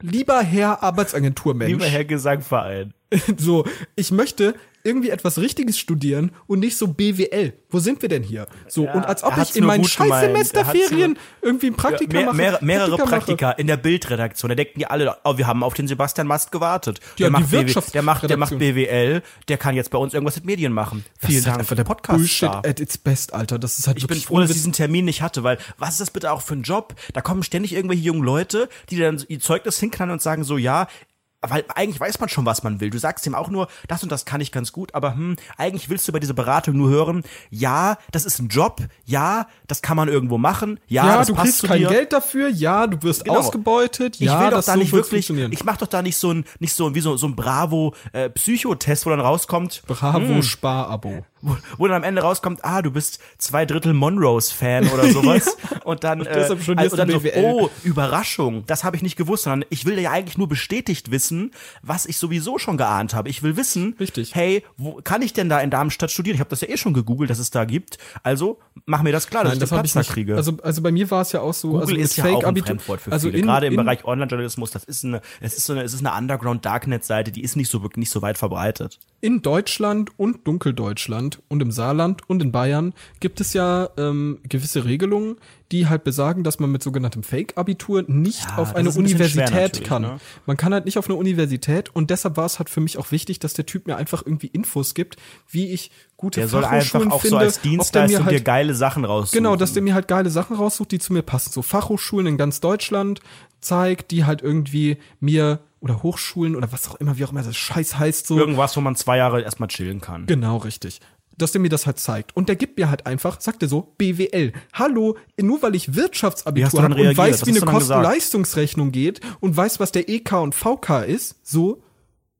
[SPEAKER 4] Lieber Herr Arbeitsagenturmensch
[SPEAKER 3] Lieber Herr Gesangverein.
[SPEAKER 4] so, ich möchte irgendwie etwas Richtiges studieren und nicht so BWL. Wo sind wir denn hier? So, und als ob
[SPEAKER 3] er hat's
[SPEAKER 4] ich in
[SPEAKER 3] nur
[SPEAKER 4] meinen
[SPEAKER 3] gut gemeint. Er hat's
[SPEAKER 4] Scheißsemesterferien
[SPEAKER 3] nur-
[SPEAKER 4] irgendwie ein
[SPEAKER 3] Ja,
[SPEAKER 4] Praktika
[SPEAKER 3] mehr,
[SPEAKER 4] mache.
[SPEAKER 3] mehr, mehrere Praktika,
[SPEAKER 4] mache.
[SPEAKER 3] in der Bildredaktion. Da denken die alle, oh, wir haben auf den Sebastian Mast gewartet.
[SPEAKER 4] Ja,
[SPEAKER 3] der,
[SPEAKER 4] die
[SPEAKER 3] macht BW, der,
[SPEAKER 4] Wirtschaftsredaktion.
[SPEAKER 3] macht, der macht BWL, der kann jetzt bei uns irgendwas mit Medien machen.
[SPEAKER 4] Das
[SPEAKER 3] Vielen
[SPEAKER 4] ist halt
[SPEAKER 3] Dank
[SPEAKER 4] einfach
[SPEAKER 3] für
[SPEAKER 4] der
[SPEAKER 3] den Podcast.
[SPEAKER 4] Bullshit at its best, Alter. Das ist halt
[SPEAKER 3] Ich bin
[SPEAKER 4] wirklich
[SPEAKER 3] froh, dass ich
[SPEAKER 4] unwiss-
[SPEAKER 3] diesen Termin nicht hatte, weil was ist das bitte auch für ein Job? Da kommen ständig irgendwelche jungen Leute, die dann ihr Zeugnis hinknallen und sagen so, ja, weil eigentlich weiß man schon, was man will. Du sagst dem auch nur, das und das kann ich ganz gut, aber hm, eigentlich willst du bei dieser Beratung nur hören, ja, das ist ein Job, ja, das kann man irgendwo machen, ja,
[SPEAKER 4] ja,
[SPEAKER 3] das
[SPEAKER 4] du
[SPEAKER 3] passt
[SPEAKER 4] kriegst
[SPEAKER 3] zu
[SPEAKER 4] kein
[SPEAKER 3] dir.
[SPEAKER 4] Geld dafür. Ja, du wirst
[SPEAKER 3] Genau.
[SPEAKER 4] ausgebeutet.
[SPEAKER 3] Ich
[SPEAKER 4] ja,
[SPEAKER 3] will doch
[SPEAKER 4] das
[SPEAKER 3] da
[SPEAKER 4] so
[SPEAKER 3] nicht
[SPEAKER 4] wird's
[SPEAKER 3] wirklich,
[SPEAKER 4] funktionieren.
[SPEAKER 3] ich mach doch da nicht so ein, nicht so ein, wie so, so ein Bravo-Psychotest, wo dann rauskommt, Hm.
[SPEAKER 4] Bravo, Sparabo.
[SPEAKER 3] wo, wo dann am Ende rauskommt, ah, du bist zwei Drittel Monroes-Fan oder sowas. Und dann,
[SPEAKER 4] deshalb
[SPEAKER 3] äh,
[SPEAKER 4] studierst
[SPEAKER 3] also dann
[SPEAKER 4] du
[SPEAKER 3] so,
[SPEAKER 4] BWL.
[SPEAKER 3] oh, Überraschung, das habe ich nicht gewusst, sondern ich will ja eigentlich nur bestätigt wissen, was ich sowieso schon geahnt habe. Ich will wissen,
[SPEAKER 4] Richtig.
[SPEAKER 3] hey, wo kann ich denn da in Darmstadt studieren? Ich habe das ja eh schon gegoogelt, dass es da gibt. Also mach mir das klar, dass
[SPEAKER 4] Nein,
[SPEAKER 3] ich
[SPEAKER 4] das
[SPEAKER 3] den
[SPEAKER 4] habe
[SPEAKER 3] Platz
[SPEAKER 4] ich
[SPEAKER 3] da
[SPEAKER 4] nicht.
[SPEAKER 3] kriege.
[SPEAKER 4] Also, also bei mir war es ja auch so. also
[SPEAKER 3] Google
[SPEAKER 4] mit
[SPEAKER 3] ist ja auch ein
[SPEAKER 4] Fake-Abitur-
[SPEAKER 3] Fremdwort für
[SPEAKER 4] also
[SPEAKER 3] viele.
[SPEAKER 4] in-
[SPEAKER 3] Gerade im
[SPEAKER 4] in-
[SPEAKER 3] Bereich Online-Journalismus, das ist eine, es ist so eine, es ist eine Underground-Darknet-Seite, die ist nicht so wirklich, nicht so weit verbreitet.
[SPEAKER 4] in Deutschland und Dunkeldeutschland Gebiet und im Saarland und in Bayern gibt es ja ähm, gewisse Regelungen, die halt besagen, dass man mit sogenanntem Fake-Abitur nicht auf
[SPEAKER 3] das
[SPEAKER 4] eine
[SPEAKER 3] ist ein bisschen schwer
[SPEAKER 4] Universität
[SPEAKER 3] natürlich,
[SPEAKER 4] kann.
[SPEAKER 3] ne?
[SPEAKER 4] Man kann halt nicht auf eine Universität und deshalb war es halt für mich auch wichtig, dass der Typ mir einfach irgendwie Infos gibt, wie ich gute
[SPEAKER 3] Der soll
[SPEAKER 4] Fachhochschulen
[SPEAKER 3] einfach auch
[SPEAKER 4] finde,
[SPEAKER 3] so als
[SPEAKER 4] ob der mir
[SPEAKER 3] Dienstleistung dir
[SPEAKER 4] halt-
[SPEAKER 3] geile Sachen raus.
[SPEAKER 4] Genau, dass der mir halt geile Sachen raussucht, die zu mir passen. So Fachhochschulen in ganz Deutschland zeigt, die halt irgendwie mir oder Hochschulen oder was auch immer, wie auch immer das Scheiß heißt, so.
[SPEAKER 3] irgendwas, wo man zwei Jahre erstmal chillen kann.
[SPEAKER 4] Genau, richtig. Dass der mir das halt zeigt. Und der gibt mir halt einfach, sagt er so, BWL. Hallo, nur weil ich
[SPEAKER 3] Wie hast du
[SPEAKER 4] Wirtschaftsabitur
[SPEAKER 3] dann
[SPEAKER 4] habe und
[SPEAKER 3] reagiert?
[SPEAKER 4] weiß,
[SPEAKER 3] Was
[SPEAKER 4] wie
[SPEAKER 3] hast
[SPEAKER 4] eine
[SPEAKER 3] du dann gesagt?
[SPEAKER 4] Kosten-Leistungsrechnung geht und weiß, was der EK und VK ist, so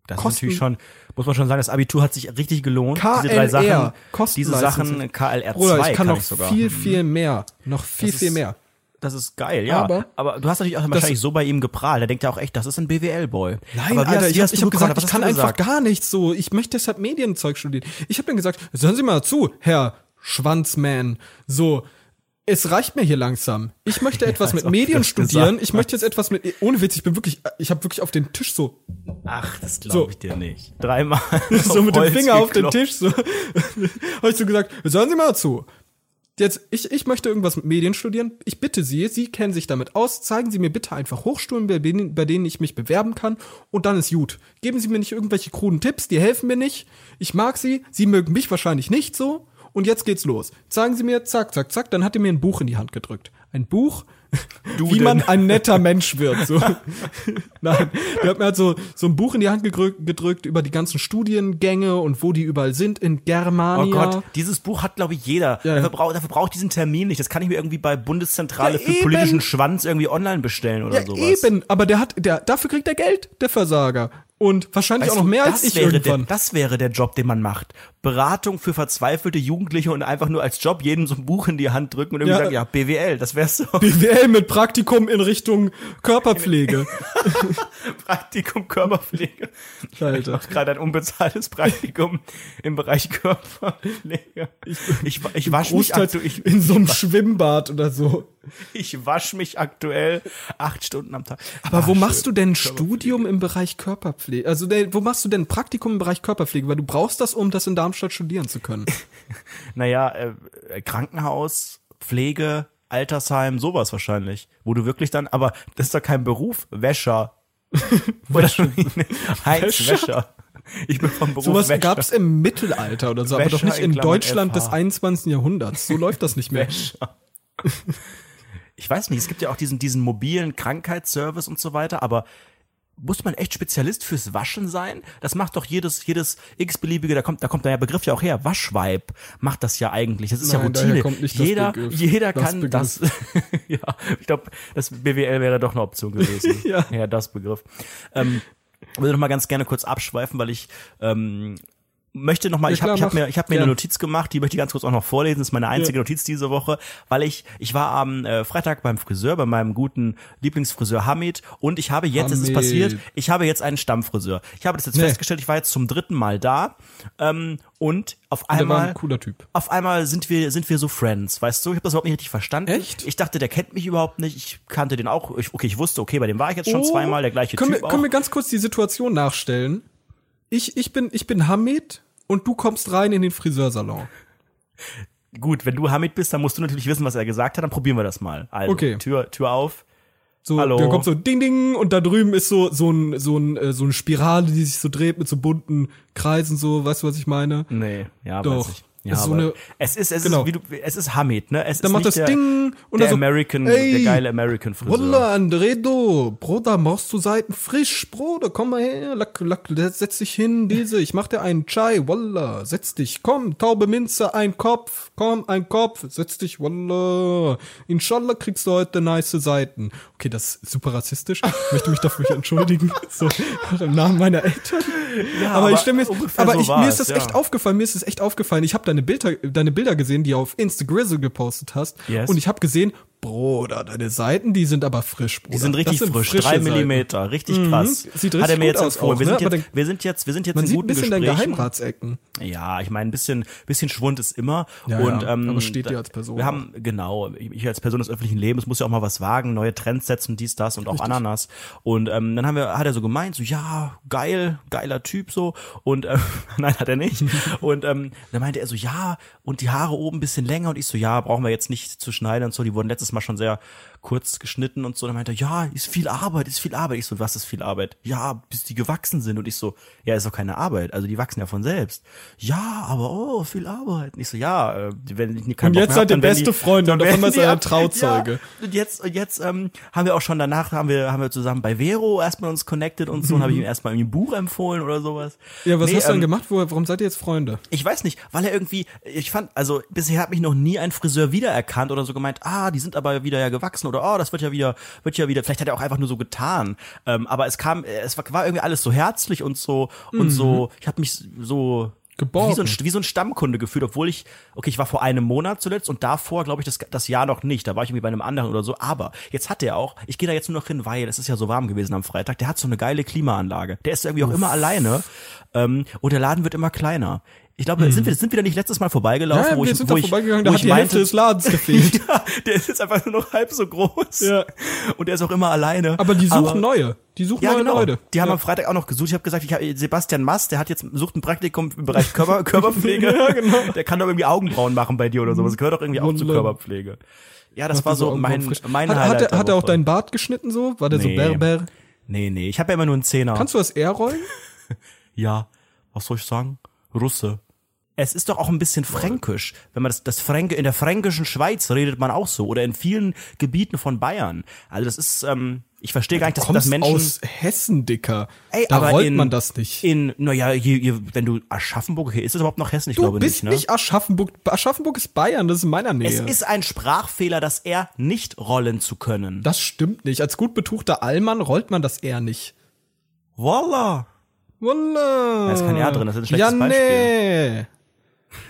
[SPEAKER 3] Das
[SPEAKER 4] Kosten-
[SPEAKER 3] ist natürlich schon, muss man schon sagen, das Abitur hat sich richtig gelohnt. diese drei
[SPEAKER 4] KLR,
[SPEAKER 3] Sachen, diese
[SPEAKER 4] Kostenleistungs-
[SPEAKER 3] Sachen, KLR 2
[SPEAKER 4] Bruder, ich kann, noch
[SPEAKER 3] sogar. Mhm.
[SPEAKER 4] viel, viel mehr. Noch viel,
[SPEAKER 3] Das
[SPEAKER 4] viel
[SPEAKER 3] ist-
[SPEAKER 4] mehr.
[SPEAKER 3] Das ist geil, ja.
[SPEAKER 4] Aber-
[SPEAKER 3] Aber, du hast natürlich auch wahrscheinlich so bei ihm geprahlt. Der denkt ja auch echt, das ist ein BWL-Boy.
[SPEAKER 4] Nein,
[SPEAKER 3] Aber wie
[SPEAKER 4] Alter,
[SPEAKER 3] hast,
[SPEAKER 4] ich
[SPEAKER 3] wie
[SPEAKER 4] habe
[SPEAKER 3] hast du
[SPEAKER 4] hab
[SPEAKER 3] geprahlt?
[SPEAKER 4] gesagt,
[SPEAKER 3] Was
[SPEAKER 4] ich
[SPEAKER 3] hast
[SPEAKER 4] kann
[SPEAKER 3] du
[SPEAKER 4] einfach
[SPEAKER 3] gesagt?
[SPEAKER 4] gar nichts so. Ich möchte deshalb Medienzeug studieren. Ich habe dann gesagt, hören Sie mal zu, Herr Schwanzman. So, es reicht mir hier langsam. Ich möchte etwas mit
[SPEAKER 3] als ob du
[SPEAKER 4] Medien
[SPEAKER 3] das
[SPEAKER 4] studieren.
[SPEAKER 3] gesagt
[SPEAKER 4] Ich möchte jetzt etwas mit, ohne Witz, ich bin wirklich, ich habe wirklich auf den Tisch so,
[SPEAKER 3] Ach, das glaube
[SPEAKER 4] So.
[SPEAKER 3] ich dir nicht. Dreimal.
[SPEAKER 4] so
[SPEAKER 3] auf
[SPEAKER 4] mit dem
[SPEAKER 3] Holz
[SPEAKER 4] Finger auf den
[SPEAKER 3] geklopft.
[SPEAKER 4] Tisch so, habe ich so gesagt, jetzt hören Sie mal zu. Jetzt, ich, ich möchte irgendwas mit Medien studieren. Ich bitte Sie, Sie kennen sich damit aus. Zeigen Sie mir bitte einfach Hochschulen, bei denen, bei denen ich mich bewerben kann. Und dann ist gut. Geben Sie mir nicht irgendwelche kruden Tipps, die helfen mir nicht. Ich mag Sie, Sie mögen mich wahrscheinlich nicht so. Und jetzt geht's los. Zeigen Sie mir, zack, zack, zack. Dann hat er mir ein Buch in die Hand gedrückt. Ein Buch, wie man ein netter Mensch wird. So. Nein, der hat mir halt so, so ein Buch in die Hand gedrückt, gedrückt über die ganzen Studiengänge und wo die überall sind in
[SPEAKER 3] Oh
[SPEAKER 4] Germania.
[SPEAKER 3] Gott, dieses Buch hat, glaube ich, jeder.
[SPEAKER 4] Ja, ja.
[SPEAKER 3] Dafür, braucht, dafür braucht diesen Termin nicht. Das kann ich mir irgendwie bei
[SPEAKER 4] Ja,
[SPEAKER 3] Bundeszentrale für
[SPEAKER 4] eben.
[SPEAKER 3] politischen Schwanz irgendwie online bestellen oder
[SPEAKER 4] ja,
[SPEAKER 3] sowas.
[SPEAKER 4] eben, aber der hat, der, dafür kriegt er Geld, der Versager. Und wahrscheinlich
[SPEAKER 3] Weißt
[SPEAKER 4] auch noch
[SPEAKER 3] du,
[SPEAKER 4] mehr als
[SPEAKER 3] das
[SPEAKER 4] ich
[SPEAKER 3] wäre
[SPEAKER 4] irgendwann.
[SPEAKER 3] Der, das wäre der Job, den man macht. Beratung für verzweifelte Jugendliche und einfach nur als Job jedem so ein Buch in die Hand drücken und irgendwie
[SPEAKER 4] Ja.
[SPEAKER 3] sagen, ja, BWL, das wär's so.
[SPEAKER 4] BWL mit Praktikum in Richtung Körperpflege.
[SPEAKER 3] Praktikum Körperpflege.
[SPEAKER 4] Alter.
[SPEAKER 3] Ich mache gerade ein unbezahltes Praktikum im Bereich Körperpflege. Ich, ich, ich wasche mich,
[SPEAKER 4] Großteils
[SPEAKER 3] aktu ich,
[SPEAKER 4] halt in so einem Schwimmbad oder so.
[SPEAKER 3] ich wasch mich aktuell acht Stunden am Tag.
[SPEAKER 4] Aber wo machst du denn ein Studium im Bereich Körperpflege? Also der, wo machst du denn ein Praktikum im Bereich Körperpflege? Weil du brauchst das, um das in Darmstadt studieren zu können.
[SPEAKER 3] Naja, äh, Krankenhaus, Pflege, Altersheim, sowas wahrscheinlich. Wo du wirklich dann, aber das ist doch kein Beruf, Wäscher. Oder Heinz Wäscher. Ich bin vom Beruf
[SPEAKER 4] Sowas
[SPEAKER 3] Wäscher.
[SPEAKER 4] gab's im Mittelalter oder so, aber
[SPEAKER 3] Wäscher
[SPEAKER 4] doch nicht
[SPEAKER 3] in
[SPEAKER 4] in
[SPEAKER 3] Klammern
[SPEAKER 4] Deutschland
[SPEAKER 3] FH.
[SPEAKER 4] des 21. Jahrhunderts. So läuft das nicht mehr.
[SPEAKER 3] Ich weiß nicht, es gibt ja auch diesen, diesen mobilen Krankheitsservice und so weiter, aber muss man echt Spezialist fürs Waschen sein? Das macht doch jedes, jedes x-beliebige, da kommt, da kommt der Begriff ja auch her. Waschweib macht das ja eigentlich. Das ist ja
[SPEAKER 4] Nein, daher
[SPEAKER 3] Routine.
[SPEAKER 4] kommt nicht das
[SPEAKER 3] jeder,
[SPEAKER 4] Begriff.
[SPEAKER 3] jeder
[SPEAKER 4] Das
[SPEAKER 3] kann das. ja, ich glaube, das BWL wäre doch eine Option gewesen.
[SPEAKER 4] Ja.
[SPEAKER 3] ja, das Begriff. Ähm, würde noch mal ganz gerne kurz abschweifen, weil ich ähm, möchte noch mal,
[SPEAKER 4] Ja,
[SPEAKER 3] ich habe
[SPEAKER 4] klar,
[SPEAKER 3] ich hab
[SPEAKER 4] mach.
[SPEAKER 3] mir, ich hab mir
[SPEAKER 4] Gerne.
[SPEAKER 3] eine Notiz gemacht, die möchte ich ganz kurz auch noch vorlesen. Das ist meine einzige
[SPEAKER 4] Ja.
[SPEAKER 3] Notiz diese Woche, weil ich ich war am äh, Freitag beim Friseur, bei meinem guten Lieblingsfriseur Hamid und ich habe jetzt, es ist
[SPEAKER 4] Hamid.
[SPEAKER 3] passiert, ich habe jetzt einen Stammfriseur. Ich habe das jetzt
[SPEAKER 4] Nee.
[SPEAKER 3] festgestellt. Ich war jetzt zum dritten Mal da ähm, und auf
[SPEAKER 4] Der war
[SPEAKER 3] einmal
[SPEAKER 4] ein cooler Typ.
[SPEAKER 3] auf einmal sind wir, sind wir so Friends, weißt du? Ich habe das überhaupt nicht richtig verstanden.
[SPEAKER 4] Echt?
[SPEAKER 3] Ich dachte, der kennt mich überhaupt nicht. Ich kannte den auch. Ich, okay, ich wusste, okay, bei dem war ich jetzt schon
[SPEAKER 4] Oh,
[SPEAKER 3] zweimal, der gleiche
[SPEAKER 4] können
[SPEAKER 3] Typ
[SPEAKER 4] Wir,
[SPEAKER 3] auch.
[SPEAKER 4] können wir ganz kurz die Situation nachstellen? Ich, ich, bin, ich bin Hamid und du kommst rein in den Friseursalon.
[SPEAKER 3] Gut, wenn du Hamid bist, dann musst du natürlich wissen, was er gesagt hat. Dann probieren wir das mal. Also,
[SPEAKER 4] Okay.
[SPEAKER 3] Tür, Tür auf.
[SPEAKER 4] So,
[SPEAKER 3] Hallo.
[SPEAKER 4] Dann kommt so Ding Ding und da drüben ist so so ein so ein äh, so eine Spirale, die sich so dreht mit so bunten Kreisen so, weißt du was ich meine?
[SPEAKER 3] Nee, ja,
[SPEAKER 4] Doch.
[SPEAKER 3] weiß ich.
[SPEAKER 4] Das
[SPEAKER 3] Ja,
[SPEAKER 4] ist so
[SPEAKER 3] aber
[SPEAKER 4] eine-
[SPEAKER 3] es ist, es
[SPEAKER 4] Genau.
[SPEAKER 3] ist, wie du, es ist Hamid, ne? Es
[SPEAKER 4] Dann
[SPEAKER 3] ist
[SPEAKER 4] macht
[SPEAKER 3] nicht
[SPEAKER 4] das
[SPEAKER 3] der,
[SPEAKER 4] Ding und
[SPEAKER 3] der
[SPEAKER 4] dann so,
[SPEAKER 3] American,
[SPEAKER 4] ey,
[SPEAKER 3] der geile American Friseur.
[SPEAKER 4] Bruder, Andredo, Bruder, machst du Seiten frisch, Bruder, komm mal her, lack, lack, setz dich hin, diese, ich mach dir einen Chai, Walla, setz dich, komm, taube Minze, ein Kopf, komm, ein Kopf, setz dich, Walla, inshallah kriegst du heute nice Seiten. Okay, das ist super rassistisch, ich möchte mich dafür entschuldigen, so, im Namen meiner Eltern. aber, ich
[SPEAKER 3] aber
[SPEAKER 4] stelle mir,
[SPEAKER 3] ungefähr
[SPEAKER 4] aber
[SPEAKER 3] so
[SPEAKER 4] ich, mir
[SPEAKER 3] war's,
[SPEAKER 4] ist das
[SPEAKER 3] ja.
[SPEAKER 4] echt aufgefallen, mir ist das echt aufgefallen, ich habe deine Bilder, deine Bilder gesehen, die du auf Instagrizzle gepostet hast
[SPEAKER 3] Yes.
[SPEAKER 4] und ich habe gesehen, Bruder, deine Seiten, die sind aber frisch, Bruder.
[SPEAKER 3] Die sind richtig
[SPEAKER 4] Das
[SPEAKER 3] frisch,
[SPEAKER 4] frische
[SPEAKER 3] drei
[SPEAKER 4] Seiten. Mhm.
[SPEAKER 3] Millimeter, richtig krass.
[SPEAKER 4] Sieht
[SPEAKER 3] Hat
[SPEAKER 4] richtig
[SPEAKER 3] er mir
[SPEAKER 4] gut
[SPEAKER 3] jetzt
[SPEAKER 4] aus
[SPEAKER 3] empfohlen.
[SPEAKER 4] auch,
[SPEAKER 3] wir,
[SPEAKER 4] ne?
[SPEAKER 3] sind
[SPEAKER 4] Aber
[SPEAKER 3] jetzt,
[SPEAKER 4] dann-
[SPEAKER 3] wir sind jetzt, wir sind jetzt
[SPEAKER 4] Man
[SPEAKER 3] in
[SPEAKER 4] sieht ein
[SPEAKER 3] guten
[SPEAKER 4] bisschen deine
[SPEAKER 3] Gesprächen.
[SPEAKER 4] Geheimratsecken.
[SPEAKER 3] Ja, ich meine, ein bisschen, bisschen Schwund ist immer.
[SPEAKER 4] Ja,
[SPEAKER 3] und,
[SPEAKER 4] ja,
[SPEAKER 3] Ähm,
[SPEAKER 4] aber steht
[SPEAKER 3] da-
[SPEAKER 4] dir als Person
[SPEAKER 3] Wir
[SPEAKER 4] auch.
[SPEAKER 3] haben, genau, ich ich als Person des öffentlichen Lebens muss ja auch mal was wagen, neue Trends setzen, dies, das und auch Ananas. Und ähm, dann haben wir, hat er so gemeint, so ja, geil, geiler Typ so. Und äh, nein, hat er nicht. Und ähm, dann meinte er so, ja, und die Haare oben ein bisschen länger. Und ich so, ja, brauchen wir jetzt nicht zu schneiden und so. Die wurden letztes Mal schon sehr kurz geschnitten und so. Dann meinte er, ja, ist viel Arbeit, ist viel Arbeit. Ich so, was ist viel Arbeit? Ja, bis die gewachsen sind. Und ich so, ja, ist doch keine Arbeit. Also die wachsen ja von selbst. Ja, aber oh, viel Arbeit. Und ich so, ja, äh, wenn ich keinen
[SPEAKER 4] Und jetzt
[SPEAKER 3] Bock mehr hab,
[SPEAKER 4] seid ihr
[SPEAKER 3] dann werden
[SPEAKER 4] beste
[SPEAKER 3] die-
[SPEAKER 4] Freunde und auf
[SPEAKER 3] werden
[SPEAKER 4] einmal
[SPEAKER 3] die
[SPEAKER 4] seid ihr
[SPEAKER 3] ab-
[SPEAKER 4] Trauzeuge.
[SPEAKER 3] Ja, und jetzt, und jetzt ähm, haben wir auch schon danach, haben wir, haben wir zusammen bei Vero erstmal uns connected und so, und habe ich ihm erstmal irgendwie ein Buch empfohlen oder sowas.
[SPEAKER 4] Mhm. Ja, was
[SPEAKER 3] Nee,
[SPEAKER 4] hast du
[SPEAKER 3] ähm,
[SPEAKER 4] denn gemacht? Wo, warum seid ihr jetzt Freunde?
[SPEAKER 3] ich weiß nicht, weil er irgendwie, ich fand, also bisher hat mich noch nie ein Friseur wiedererkannt oder so gemeint, ah, die sind aber wieder ja gewachsen oder oh, das wird ja wieder, wird ja wieder, vielleicht hat er auch einfach nur so getan. Ähm, aber es kam, äh, es war, war irgendwie alles so herzlich und so und so, ich habe mich
[SPEAKER 4] Mhm.
[SPEAKER 3] so
[SPEAKER 4] Geborgen.
[SPEAKER 3] Wie, so ein, wie so ein Stammkunde gefühlt, obwohl ich, okay, ich war vor einem Monat zuletzt und davor, glaube ich, das, das Jahr noch nicht. Da war ich irgendwie bei einem anderen oder so. Aber jetzt hat der auch, ich gehe da jetzt nur noch hin, weil es ist ja so warm gewesen am Freitag, der hat so eine geile Klimaanlage. Der ist irgendwie auch immer alleine ähm, und der Laden wird immer kleiner. Ich glaube, sind wir sind wir da nicht letztes Mal vorbeigelaufen,
[SPEAKER 4] Hm. Ja,
[SPEAKER 3] wo
[SPEAKER 4] wir
[SPEAKER 3] ich
[SPEAKER 4] sind
[SPEAKER 3] wo
[SPEAKER 4] da
[SPEAKER 3] ich,
[SPEAKER 4] vorbeigegangen,
[SPEAKER 3] wo
[SPEAKER 4] da
[SPEAKER 3] ich
[SPEAKER 4] hat die Hälfte
[SPEAKER 3] meinte,
[SPEAKER 4] des Ladens gefehlt.
[SPEAKER 3] ja, der ist jetzt einfach nur noch halb so groß.
[SPEAKER 4] Ja.
[SPEAKER 3] Und der ist auch immer alleine.
[SPEAKER 4] Aber die suchen
[SPEAKER 3] Aber-
[SPEAKER 4] neue. Die suchen
[SPEAKER 3] ja,
[SPEAKER 4] neue
[SPEAKER 3] genau.
[SPEAKER 4] Leute.
[SPEAKER 3] Die haben am Freitag auch noch gesucht. Ich habe gesagt, ich hab, Sebastian Mast, der hat jetzt sucht ein Praktikum im Bereich Körper, Körperpflege. ja, genau. Der kann doch irgendwie Augenbrauen machen bei dir oder sowas. Gehört doch irgendwie auch zur
[SPEAKER 4] Wunderbar.
[SPEAKER 3] Körperpfleege. Ja, das war so
[SPEAKER 4] Diese
[SPEAKER 3] mein
[SPEAKER 4] Augenbrauen frisch.
[SPEAKER 3] mein
[SPEAKER 4] hat,
[SPEAKER 3] Highlight
[SPEAKER 4] hat, er,
[SPEAKER 3] der
[SPEAKER 4] hat er auch
[SPEAKER 3] Woche.
[SPEAKER 4] deinen Bart geschnitten so? War der so
[SPEAKER 3] Nee.
[SPEAKER 4] berber?
[SPEAKER 3] Nee, nee, ich habe ja immer nur einen Zehner.
[SPEAKER 4] Kannst du das eher rollen?
[SPEAKER 3] ja, was soll ich sagen? Russe. Es ist doch auch ein bisschen fränkisch, wenn man das, das Fränke, in der fränkischen Schweiz redet man auch so oder in vielen Gebieten von Bayern. Also das ist, ähm, ich verstehe gar nicht, dass, dass
[SPEAKER 4] Kommst
[SPEAKER 3] Menschen
[SPEAKER 4] aus Hessen, Dicker.
[SPEAKER 3] Ey,
[SPEAKER 4] da
[SPEAKER 3] aber
[SPEAKER 4] rollt
[SPEAKER 3] in-
[SPEAKER 4] man das nicht.
[SPEAKER 3] in, naja, hier, hier, wenn du Aschaffenburg, hier ist es überhaupt noch Hessen, ich
[SPEAKER 4] Du
[SPEAKER 3] glaube
[SPEAKER 4] bist
[SPEAKER 3] nicht, ne?
[SPEAKER 4] nicht Aschaffenburg. Aschaffenburg ist Bayern, das ist in meiner Nähe.
[SPEAKER 3] es ist ein Sprachfehler, das R nicht rollen zu können.
[SPEAKER 4] das stimmt nicht. Als gut betuchter Allmann rollt man das eher nicht.
[SPEAKER 3] Voila!
[SPEAKER 4] Wunder.
[SPEAKER 3] Da ist kein R drin, das ist ein schlechtes
[SPEAKER 4] ja, nee.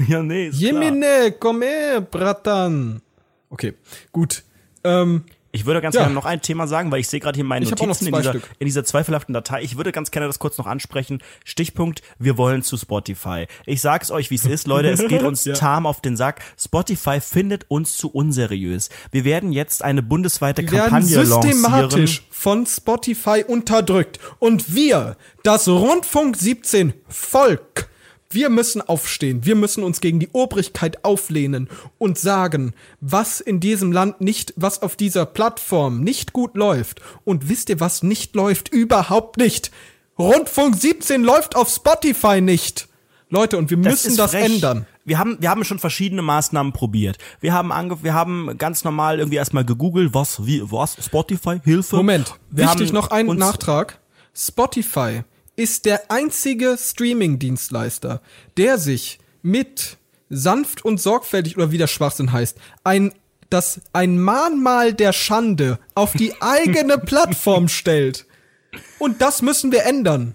[SPEAKER 3] Ja, nee, ist klar.
[SPEAKER 4] Jemine, komm her, Bratan. Okay, gut. Ähm,
[SPEAKER 3] Ich würde ganz
[SPEAKER 4] Ja.
[SPEAKER 3] gerne noch ein Thema sagen, weil ich sehe gerade hier meine
[SPEAKER 4] Ich hab auch noch
[SPEAKER 3] Notizen in
[SPEAKER 4] zwei
[SPEAKER 3] dieser,
[SPEAKER 4] Stück.
[SPEAKER 3] in dieser zweifelhaften Datei. Ich würde ganz gerne das kurz noch ansprechen. Stichpunkt, wir wollen zu Spotify. Ich sag's euch, wie es ist, Leute, es geht uns
[SPEAKER 4] Ja.
[SPEAKER 3] tarm auf den Sack. Spotify findet uns zu unseriös. Wir werden jetzt eine bundesweite
[SPEAKER 4] wir werden
[SPEAKER 3] Kampagne lancieren.
[SPEAKER 4] systematisch von Spotify unterdrückt. Und wir, das Rundfunk 17 Volk, wir müssen aufstehen. Wir müssen uns gegen die Obrigkeit auflehnen und sagen, was in diesem Land nicht, was auf dieser Plattform nicht gut läuft. Und wisst ihr, was nicht läuft? Überhaupt nicht. Rundfunk 17 läuft auf Spotify nicht. Leute, und wir müssen
[SPEAKER 3] ist
[SPEAKER 4] das
[SPEAKER 3] frech.
[SPEAKER 4] ändern.
[SPEAKER 3] Wir haben, wir haben schon verschiedene Maßnahmen probiert. Wir haben ange wir haben ganz normal irgendwie erstmal gegoogelt, was, wie, was, Spotify, Hilfe.
[SPEAKER 4] Moment,
[SPEAKER 3] Wir
[SPEAKER 4] wichtig
[SPEAKER 3] haben
[SPEAKER 4] noch ein
[SPEAKER 3] uns-
[SPEAKER 4] Nachtrag. Spotify ist der einzige Streaming-Dienstleister, der sich mit sanft und sorgfältig oder wie der Schwachsinn heißt, ein das ein Mahnmal der Schande auf die eigene Plattform stellt. Und das müssen wir ändern.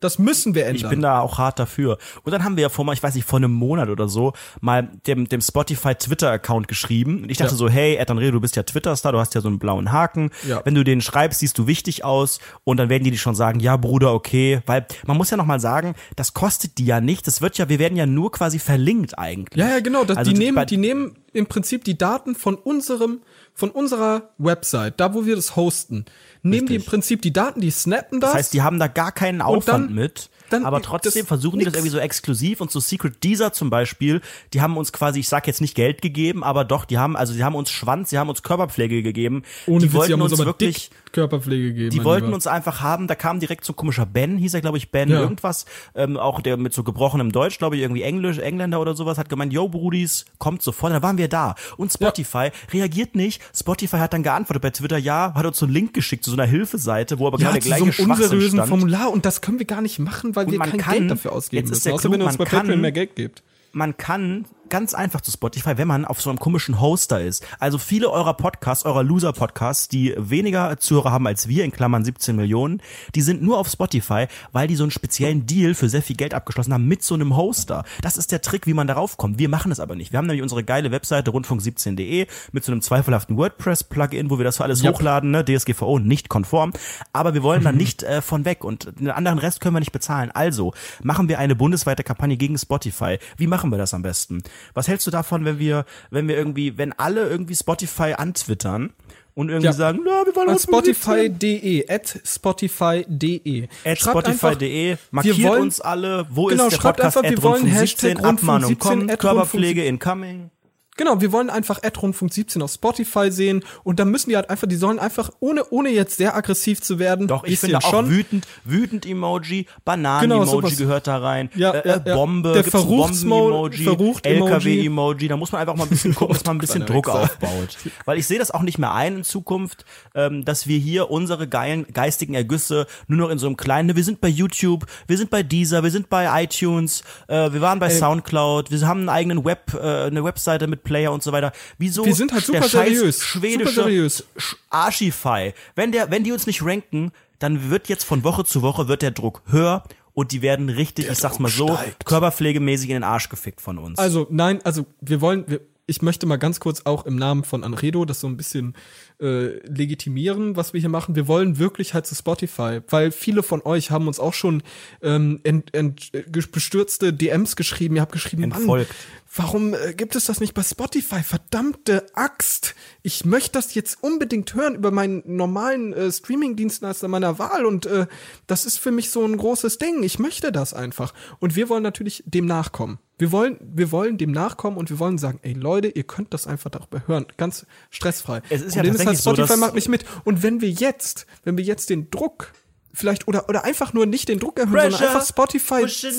[SPEAKER 4] Das müssen wir ändern.
[SPEAKER 3] Ich bin da auch hart dafür. Und dann haben wir ja vor mal, ich weiß nicht, vor einem Monat oder so, mal dem, dem Spotify Twitter-Account geschrieben. Und ich dachte
[SPEAKER 4] Ja.
[SPEAKER 3] so, hey, Ed André, du bist ja Twitter-Star, du hast ja so einen blauen Haken.
[SPEAKER 4] Ja.
[SPEAKER 3] Wenn du den schreibst, siehst du wichtig aus. Und dann werden die dir schon sagen, ja, Bruder, okay. Weil man muss ja nochmal sagen, das kostet die ja nicht. Das wird ja, wir werden ja nur quasi verlinkt eigentlich.
[SPEAKER 4] Ja, ja, genau. Das,
[SPEAKER 3] Also
[SPEAKER 4] die,
[SPEAKER 3] die-
[SPEAKER 4] nehmen,
[SPEAKER 3] bei-
[SPEAKER 4] die nehmen im Prinzip die Daten von unserem, von unserer Website, da wo wir das hosten, nehmen die im Prinzip die Daten, die snappen das.
[SPEAKER 3] Das heißt, die haben da gar keinen Aufwand
[SPEAKER 4] dann-
[SPEAKER 3] mit.
[SPEAKER 4] dann-
[SPEAKER 3] aber trotzdem
[SPEAKER 4] das-
[SPEAKER 3] versuchen die das
[SPEAKER 4] nix.
[SPEAKER 3] irgendwie so exklusiv und so Secret Deezer zum Beispiel, die haben uns quasi, ich sag jetzt nicht Geld gegeben, aber doch, die haben, also die haben uns Schwanz, die haben uns Körperpflege gegeben. die
[SPEAKER 4] Witz,
[SPEAKER 3] wollten
[SPEAKER 4] die haben
[SPEAKER 3] uns
[SPEAKER 4] aber
[SPEAKER 3] wirklich,
[SPEAKER 4] dick Körperpflege gegeben.
[SPEAKER 3] die
[SPEAKER 4] mein
[SPEAKER 3] wollten
[SPEAKER 4] Lieber.
[SPEAKER 3] uns einfach haben, da kam direkt so ein komischer Ben, hieß er, glaube ich, Ben,
[SPEAKER 4] Ja.
[SPEAKER 3] irgendwas, ähm, auch der mit so gebrochenem Deutsch, glaube ich, irgendwie Englisch, Engländer oder sowas, hat gemeint, yo, Brudis, kommt sofort, da waren wir da. Und Spotify reagiert nicht. Spotify hat dann geantwortet bei Twitter, ja, hat uns so einen Link geschickt zu so einer Hilfeseite, wo aber
[SPEAKER 4] ja,
[SPEAKER 3] genau der
[SPEAKER 4] zu so
[SPEAKER 3] gleiche
[SPEAKER 4] einem
[SPEAKER 3] Schwachsinn
[SPEAKER 4] unseriösen
[SPEAKER 3] stand.
[SPEAKER 4] Formular und das können wir gar nicht machen, weil
[SPEAKER 3] Und
[SPEAKER 4] wir
[SPEAKER 3] man
[SPEAKER 4] kein
[SPEAKER 3] kann-
[SPEAKER 4] Geld dafür ausgeben
[SPEAKER 3] jetzt ist
[SPEAKER 4] müssen.
[SPEAKER 3] der
[SPEAKER 4] Außer wenn
[SPEAKER 3] Clou,
[SPEAKER 4] ihr uns bei
[SPEAKER 3] man kann-
[SPEAKER 4] Patreon mehr Geld gebt.
[SPEAKER 3] man kann ganz einfach zu Spotify, wenn man auf so einem komischen Hoster ist. Also viele eurer Podcasts, eurer Loser-Podcasts, die weniger Zuhörer haben als wir, in Klammern 17 Millionen, die sind nur auf Spotify, weil die so einen speziellen Deal für sehr viel Geld abgeschlossen haben mit so einem Hoster. Das ist der Trick, wie man darauf kommt. Wir machen es aber nicht. Wir haben nämlich unsere geile Webseite rundfunk17.de mit so einem zweifelhaften WordPress-Plugin, wo wir das für alles hochladen, ne? DSGVO nicht konform. Aber wir
[SPEAKER 4] Mhm.
[SPEAKER 3] wollen da nicht äh, von weg und den anderen Rest können wir nicht bezahlen. Also machen wir eine bundesweite Kampagne gegen Spotify. Wie machen wir das am besten? Was hältst du davon, wenn wir, wenn wir irgendwie, wenn alle irgendwie Spotify antwittern und irgendwie
[SPEAKER 4] Ja.
[SPEAKER 3] sagen, na, wir wollen
[SPEAKER 4] An
[SPEAKER 3] uns
[SPEAKER 4] Spotify.de, E, at Spotify.de.
[SPEAKER 3] at E.
[SPEAKER 4] Schreibt
[SPEAKER 3] spotify.de,
[SPEAKER 4] einfach,
[SPEAKER 3] markiert
[SPEAKER 4] wir wollen,
[SPEAKER 3] uns alle, wo
[SPEAKER 4] Genau,
[SPEAKER 3] ist der
[SPEAKER 4] schreibt
[SPEAKER 3] Podcast,
[SPEAKER 4] einfach, wir
[SPEAKER 3] at
[SPEAKER 4] wollen
[SPEAKER 3] Rundfunk
[SPEAKER 4] Hashtag
[SPEAKER 3] 17,
[SPEAKER 4] Rundfunk
[SPEAKER 3] Abmahnung
[SPEAKER 4] 17,
[SPEAKER 3] kommen,
[SPEAKER 4] at
[SPEAKER 3] Körperpflege incoming.
[SPEAKER 4] Genau, wir wollen einfach at Rundfunk 17 auf Spotify sehen und dann müssen die halt einfach, die sollen einfach, ohne, ohne jetzt sehr aggressiv zu werden,
[SPEAKER 3] Doch, ich
[SPEAKER 4] bisschen
[SPEAKER 3] finde auch
[SPEAKER 4] schon,
[SPEAKER 3] wütend, wütend Emoji, Bananen
[SPEAKER 4] Genau,
[SPEAKER 3] Emoji
[SPEAKER 4] sowas.
[SPEAKER 3] gehört da rein,
[SPEAKER 4] Ja,
[SPEAKER 3] äh,
[SPEAKER 4] ja,
[SPEAKER 3] äh,
[SPEAKER 4] ja.
[SPEAKER 3] Bombe,
[SPEAKER 4] Der
[SPEAKER 3] gibt's
[SPEAKER 4] Verruchts-
[SPEAKER 3] Bomben-Emoji,
[SPEAKER 4] Verrucht-Emoji. Oh
[SPEAKER 3] LKW Emoji, da muss man einfach mal ein bisschen gucken, dass man ein bisschen Druck aufbaut, weil ich sehe das auch nicht mehr ein in Zukunft, ähm, dass wir hier unsere geilen geistigen Ergüsse nur noch in so einem kleinen, wir sind bei YouTube, wir sind bei Deezer, wir sind bei iTunes, äh, wir waren bei Soundcloud, wir haben einen eigenen Web äh, eine Webseite mit Player und so weiter. Wieso
[SPEAKER 4] Wir sind halt
[SPEAKER 3] der
[SPEAKER 4] super
[SPEAKER 3] scheiß
[SPEAKER 4] seriös,
[SPEAKER 3] schwedische
[SPEAKER 4] super seriös.
[SPEAKER 3] Sch- Archify. Wenn der, wenn die uns nicht ranken, dann wird jetzt von Woche zu Woche wird der Druck höher und die werden richtig, ich sag's mal so, körperpflegemäßig in den Arsch gefickt von uns.
[SPEAKER 4] Also, nein, also wir wollen, wir, ich möchte mal ganz kurz auch im Namen von Anredo das so ein bisschen äh, legitimieren, was wir hier machen. Wir wollen wirklich halt zu Spotify, weil viele von euch haben uns auch schon ähm, ent, ent, äh, ges- bestürzte DMs geschrieben. Ihr habt geschrieben, Mann,
[SPEAKER 3] Entfolgt.
[SPEAKER 4] warum äh, gibt es das nicht bei Spotify? Verdammte Axt! Ich möchte das jetzt unbedingt hören über meinen normalen äh, Streaming-Dienstleister meiner Wahl und äh, das ist für mich so ein großes Ding. Ich möchte das einfach. Und wir wollen natürlich dem nachkommen. Wir wollen, wir wollen dem nachkommen und wir wollen sagen, ey Leute, ihr könnt das einfach darüber hören, ganz stressfrei.
[SPEAKER 3] Es ist ja
[SPEAKER 4] Problem halt,
[SPEAKER 3] tatsächlich so,
[SPEAKER 4] Spotify
[SPEAKER 3] dass-
[SPEAKER 4] macht nicht mit. Und wenn wir jetzt, wenn wir jetzt den Druck vielleicht oder oder einfach nur nicht den Druck erhöhen,
[SPEAKER 3] Pressure,
[SPEAKER 4] sondern einfach Spotify
[SPEAKER 3] pushing down on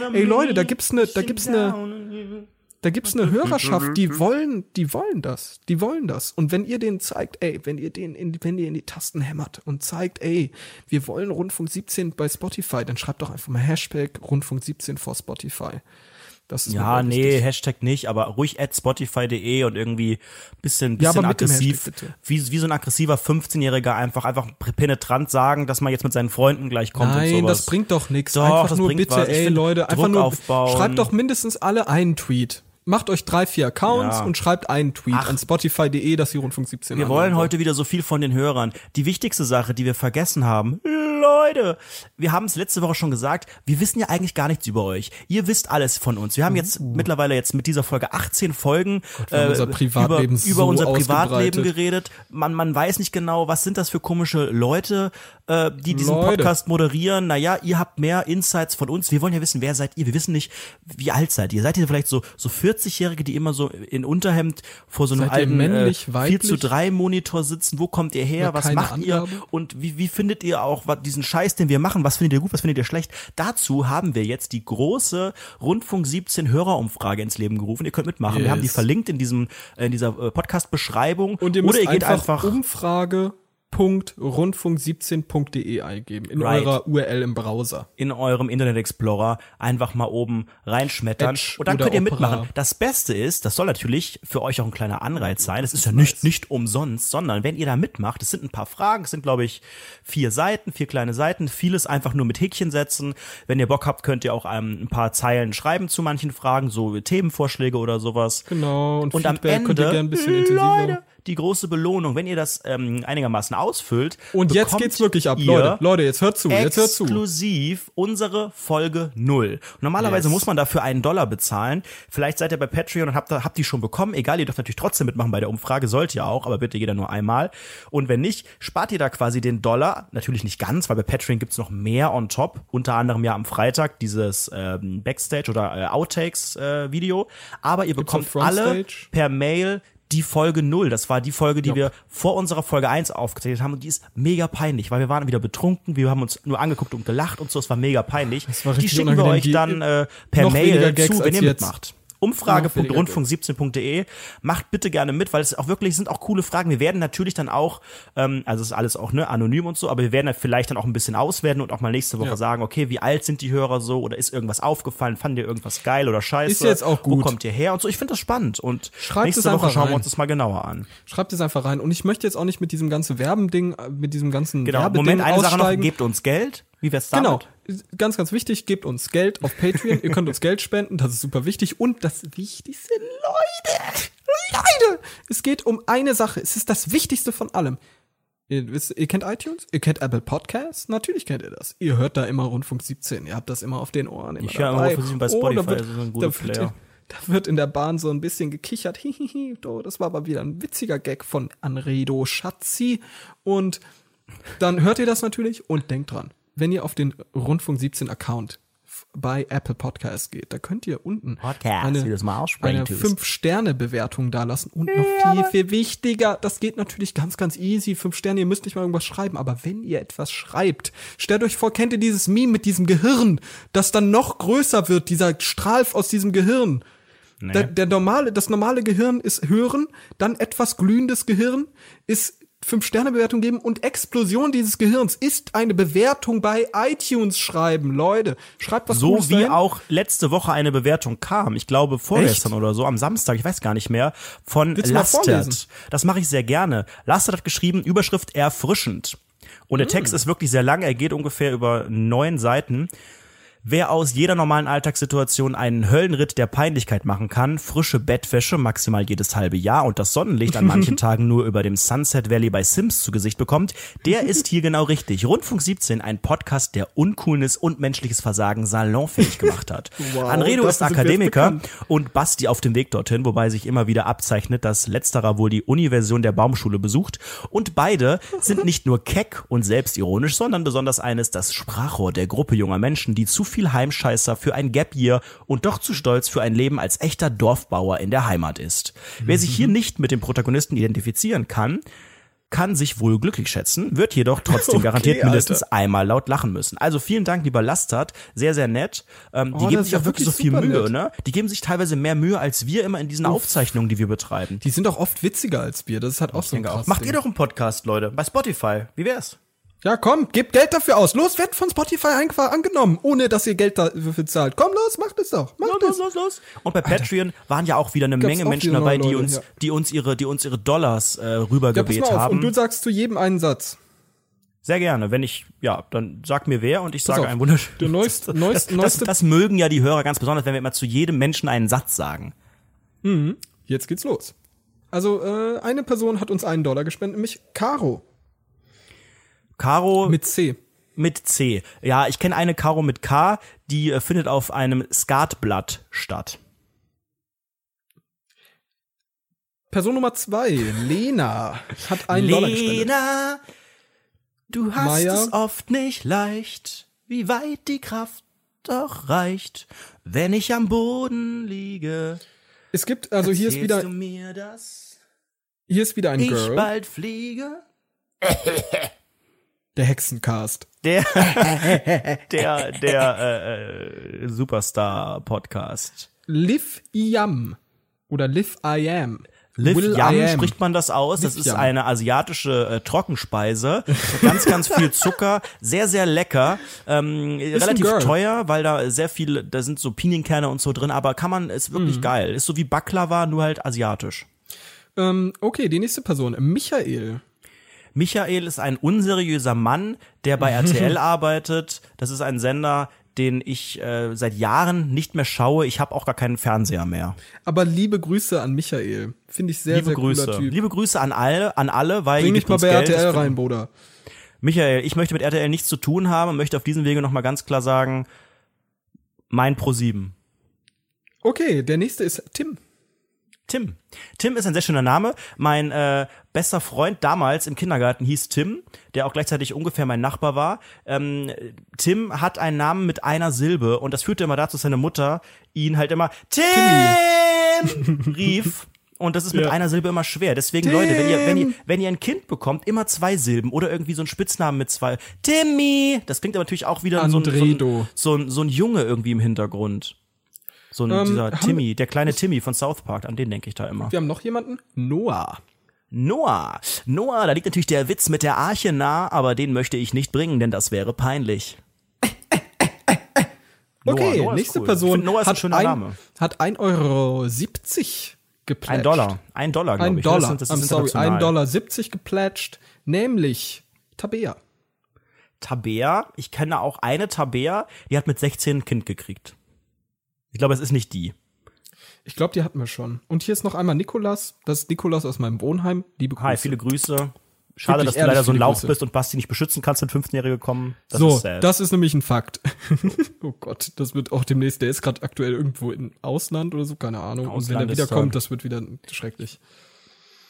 [SPEAKER 4] sagen, ey Leute, da
[SPEAKER 3] me,
[SPEAKER 4] gibt's eine, da
[SPEAKER 3] pushing
[SPEAKER 4] gibt's ne eine,
[SPEAKER 3] down
[SPEAKER 4] da gibt's eine Hörerschaft, die wollen, die wollen das, die wollen das. Und wenn ihr denen zeigt, ey, wenn ihr denen in, wenn ihr in die Tasten hämmert und zeigt, ey, wir wollen Rundfunk 17 bei Spotify, dann schreibt doch einfach mal Hashtag Rundfunk 17 vor Spotify. Das ist mir
[SPEAKER 3] ja,
[SPEAKER 4] voll
[SPEAKER 3] nee,
[SPEAKER 4] wichtig.
[SPEAKER 3] Hashtag nicht, aber ruhig at spotify.de und irgendwie bisschen,
[SPEAKER 4] Ja,
[SPEAKER 3] bisschen
[SPEAKER 4] aber mit dem
[SPEAKER 3] aggressiv,
[SPEAKER 4] Hashtag, bitte.
[SPEAKER 3] wie, wie so ein aggressiver 15-Jähriger einfach, einfach penetrant sagen, dass man jetzt mit seinen Freunden gleich kommt und
[SPEAKER 4] Nein,
[SPEAKER 3] sowas.
[SPEAKER 4] das bringt doch nichts.
[SPEAKER 3] Doch,
[SPEAKER 4] Einfach
[SPEAKER 3] das
[SPEAKER 4] nur
[SPEAKER 3] bringt
[SPEAKER 4] bitte,
[SPEAKER 3] was. Ich
[SPEAKER 4] ey
[SPEAKER 3] find,
[SPEAKER 4] Leute, einfach
[SPEAKER 3] Druck
[SPEAKER 4] nur
[SPEAKER 3] aufbauen.
[SPEAKER 4] schreibt doch mindestens alle einen Tweet. Macht euch drei, vier Accounts
[SPEAKER 3] Ja.
[SPEAKER 4] und schreibt einen Tweet an spotify.de, dass sie Rundfunk 17
[SPEAKER 3] Wir
[SPEAKER 4] anhören
[SPEAKER 3] wollen heute wieder so viel von den Hörern. Die wichtigste Sache, die wir vergessen haben, Leute, wir haben es letzte Woche schon gesagt, wir wissen ja eigentlich gar nichts über euch. Ihr wisst alles von uns. Wir haben jetzt mittlerweile jetzt mit dieser Folge 18 Folgen
[SPEAKER 4] Uh. wir haben
[SPEAKER 3] äh,
[SPEAKER 4] unser Privatleben
[SPEAKER 3] über,
[SPEAKER 4] so
[SPEAKER 3] über unser Privatleben
[SPEAKER 4] ausgebreitet.
[SPEAKER 3] geredet. Man, man weiß nicht genau, was sind das für komische Leute, äh, die diesen
[SPEAKER 4] Leute.
[SPEAKER 3] Podcast moderieren. Naja, ihr habt mehr Insights von uns. Wir wollen ja wissen, wer seid ihr? Wir wissen nicht, wie alt seid ihr? Seid ihr vielleicht so, so 40-Jährige, die immer so in Unterhemd vor so einem
[SPEAKER 4] Seid ihr
[SPEAKER 3] alten
[SPEAKER 4] männlich,
[SPEAKER 3] äh, 4
[SPEAKER 4] weiblich?
[SPEAKER 3] zu 3 Monitor sitzen? Wo kommt ihr her?
[SPEAKER 4] Oder
[SPEAKER 3] Was
[SPEAKER 4] keine
[SPEAKER 3] macht ihr?
[SPEAKER 4] Angabe?
[SPEAKER 3] Und wie, wie findet ihr auch was, diesen Scheiß, den wir machen? Was findet ihr gut? Was findet ihr schlecht? Dazu haben wir jetzt die große Rundfunk 17 Hörerumfrage ins Leben gerufen. Ihr könnt mitmachen. Wir
[SPEAKER 4] Yes.
[SPEAKER 3] haben die verlinkt in diesem äh, in dieser äh, Podcast-Beschreibung.
[SPEAKER 4] Und ihr müsst
[SPEAKER 3] Oder ihr geht
[SPEAKER 4] einfach,
[SPEAKER 3] einfach, E
[SPEAKER 4] umfrage.rundfunk17.de eingeben in
[SPEAKER 3] Right.
[SPEAKER 4] eurer URL im Browser.
[SPEAKER 3] in eurem Internet Explorer einfach mal oben reinschmettern
[SPEAKER 4] Edge
[SPEAKER 3] und dann
[SPEAKER 4] oder
[SPEAKER 3] könnt ihr
[SPEAKER 4] Opera.
[SPEAKER 3] mitmachen. Das Beste ist, das soll natürlich für euch auch ein kleiner Anreiz sein. Es ist ja nicht nicht umsonst, sondern wenn ihr da mitmacht, es sind ein paar Fragen, es sind glaube ich vier Seiten, vier kleine Seiten, vieles einfach nur mit Häkchen setzen. Wenn ihr Bock habt, könnt ihr auch ähm, ein paar Zeilen schreiben zu manchen Fragen, so Themenvorschläge oder sowas.
[SPEAKER 4] Genau, und
[SPEAKER 3] Und am
[SPEAKER 4] Feedback
[SPEAKER 3] Ende,
[SPEAKER 4] könnt ihr gerne ein bisschen intensiver.
[SPEAKER 3] Leute, die große Belohnung, wenn ihr das ähm, einigermaßen ausfüllt.
[SPEAKER 4] Und jetzt
[SPEAKER 3] bekommt
[SPEAKER 4] geht's wirklich ab,
[SPEAKER 3] ihr
[SPEAKER 4] Leute. Leute, jetzt hört zu, jetzt hört zu.
[SPEAKER 3] exklusiv unsere Folge null. Normalerweise
[SPEAKER 4] Yes.
[SPEAKER 3] muss man dafür einen Dollar bezahlen. Vielleicht seid ihr bei Patreon und habt, da- habt die schon bekommen. Egal, ihr dürft natürlich trotzdem mitmachen bei der Umfrage. Sollt ihr auch, aber bitte jeder nur einmal. Und wenn nicht, spart ihr da quasi den Dollar. Natürlich nicht ganz, weil bei Patreon gibt's noch mehr on top. Unter anderem ja am Freitag dieses ähm, Backstage- oder äh, Outtakes-Video. aber ihr
[SPEAKER 4] auch
[SPEAKER 3] bekommt alle
[SPEAKER 4] Frontstage?
[SPEAKER 3] per Mail die Folge null. Das war die Folge, die wir vor unserer Folge eins aufgezeichnet haben. Und die ist mega peinlich, weil wir waren wieder betrunken. Wir haben uns nur angeguckt und gelacht und so. Es war mega peinlich.
[SPEAKER 4] war
[SPEAKER 3] die
[SPEAKER 4] richtig
[SPEAKER 3] schicken wir
[SPEAKER 4] unangenehm.
[SPEAKER 3] euch
[SPEAKER 4] Die-
[SPEAKER 3] dann äh, per
[SPEAKER 4] noch weniger
[SPEAKER 3] Mail
[SPEAKER 4] Gags
[SPEAKER 3] zu, wenn
[SPEAKER 4] als
[SPEAKER 3] ihr
[SPEAKER 4] jetzt.
[SPEAKER 3] mitmacht. Umfrage.rundfunk17.de. E. Macht bitte gerne mit, weil es auch wirklich sind auch coole Fragen. Wir werden natürlich dann auch, ähm, also es ist alles auch ne, anonym und so, aber wir werden da vielleicht dann auch ein bisschen auswerten und auch mal nächste Woche
[SPEAKER 4] Ja.
[SPEAKER 3] sagen, okay, wie alt sind die Hörer so oder ist irgendwas aufgefallen, fanden ihr irgendwas geil oder scheiße?
[SPEAKER 4] Ist jetzt auch
[SPEAKER 3] Wo
[SPEAKER 4] gut.
[SPEAKER 3] kommt ihr her und so? Ich finde das spannend und
[SPEAKER 4] Schreibt es
[SPEAKER 3] nächste Woche
[SPEAKER 4] einfach
[SPEAKER 3] schauen wir
[SPEAKER 4] rein.
[SPEAKER 3] uns das mal genauer an.
[SPEAKER 4] Schreibt es einfach rein. Und ich möchte jetzt auch nicht mit diesem ganzen Werbending, äh, mit diesem ganzen
[SPEAKER 3] Genau.
[SPEAKER 4] Werbeding
[SPEAKER 3] Moment, eine Sache
[SPEAKER 4] aussteigen.
[SPEAKER 3] noch, gebt uns Geld. Wie wär's damit?
[SPEAKER 4] Genau. Ganz, ganz wichtig, gebt uns Geld auf Patreon. Ihr könnt uns Geld spenden, das ist super wichtig. Und das Wichtigste, Leute, Leute, es geht um eine Sache. Es ist das Wichtigste von allem. Ihr, wisst, ihr kennt iTunes, ihr kennt Apple Podcasts, natürlich kennt ihr das. Ihr hört da immer Rundfunk 17, ihr habt das immer auf den Ohren. Immer
[SPEAKER 3] Ich höre immer
[SPEAKER 4] dabei. Oh,
[SPEAKER 3] Rundfunk 17 bei
[SPEAKER 4] da
[SPEAKER 3] Spotify, das ist ein guter
[SPEAKER 4] da wird,
[SPEAKER 3] Player.
[SPEAKER 4] Da wird in der Bahn so ein bisschen gekichert. Hihihi, oh, das war aber wieder ein witziger Gag von Anredo Schatzi. Und dann hört ihr das natürlich und denkt dran, wenn ihr auf den Rundfunk 17 Account f- bei Apple Podcasts geht, da könnt ihr unten
[SPEAKER 2] Podcast, wie du es mal aussprechen
[SPEAKER 4] eine
[SPEAKER 2] tust.
[SPEAKER 4] 5-Sterne-Bewertung da lassen und noch viel, viel wichtiger, das geht natürlich ganz, ganz easy, 5 Sterne, ihr müsst nicht mal irgendwas schreiben, aber wenn ihr etwas schreibt, stellt euch vor, kennt ihr dieses Meme mit diesem Gehirn, das dann noch größer wird, dieser Strahl aus diesem Gehirn. Der, der normale, das normale Gehirn ist hören, dann etwas glühendes Gehirn ist Fünf-Sterne-Bewertung geben und Explosion dieses Gehirns ist eine Bewertung bei iTunes schreiben, Leute. Schreibt was
[SPEAKER 3] So
[SPEAKER 4] Gutes
[SPEAKER 3] wie
[SPEAKER 4] dahin.
[SPEAKER 3] auch letzte Woche eine Bewertung kam, ich glaube vorgestern oder so, am Samstag, ich weiß gar nicht mehr, von
[SPEAKER 4] Willst du mal vorlesen?
[SPEAKER 3] Lastert. Das mache ich sehr gerne. Lastert hat geschrieben, Überschrift erfrischend. Und der Text ist wirklich sehr lang, er geht ungefähr über neun Seiten. Wer aus jeder normalen Alltagssituation einen Höllenritt der Peinlichkeit machen kann, frische Bettwäsche maximal jedes halbe Jahr und das Sonnenlicht an manchen Tagen nur über dem Sunset Valley bei Sims zu Gesicht bekommt, der ist hier genau richtig. Rundfunk 17, ein Podcast, der Uncoolness und menschliches Versagen salonfähig gemacht hat. Anredo ist
[SPEAKER 4] dafür sind wir jetzt
[SPEAKER 3] Akademiker und Basti auf dem Weg dorthin, wobei sich immer wieder abzeichnet, dass letzterer wohl die Universion der Baumschule besucht. Und beide sind nicht nur keck und selbstironisch, sondern besonders eines das Sprachrohr der Gruppe junger Menschen, die zu viel Heimscheißer für ein Gap Year und doch zu stolz für ein Leben als echter Dorfbauer in der Heimat ist. Wer sich hier nicht mit dem Protagonisten identifizieren kann, kann sich wohl glücklich schätzen, wird jedoch trotzdem garantiert mindestens einmal laut lachen müssen. Also vielen Dank, lieber Lastert. Sehr, sehr nett. Ähm, die
[SPEAKER 4] Oh,
[SPEAKER 3] geben
[SPEAKER 4] das
[SPEAKER 3] sich
[SPEAKER 4] ist
[SPEAKER 3] auch wirklich so
[SPEAKER 4] wirklich
[SPEAKER 3] viel
[SPEAKER 4] super
[SPEAKER 3] Mühe,
[SPEAKER 4] nett.
[SPEAKER 3] ne? Die geben sich teilweise mehr Mühe als wir immer in diesen Aufzeichnungen, die wir betreiben.
[SPEAKER 4] Die sind auch oft witziger als wir. Das ist halt auch so ein krasses
[SPEAKER 3] Macht
[SPEAKER 4] Ding.
[SPEAKER 3] ihr doch einen Podcast, Leute, bei Spotify. Wie wär's?
[SPEAKER 4] Ja, komm, gebt Geld dafür aus. Los, wird von Spotify einfach angenommen, ohne dass ihr Geld dafür zahlt. Komm los, macht es doch. Macht es.
[SPEAKER 3] los, los. Und bei Patreon waren ja auch wieder eine
[SPEAKER 4] Gab's
[SPEAKER 3] Menge
[SPEAKER 4] auch
[SPEAKER 3] Menschen
[SPEAKER 4] wieder
[SPEAKER 3] dabei,
[SPEAKER 4] neue
[SPEAKER 3] die
[SPEAKER 4] Leute,
[SPEAKER 3] uns,
[SPEAKER 4] ja.
[SPEAKER 3] die uns ihre, die uns ihre Dollars äh, rübergebet
[SPEAKER 4] Und du
[SPEAKER 3] haben.
[SPEAKER 4] sagst zu jedem einen Satz.
[SPEAKER 3] Sehr gerne. Wenn ich, ja, dann sag mir wer und ich sage
[SPEAKER 4] auf.
[SPEAKER 3] einen wunderschönen.
[SPEAKER 4] Der neuest- neuest-
[SPEAKER 3] das, das,
[SPEAKER 4] neueste-
[SPEAKER 3] das mögen ja die Hörer ganz besonders, wenn wir immer zu jedem Menschen einen Satz sagen.
[SPEAKER 4] Jetzt geht's los. Also, äh, eine Person hat uns einen Dollar gespendet, nämlich Caro
[SPEAKER 3] Caro mit,
[SPEAKER 4] mit C.
[SPEAKER 3] C. Ja, ich kenne eine Caro mit K, die äh, findet auf einem Skatblatt statt.
[SPEAKER 4] Person Nummer zwei, Lena, hat einen Dollar gespendet.
[SPEAKER 3] du hast
[SPEAKER 4] Maya.
[SPEAKER 3] es oft nicht leicht, wie weit die Kraft doch reicht, wenn ich am Boden liege.
[SPEAKER 4] Es gibt, also hier ist
[SPEAKER 3] erzählst
[SPEAKER 4] wieder,
[SPEAKER 3] du mir, dass
[SPEAKER 4] hier ist wieder ein
[SPEAKER 3] ich
[SPEAKER 4] Girl,
[SPEAKER 3] bald fliege.
[SPEAKER 4] der Hexencast.
[SPEAKER 3] Der, der, der äh, äh, Superstar-Podcast.
[SPEAKER 4] Liv Iam. Oder Liv I Am.
[SPEAKER 3] Liv
[SPEAKER 4] Will I
[SPEAKER 3] Yam
[SPEAKER 4] Am.
[SPEAKER 3] spricht man das aus. Das
[SPEAKER 4] Liv
[SPEAKER 3] ist
[SPEAKER 4] Yam.
[SPEAKER 3] eine asiatische äh, Trockenspeise. Ganz, ganz viel Zucker. Sehr, sehr lecker. Ähm,
[SPEAKER 4] ein
[SPEAKER 3] relativ
[SPEAKER 4] Girl.
[SPEAKER 3] teuer, weil da sehr viel, da sind so Pinienkerne und so drin. Aber kann man, ist wirklich
[SPEAKER 4] Mhm.
[SPEAKER 3] geil. Ist so wie Baklava, nur halt asiatisch.
[SPEAKER 4] Ähm, okay, die nächste Person, Michael.
[SPEAKER 3] Michael ist ein unseriöser Mann, der bei RTL arbeitet. Das ist ein Sender, den ich äh, seit Jahren nicht mehr schaue. Ich habe auch gar keinen Fernseher mehr.
[SPEAKER 4] Aber liebe Grüße an Michael. Finde ich sehr,
[SPEAKER 3] Liebe
[SPEAKER 4] sehr
[SPEAKER 3] Grüße.
[SPEAKER 4] cooler Typ.
[SPEAKER 3] Liebe Grüße an alle, an alle, weil ihr
[SPEAKER 4] Bring mich
[SPEAKER 3] gebt
[SPEAKER 4] mal
[SPEAKER 3] uns
[SPEAKER 4] bei
[SPEAKER 3] Geld. Das
[SPEAKER 4] RTL
[SPEAKER 3] finden-
[SPEAKER 4] rein, Bruder.
[SPEAKER 3] Michael, ich möchte mit RTL nichts zu tun haben und möchte auf diesem Wege nochmal ganz klar sagen, mein Pro7.
[SPEAKER 4] Okay, der nächste ist Tim.
[SPEAKER 3] Tim. Tim ist ein sehr schöner Name. Mein äh, bester Freund damals im Kindergarten hieß Tim, der auch gleichzeitig ungefähr mein Nachbar war. Ähm, Tim hat einen Namen mit einer Silbe und das führte immer dazu, dass seine Mutter ihn halt immer Tim rief. Und das ist mit einer Silbe immer schwer. Deswegen, Leute, wenn ihr, wenn, ihr, wenn ihr ein Kind bekommt, immer zwei Silben oder irgendwie so einen Spitznamen mit zwei. Timmy! Das klingt aber natürlich auch wieder so ein, so, ein,
[SPEAKER 4] Andredo.
[SPEAKER 3] so, ein, so ein Junge irgendwie im Hintergrund. So ein,
[SPEAKER 4] Ähm,
[SPEAKER 3] dieser
[SPEAKER 4] haben-
[SPEAKER 3] Timmy, der kleine Timmy von South Park, an den denke ich da immer.
[SPEAKER 4] Wir haben noch jemanden? Noah.
[SPEAKER 3] Noah. Noah, da liegt natürlich der Witz mit der Arche nah, aber den möchte ich nicht bringen, denn das wäre peinlich.
[SPEAKER 4] Okay,
[SPEAKER 3] Noah ist
[SPEAKER 4] nächste
[SPEAKER 3] cool. Ich
[SPEAKER 4] Person
[SPEAKER 3] find, Noah ist ein
[SPEAKER 4] hat,
[SPEAKER 3] schöner
[SPEAKER 4] ein,
[SPEAKER 3] Name.
[SPEAKER 4] hat 1,70 Euro geplätscht.
[SPEAKER 3] Ein Dollar. Ein Dollar, glaube
[SPEAKER 4] Ein
[SPEAKER 3] ich. ne? Das
[SPEAKER 4] Dollar.
[SPEAKER 3] ist- das
[SPEAKER 4] I'm
[SPEAKER 3] ist
[SPEAKER 4] sorry,
[SPEAKER 3] international.
[SPEAKER 4] 1,70 Dollar geplätscht. Nämlich Tabea.
[SPEAKER 3] Tabea, ich kenne auch eine Tabea, die hat mit 16 ein Kind gekriegt. Ich glaube, es ist nicht die.
[SPEAKER 4] Ich glaube, die hatten wir schon. Und hier ist noch einmal Nikolas. Das ist Nikolas aus meinem Wohnheim. Liebe Grüße.
[SPEAKER 3] Hi, viele Grüße. Schade,
[SPEAKER 4] Wirklich
[SPEAKER 3] dass du
[SPEAKER 4] ehrlich,
[SPEAKER 3] leider so ein
[SPEAKER 4] viele
[SPEAKER 3] Lauch
[SPEAKER 4] Grüße.
[SPEAKER 3] bist und Basti nicht beschützen kannst, wenn 15-Jährige kommen. Das
[SPEAKER 4] so,
[SPEAKER 3] ist sad.
[SPEAKER 4] das ist nämlich ein Fakt. oh Gott, das wird auch demnächst, der ist gerade aktuell irgendwo im Ausland oder so, keine Ahnung. Und wenn
[SPEAKER 3] Ausland
[SPEAKER 4] er
[SPEAKER 3] ist
[SPEAKER 4] wiederkommt,
[SPEAKER 3] toll.
[SPEAKER 4] das wird wieder schrecklich.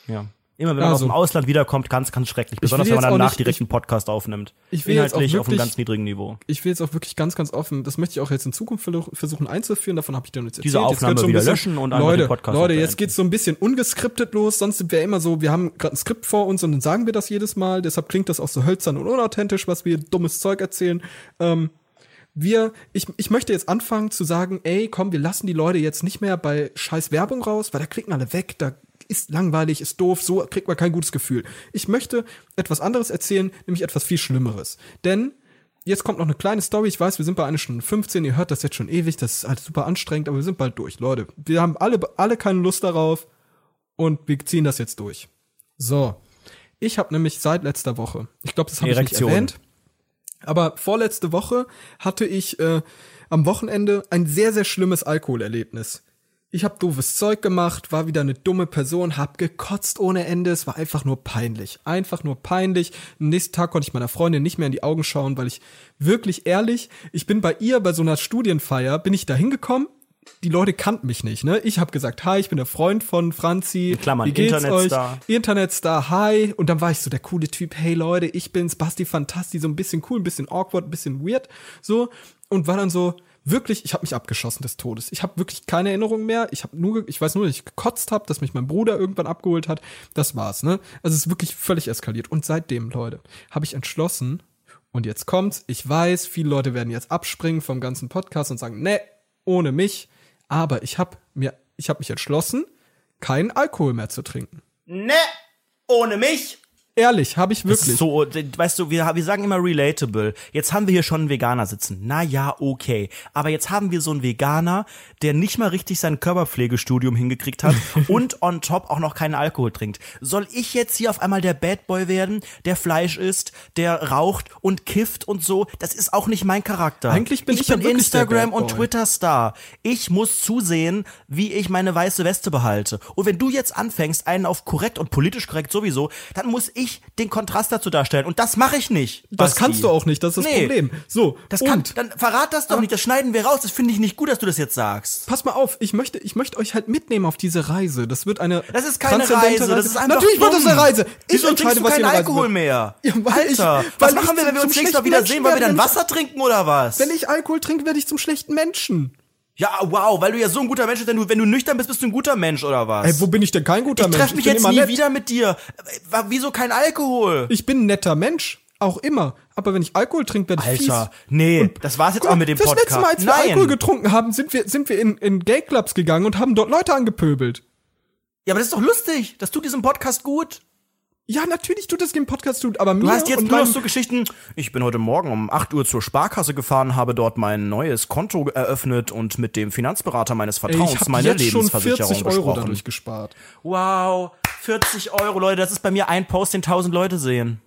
[SPEAKER 3] ja. Immer wenn man aus
[SPEAKER 4] Also.
[SPEAKER 3] dem Ausland wiederkommt, ganz, ganz schrecklich. Besonders
[SPEAKER 4] will
[SPEAKER 3] wenn man
[SPEAKER 4] jetzt auch
[SPEAKER 3] danach
[SPEAKER 4] nicht-
[SPEAKER 3] direkt
[SPEAKER 4] ich-
[SPEAKER 3] einen Podcast aufnimmt.
[SPEAKER 4] ich will jetzt auch
[SPEAKER 3] Inhaltlich auf einem
[SPEAKER 4] wirklich-
[SPEAKER 3] ganz niedrigen Niveau.
[SPEAKER 4] Ich will jetzt auch wirklich ganz, ganz offen, das möchte ich auch jetzt in Zukunft verlo- versuchen einzuführen, davon habe ich dir noch jetzt erzählt.
[SPEAKER 3] Diese
[SPEAKER 4] jetzt
[SPEAKER 3] Aufnahme
[SPEAKER 4] wird's
[SPEAKER 3] wieder
[SPEAKER 4] bisschen,
[SPEAKER 3] löschen und einfach
[SPEAKER 4] Leute,
[SPEAKER 3] den Podcast
[SPEAKER 4] Leute,
[SPEAKER 3] auch
[SPEAKER 4] jetzt geht's so ein bisschen ungeskriptet los, sonst sind wir immer so, wir haben gerade ein Skript vor uns und dann sagen wir das jedes Mal, deshalb klingt das auch so hölzern und unauthentisch, was wir dummes Zeug erzählen. Ähm, wir, ich, ich möchte jetzt anfangen zu sagen, ey, komm, wir lassen die Leute jetzt nicht mehr bei scheiß Werbung raus, weil da klicken alle weg, da ist langweilig, ist doof, so kriegt man kein gutes Gefühl. Ich möchte etwas anderes erzählen, nämlich etwas viel Schlimmeres. Denn jetzt kommt noch eine kleine Story, ich weiß, wir sind bei einer Stunde 15, ihr hört das jetzt schon ewig, das ist halt super anstrengend, aber wir sind bald durch, Leute. Wir haben alle, alle keine Lust darauf und wir ziehen das jetzt durch. So. Ich habe nämlich seit letzter Woche, ich glaube, das habe ich nicht
[SPEAKER 3] Erektion.
[SPEAKER 4] erwähnt, aber vorletzte Woche hatte ich äh, am Wochenende ein sehr, sehr schlimmes Alkoholerlebnis. Ich habe doofes Zeug gemacht, war wieder eine dumme Person, hab gekotzt ohne Ende, es war einfach nur peinlich. Einfach nur peinlich. Am nächsten Tag konnte ich meiner Freundin nicht mehr in die Augen schauen, weil ich wirklich ehrlich, ich bin bei ihr bei so einer Studienfeier, bin ich da hingekommen, die Leute kannten mich nicht, ne? Ich habe gesagt, hi, ich bin der Freund von Franzi.
[SPEAKER 3] Klammern,
[SPEAKER 4] wie geht's
[SPEAKER 3] Internetstar.
[SPEAKER 4] euch? Internetstar, hi. Und dann war ich so der coole Typ, hey Leute, ich bin's, Basti Fantasti, so ein bisschen cool, ein bisschen awkward, ein bisschen weird, so. Und war dann so, wirklich, ich habe mich abgeschossen des Todes. Ich habe wirklich keine Erinnerung mehr. Ich habe nur, ge- ich weiß nur, dass ich gekotzt habe, dass mich mein Bruder irgendwann abgeholt hat. Das war's, ne? Also es ist wirklich völlig eskaliert. Und seitdem, Leute, habe ich entschlossen, und jetzt kommt's, ich weiß, viele Leute werden jetzt abspringen vom ganzen Podcast und sagen, nee, ohne mich. Aber ich habe mir, ich habe mich entschlossen, keinen Alkohol mehr zu trinken.
[SPEAKER 3] Ne, ohne mich.
[SPEAKER 4] Ehrlich, habe ich
[SPEAKER 3] Das ist
[SPEAKER 4] wirklich.
[SPEAKER 3] so, weißt du, wir, wir sagen immer relatable. Jetzt haben wir hier schon einen Veganer sitzen. Naja, okay. Aber jetzt haben wir so einen Veganer, der nicht mal richtig sein Körperpflegestudium hingekriegt hat und on top auch noch keinen Alkohol trinkt. Soll ich jetzt hier auf einmal der Bad Boy werden, der Fleisch isst, der raucht und kifft und so? Das ist auch nicht mein Charakter.
[SPEAKER 4] Eigentlich bin ich ja
[SPEAKER 3] bin
[SPEAKER 4] wirklich
[SPEAKER 3] Instagram
[SPEAKER 4] der Bad
[SPEAKER 3] und
[SPEAKER 4] Boy.
[SPEAKER 3] Twitter-Star. Ich muss zusehen, wie ich meine weiße Weste behalte. Und wenn du jetzt anfängst, einen auf korrekt und politisch korrekt sowieso, dann muss ich den Kontrast dazu darstellen. Und das mache ich nicht.
[SPEAKER 4] das
[SPEAKER 3] Basti.
[SPEAKER 4] kannst du auch nicht, das ist das
[SPEAKER 3] Nee.
[SPEAKER 4] Problem. So,
[SPEAKER 3] Das kann,
[SPEAKER 4] und-
[SPEAKER 3] dann verrat das doch nicht, das schneiden wir raus. Das finde ich nicht gut, dass du das jetzt sagst.
[SPEAKER 4] Pass mal auf, ich möchte, ich möchte euch halt mitnehmen auf diese Reise. Das wird eine.
[SPEAKER 3] Das ist keine
[SPEAKER 4] transzendente
[SPEAKER 3] Reise, das ist einfach
[SPEAKER 4] Natürlich wird das
[SPEAKER 3] dumm.
[SPEAKER 4] eine Reise. Ich
[SPEAKER 3] Wieso
[SPEAKER 4] entscheide,
[SPEAKER 3] trinkst du
[SPEAKER 4] was hier
[SPEAKER 3] keinen
[SPEAKER 4] eine Reise
[SPEAKER 3] Alkohol
[SPEAKER 4] wird.
[SPEAKER 3] mehr?
[SPEAKER 4] Ja, weil ich-
[SPEAKER 3] Alter,
[SPEAKER 4] weil
[SPEAKER 3] was
[SPEAKER 4] ich
[SPEAKER 3] machen
[SPEAKER 4] zum- zum
[SPEAKER 3] wir, wenn wir uns nächstes Mal
[SPEAKER 4] schlechten
[SPEAKER 3] wieder
[SPEAKER 4] Menschen
[SPEAKER 3] sehen? Wollen wir
[SPEAKER 4] werde,
[SPEAKER 3] dann
[SPEAKER 4] wenn ich-
[SPEAKER 3] Wasser trinken oder was?
[SPEAKER 4] Wenn ich Alkohol trinke, werde ich zum schlechten Menschen.
[SPEAKER 3] ja, wow, weil du ja so ein guter Mensch bist. Wenn du, wenn du nüchtern bist, bist du ein guter Mensch oder was?
[SPEAKER 4] Ey, wo bin ich denn kein guter
[SPEAKER 3] ich
[SPEAKER 4] Mensch?
[SPEAKER 3] treffe mich
[SPEAKER 4] bin
[SPEAKER 3] jetzt
[SPEAKER 4] immer
[SPEAKER 3] nie
[SPEAKER 4] nett.
[SPEAKER 3] wieder mit dir. Äh, Wieso kein Alkohol?
[SPEAKER 4] Ich bin ein netter Mensch, auch immer. Aber wenn ich Alkohol trinke, werde ich
[SPEAKER 3] Alter,
[SPEAKER 4] fies.
[SPEAKER 3] nee, das war's jetzt
[SPEAKER 4] Guck
[SPEAKER 3] auch
[SPEAKER 4] mal,
[SPEAKER 3] mit dem
[SPEAKER 4] das
[SPEAKER 3] Podcast.
[SPEAKER 4] letzte Mal, als wir
[SPEAKER 3] Nein.
[SPEAKER 4] Alkohol getrunken haben, sind wir, sind wir in, in Gay-Clubs gegangen und haben dort Leute angepöbelt.
[SPEAKER 3] ja, aber das ist doch lustig. Das tut diesem Podcast gut.
[SPEAKER 4] Ja, natürlich tut das dem Podcast tut, aber mir
[SPEAKER 3] Du hast jetzt
[SPEAKER 4] und
[SPEAKER 3] nur noch
[SPEAKER 4] meinem-
[SPEAKER 3] so Geschichten. Ich bin heute Morgen um 8 Uhr zur Sparkasse gefahren, habe dort mein neues Konto eröffnet und mit dem Finanzberater meines
[SPEAKER 4] Ey,
[SPEAKER 3] Vertrauens
[SPEAKER 4] ich habe
[SPEAKER 3] meine
[SPEAKER 4] jetzt schon
[SPEAKER 3] Lebensversicherung
[SPEAKER 4] 40 Euro
[SPEAKER 3] besprochen.
[SPEAKER 4] dadurch gespart.
[SPEAKER 3] Wow, 40 Euro, Leute. Das ist bei mir ein Post, den 1000 Leute sehen.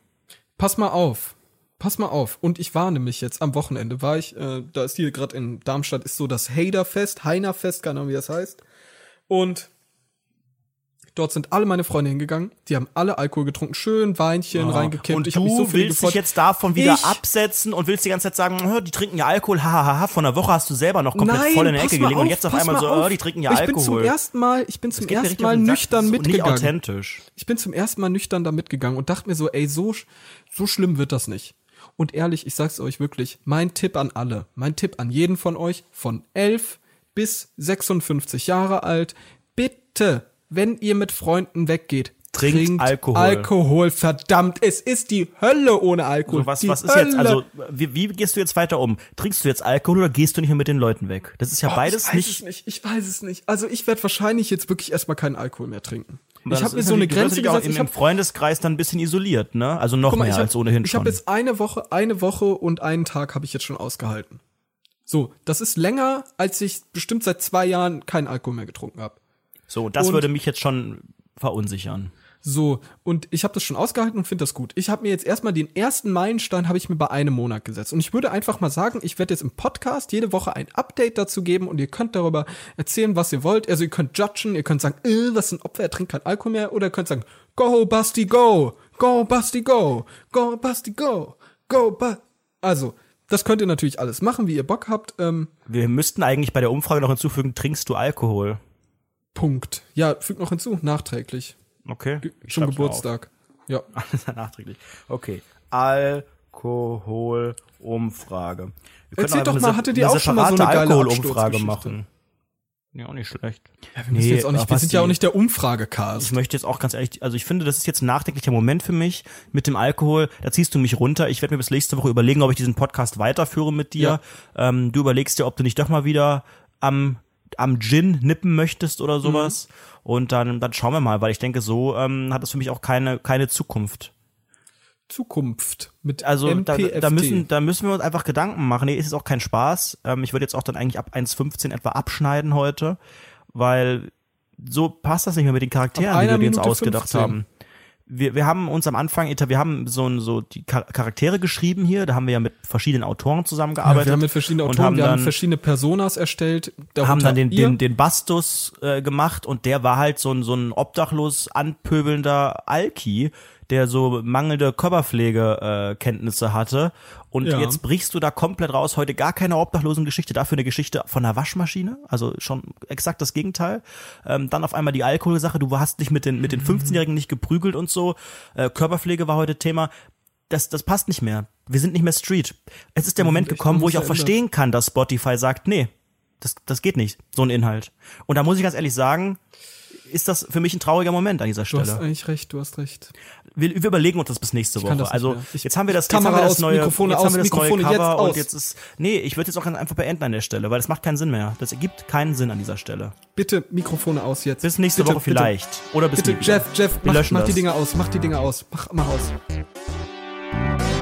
[SPEAKER 4] Pass mal auf. Pass mal auf. Und ich war nämlich jetzt am Wochenende, war ich, äh, da ist hier gerade in Darmstadt, ist so das Haderfest, Heinerfest, keine Ahnung, wie das heißt. Und dort sind alle meine Freunde hingegangen. Die haben alle Alkohol getrunken, schön Weinchen reingekippt.
[SPEAKER 3] Oh. Und
[SPEAKER 4] ich
[SPEAKER 3] du
[SPEAKER 4] hab mich so viel
[SPEAKER 3] willst
[SPEAKER 4] gefreut.
[SPEAKER 3] dich jetzt davon wieder
[SPEAKER 4] Ich-
[SPEAKER 3] absetzen und willst die ganze Zeit sagen, "Hö, die trinken ja Alkohol, hahaha, von der Woche hast du selber noch komplett
[SPEAKER 4] Nein,
[SPEAKER 3] voll in der
[SPEAKER 4] pass
[SPEAKER 3] Ecke
[SPEAKER 4] mal
[SPEAKER 3] gelegen und jetzt auf
[SPEAKER 4] pass
[SPEAKER 3] einmal
[SPEAKER 4] mal
[SPEAKER 3] so,
[SPEAKER 4] auf.
[SPEAKER 3] "Oh, die trinken ja
[SPEAKER 4] ich
[SPEAKER 3] Alkohol.
[SPEAKER 4] bin zum ersten Mal, ich bin zum
[SPEAKER 3] Geht mir
[SPEAKER 4] ersten
[SPEAKER 3] richtig
[SPEAKER 4] Mal
[SPEAKER 3] auf den Sack. Das
[SPEAKER 4] nüchtern
[SPEAKER 3] ist Nicht
[SPEAKER 4] mitgegangen.
[SPEAKER 3] authentisch.
[SPEAKER 4] Ich bin zum ersten Mal nüchtern da mitgegangen und dachte mir so, ey, so, sch- so schlimm wird das nicht. Und ehrlich, ich sag's euch wirklich, mein Tipp an alle, mein Tipp an jeden von euch, von 11 bis 56 Jahre alt, bitte, wenn ihr mit Freunden weggeht,
[SPEAKER 3] Trinkt, Alkohol.
[SPEAKER 4] Alkohol, verdammt, es ist die Hölle ohne Alkohol.
[SPEAKER 3] So, was,
[SPEAKER 4] die
[SPEAKER 3] was ist
[SPEAKER 4] Hölle.
[SPEAKER 3] jetzt? Also, wie, wie gehst du jetzt weiter um? Trinkst du jetzt Alkohol oder gehst du nicht mehr mit den Leuten weg? Das ist ja
[SPEAKER 4] Oh,
[SPEAKER 3] beides
[SPEAKER 4] ich weiß
[SPEAKER 3] nicht.
[SPEAKER 4] Es nicht. Ich weiß es nicht. Also ich werde wahrscheinlich jetzt wirklich erstmal keinen Alkohol mehr trinken.
[SPEAKER 3] Das
[SPEAKER 4] ich habe mir
[SPEAKER 3] ist
[SPEAKER 4] so eine
[SPEAKER 3] natürlich- du wirst
[SPEAKER 4] Grenze
[SPEAKER 3] dich auch
[SPEAKER 4] gesetzt.
[SPEAKER 3] im,
[SPEAKER 4] Ich
[SPEAKER 3] im
[SPEAKER 4] hab,
[SPEAKER 3] Freundeskreis dann ein bisschen isoliert, ne? Also noch
[SPEAKER 4] guck mal,
[SPEAKER 3] mehr
[SPEAKER 4] ich hab,
[SPEAKER 3] als ohnehin
[SPEAKER 4] ich
[SPEAKER 3] schon.
[SPEAKER 4] habe jetzt eine Woche, eine Woche und einen Tag habe ich jetzt schon ausgehalten. So, das ist länger, als ich bestimmt seit zwei Jahren keinen Alkohol mehr getrunken habe.
[SPEAKER 3] so, das
[SPEAKER 4] und-
[SPEAKER 3] würde mich jetzt schon verunsichern.
[SPEAKER 4] So, und ich habe das schon ausgehalten und finde das gut. Ich habe mir jetzt erstmal den ersten Meilenstein habe ich mir bei einem Monat gesetzt. Und ich würde einfach mal sagen, ich werde jetzt im Podcast jede Woche ein Update dazu geben und ihr könnt darüber erzählen, was ihr wollt. Also ihr könnt judgen, ihr könnt sagen, äh, was ist ein Opfer, er trinkt kein Alkohol mehr. Oder ihr könnt sagen, go, Basti, go, go, Basti, go, go, Basti, go, go, Basti. Also, das könnt ihr natürlich alles machen, wie ihr Bock habt. Ähm,
[SPEAKER 3] Wir müssten eigentlich bei der Umfrage noch hinzufügen, trinkst du Alkohol?
[SPEAKER 4] Punkt. Ja, fügt noch hinzu, nachträglich.
[SPEAKER 3] Okay. ich
[SPEAKER 4] Zum
[SPEAKER 3] schreib's mir auf.
[SPEAKER 4] Geburtstag. Ja.
[SPEAKER 3] Alles nachträglich. Okay. Alkoholumfrage. Wir können
[SPEAKER 4] Erzähl
[SPEAKER 3] einfach
[SPEAKER 4] doch
[SPEAKER 3] eine
[SPEAKER 4] mal,
[SPEAKER 3] se-
[SPEAKER 4] hattet ihr auch schon mal so
[SPEAKER 3] separate
[SPEAKER 4] eine geile
[SPEAKER 3] Alkoholumfrage
[SPEAKER 4] Absturzgeschichte?
[SPEAKER 3] machen? Ja, auch nicht schlecht. Ja,
[SPEAKER 4] Wir, müssen jetzt auch nicht, wir sind ja auch nicht der Umfragecast.
[SPEAKER 3] äh, Ich möchte jetzt auch ganz ehrlich, also ich finde, das ist jetzt ein nachdenklicher Moment für mich mit dem Alkohol. Da ziehst du mich runter. Ich werde mir bis nächste Woche überlegen, ob ich diesen Podcast weiterführe mit dir. Ähm, du überlegst dir, ob du nicht doch mal wieder am am Gin nippen möchtest oder sowas. Und dann, dann schauen wir mal, weil ich denke, so ähm, hat das für mich auch keine, keine Zukunft.
[SPEAKER 4] Zukunft mit
[SPEAKER 3] Also da,
[SPEAKER 4] MPFT.
[SPEAKER 3] da, müssen, da müssen wir uns einfach Gedanken machen. Nee, es ist auch kein Spaß. Ähm, ich würde jetzt auch dann eigentlich ab 1.15 etwa abschneiden heute, weil so passt das nicht mehr mit den Charakteren,
[SPEAKER 4] Ab
[SPEAKER 3] die wir
[SPEAKER 4] einer
[SPEAKER 3] uns
[SPEAKER 4] Minute
[SPEAKER 3] ausgedacht
[SPEAKER 4] 15.
[SPEAKER 3] haben. Wir, wir haben uns am Anfang, Eta- wir haben so, ein- so die Char- Charaktere geschrieben hier, da haben wir ja mit verschiedenen Autoren zusammengearbeitet.
[SPEAKER 4] wir haben mit verschiedenen
[SPEAKER 3] und
[SPEAKER 4] Autoren,
[SPEAKER 3] haben
[SPEAKER 4] wir haben
[SPEAKER 3] dann-
[SPEAKER 4] verschiedene Personas erstellt. darunter
[SPEAKER 3] haben dann den,
[SPEAKER 4] ihr.
[SPEAKER 3] den, den Bastus äh, gemacht und der war halt so ein, so ein obdachlos anpöbelnder Alki, der so mangelnde Körperpflegekenntnisse äh, Kenntnisse hatte. Und
[SPEAKER 4] Ja.
[SPEAKER 3] jetzt brichst du da komplett raus. Heute gar keine obdachlosen Geschichte, dafür eine Geschichte von einer Waschmaschine. Also schon exakt das Gegenteil. Ähm, dann auf einmal die Alkoholsache. Du hast dich mit den, mit den
[SPEAKER 4] Mhm.
[SPEAKER 3] 15-Jährigen nicht geprügelt und so. Äh, Körperpflege war heute Thema. Das, das passt nicht mehr. Wir sind nicht mehr Street. Es ist der Moment
[SPEAKER 4] echt
[SPEAKER 3] gekommen, wo ich auch
[SPEAKER 4] verändert.
[SPEAKER 3] verstehen kann, dass Spotify sagt, nee, das, das geht nicht, so ein Inhalt. Und da muss ich ganz ehrlich sagen, ist das für mich ein trauriger Moment an dieser
[SPEAKER 4] Du hast
[SPEAKER 3] Stelle.
[SPEAKER 4] eigentlich recht, du hast recht.
[SPEAKER 3] Wir, wir überlegen uns das bis nächste
[SPEAKER 4] kann
[SPEAKER 3] Woche.
[SPEAKER 4] das nicht
[SPEAKER 3] Also
[SPEAKER 4] mehr. Ich-
[SPEAKER 3] jetzt haben wir das, jetzt
[SPEAKER 4] Kamera
[SPEAKER 3] haben wir das
[SPEAKER 4] aus,
[SPEAKER 3] neue,
[SPEAKER 4] Mikrofone
[SPEAKER 3] jetzt
[SPEAKER 4] aus,
[SPEAKER 3] haben wir das
[SPEAKER 4] Mikrofone
[SPEAKER 3] neue
[SPEAKER 4] jetzt
[SPEAKER 3] Cover
[SPEAKER 4] aus.
[SPEAKER 3] und jetzt ist nee, ich würde jetzt auch ganz einfach beenden an der Stelle, weil das macht keinen Sinn mehr. Das ergibt keinen Sinn an dieser Stelle.
[SPEAKER 4] Bitte Mikrofone aus jetzt.
[SPEAKER 3] Bis nächste
[SPEAKER 4] bitte,
[SPEAKER 3] Woche vielleicht oder bis
[SPEAKER 4] Bitte,
[SPEAKER 3] nie
[SPEAKER 4] bitte
[SPEAKER 3] wieder.
[SPEAKER 4] Jeff, Jeff,
[SPEAKER 3] Wir
[SPEAKER 4] mach,
[SPEAKER 3] löschen
[SPEAKER 4] mach die
[SPEAKER 3] das.
[SPEAKER 4] Dinger aus, mach die Dinger aus, mach, mach aus.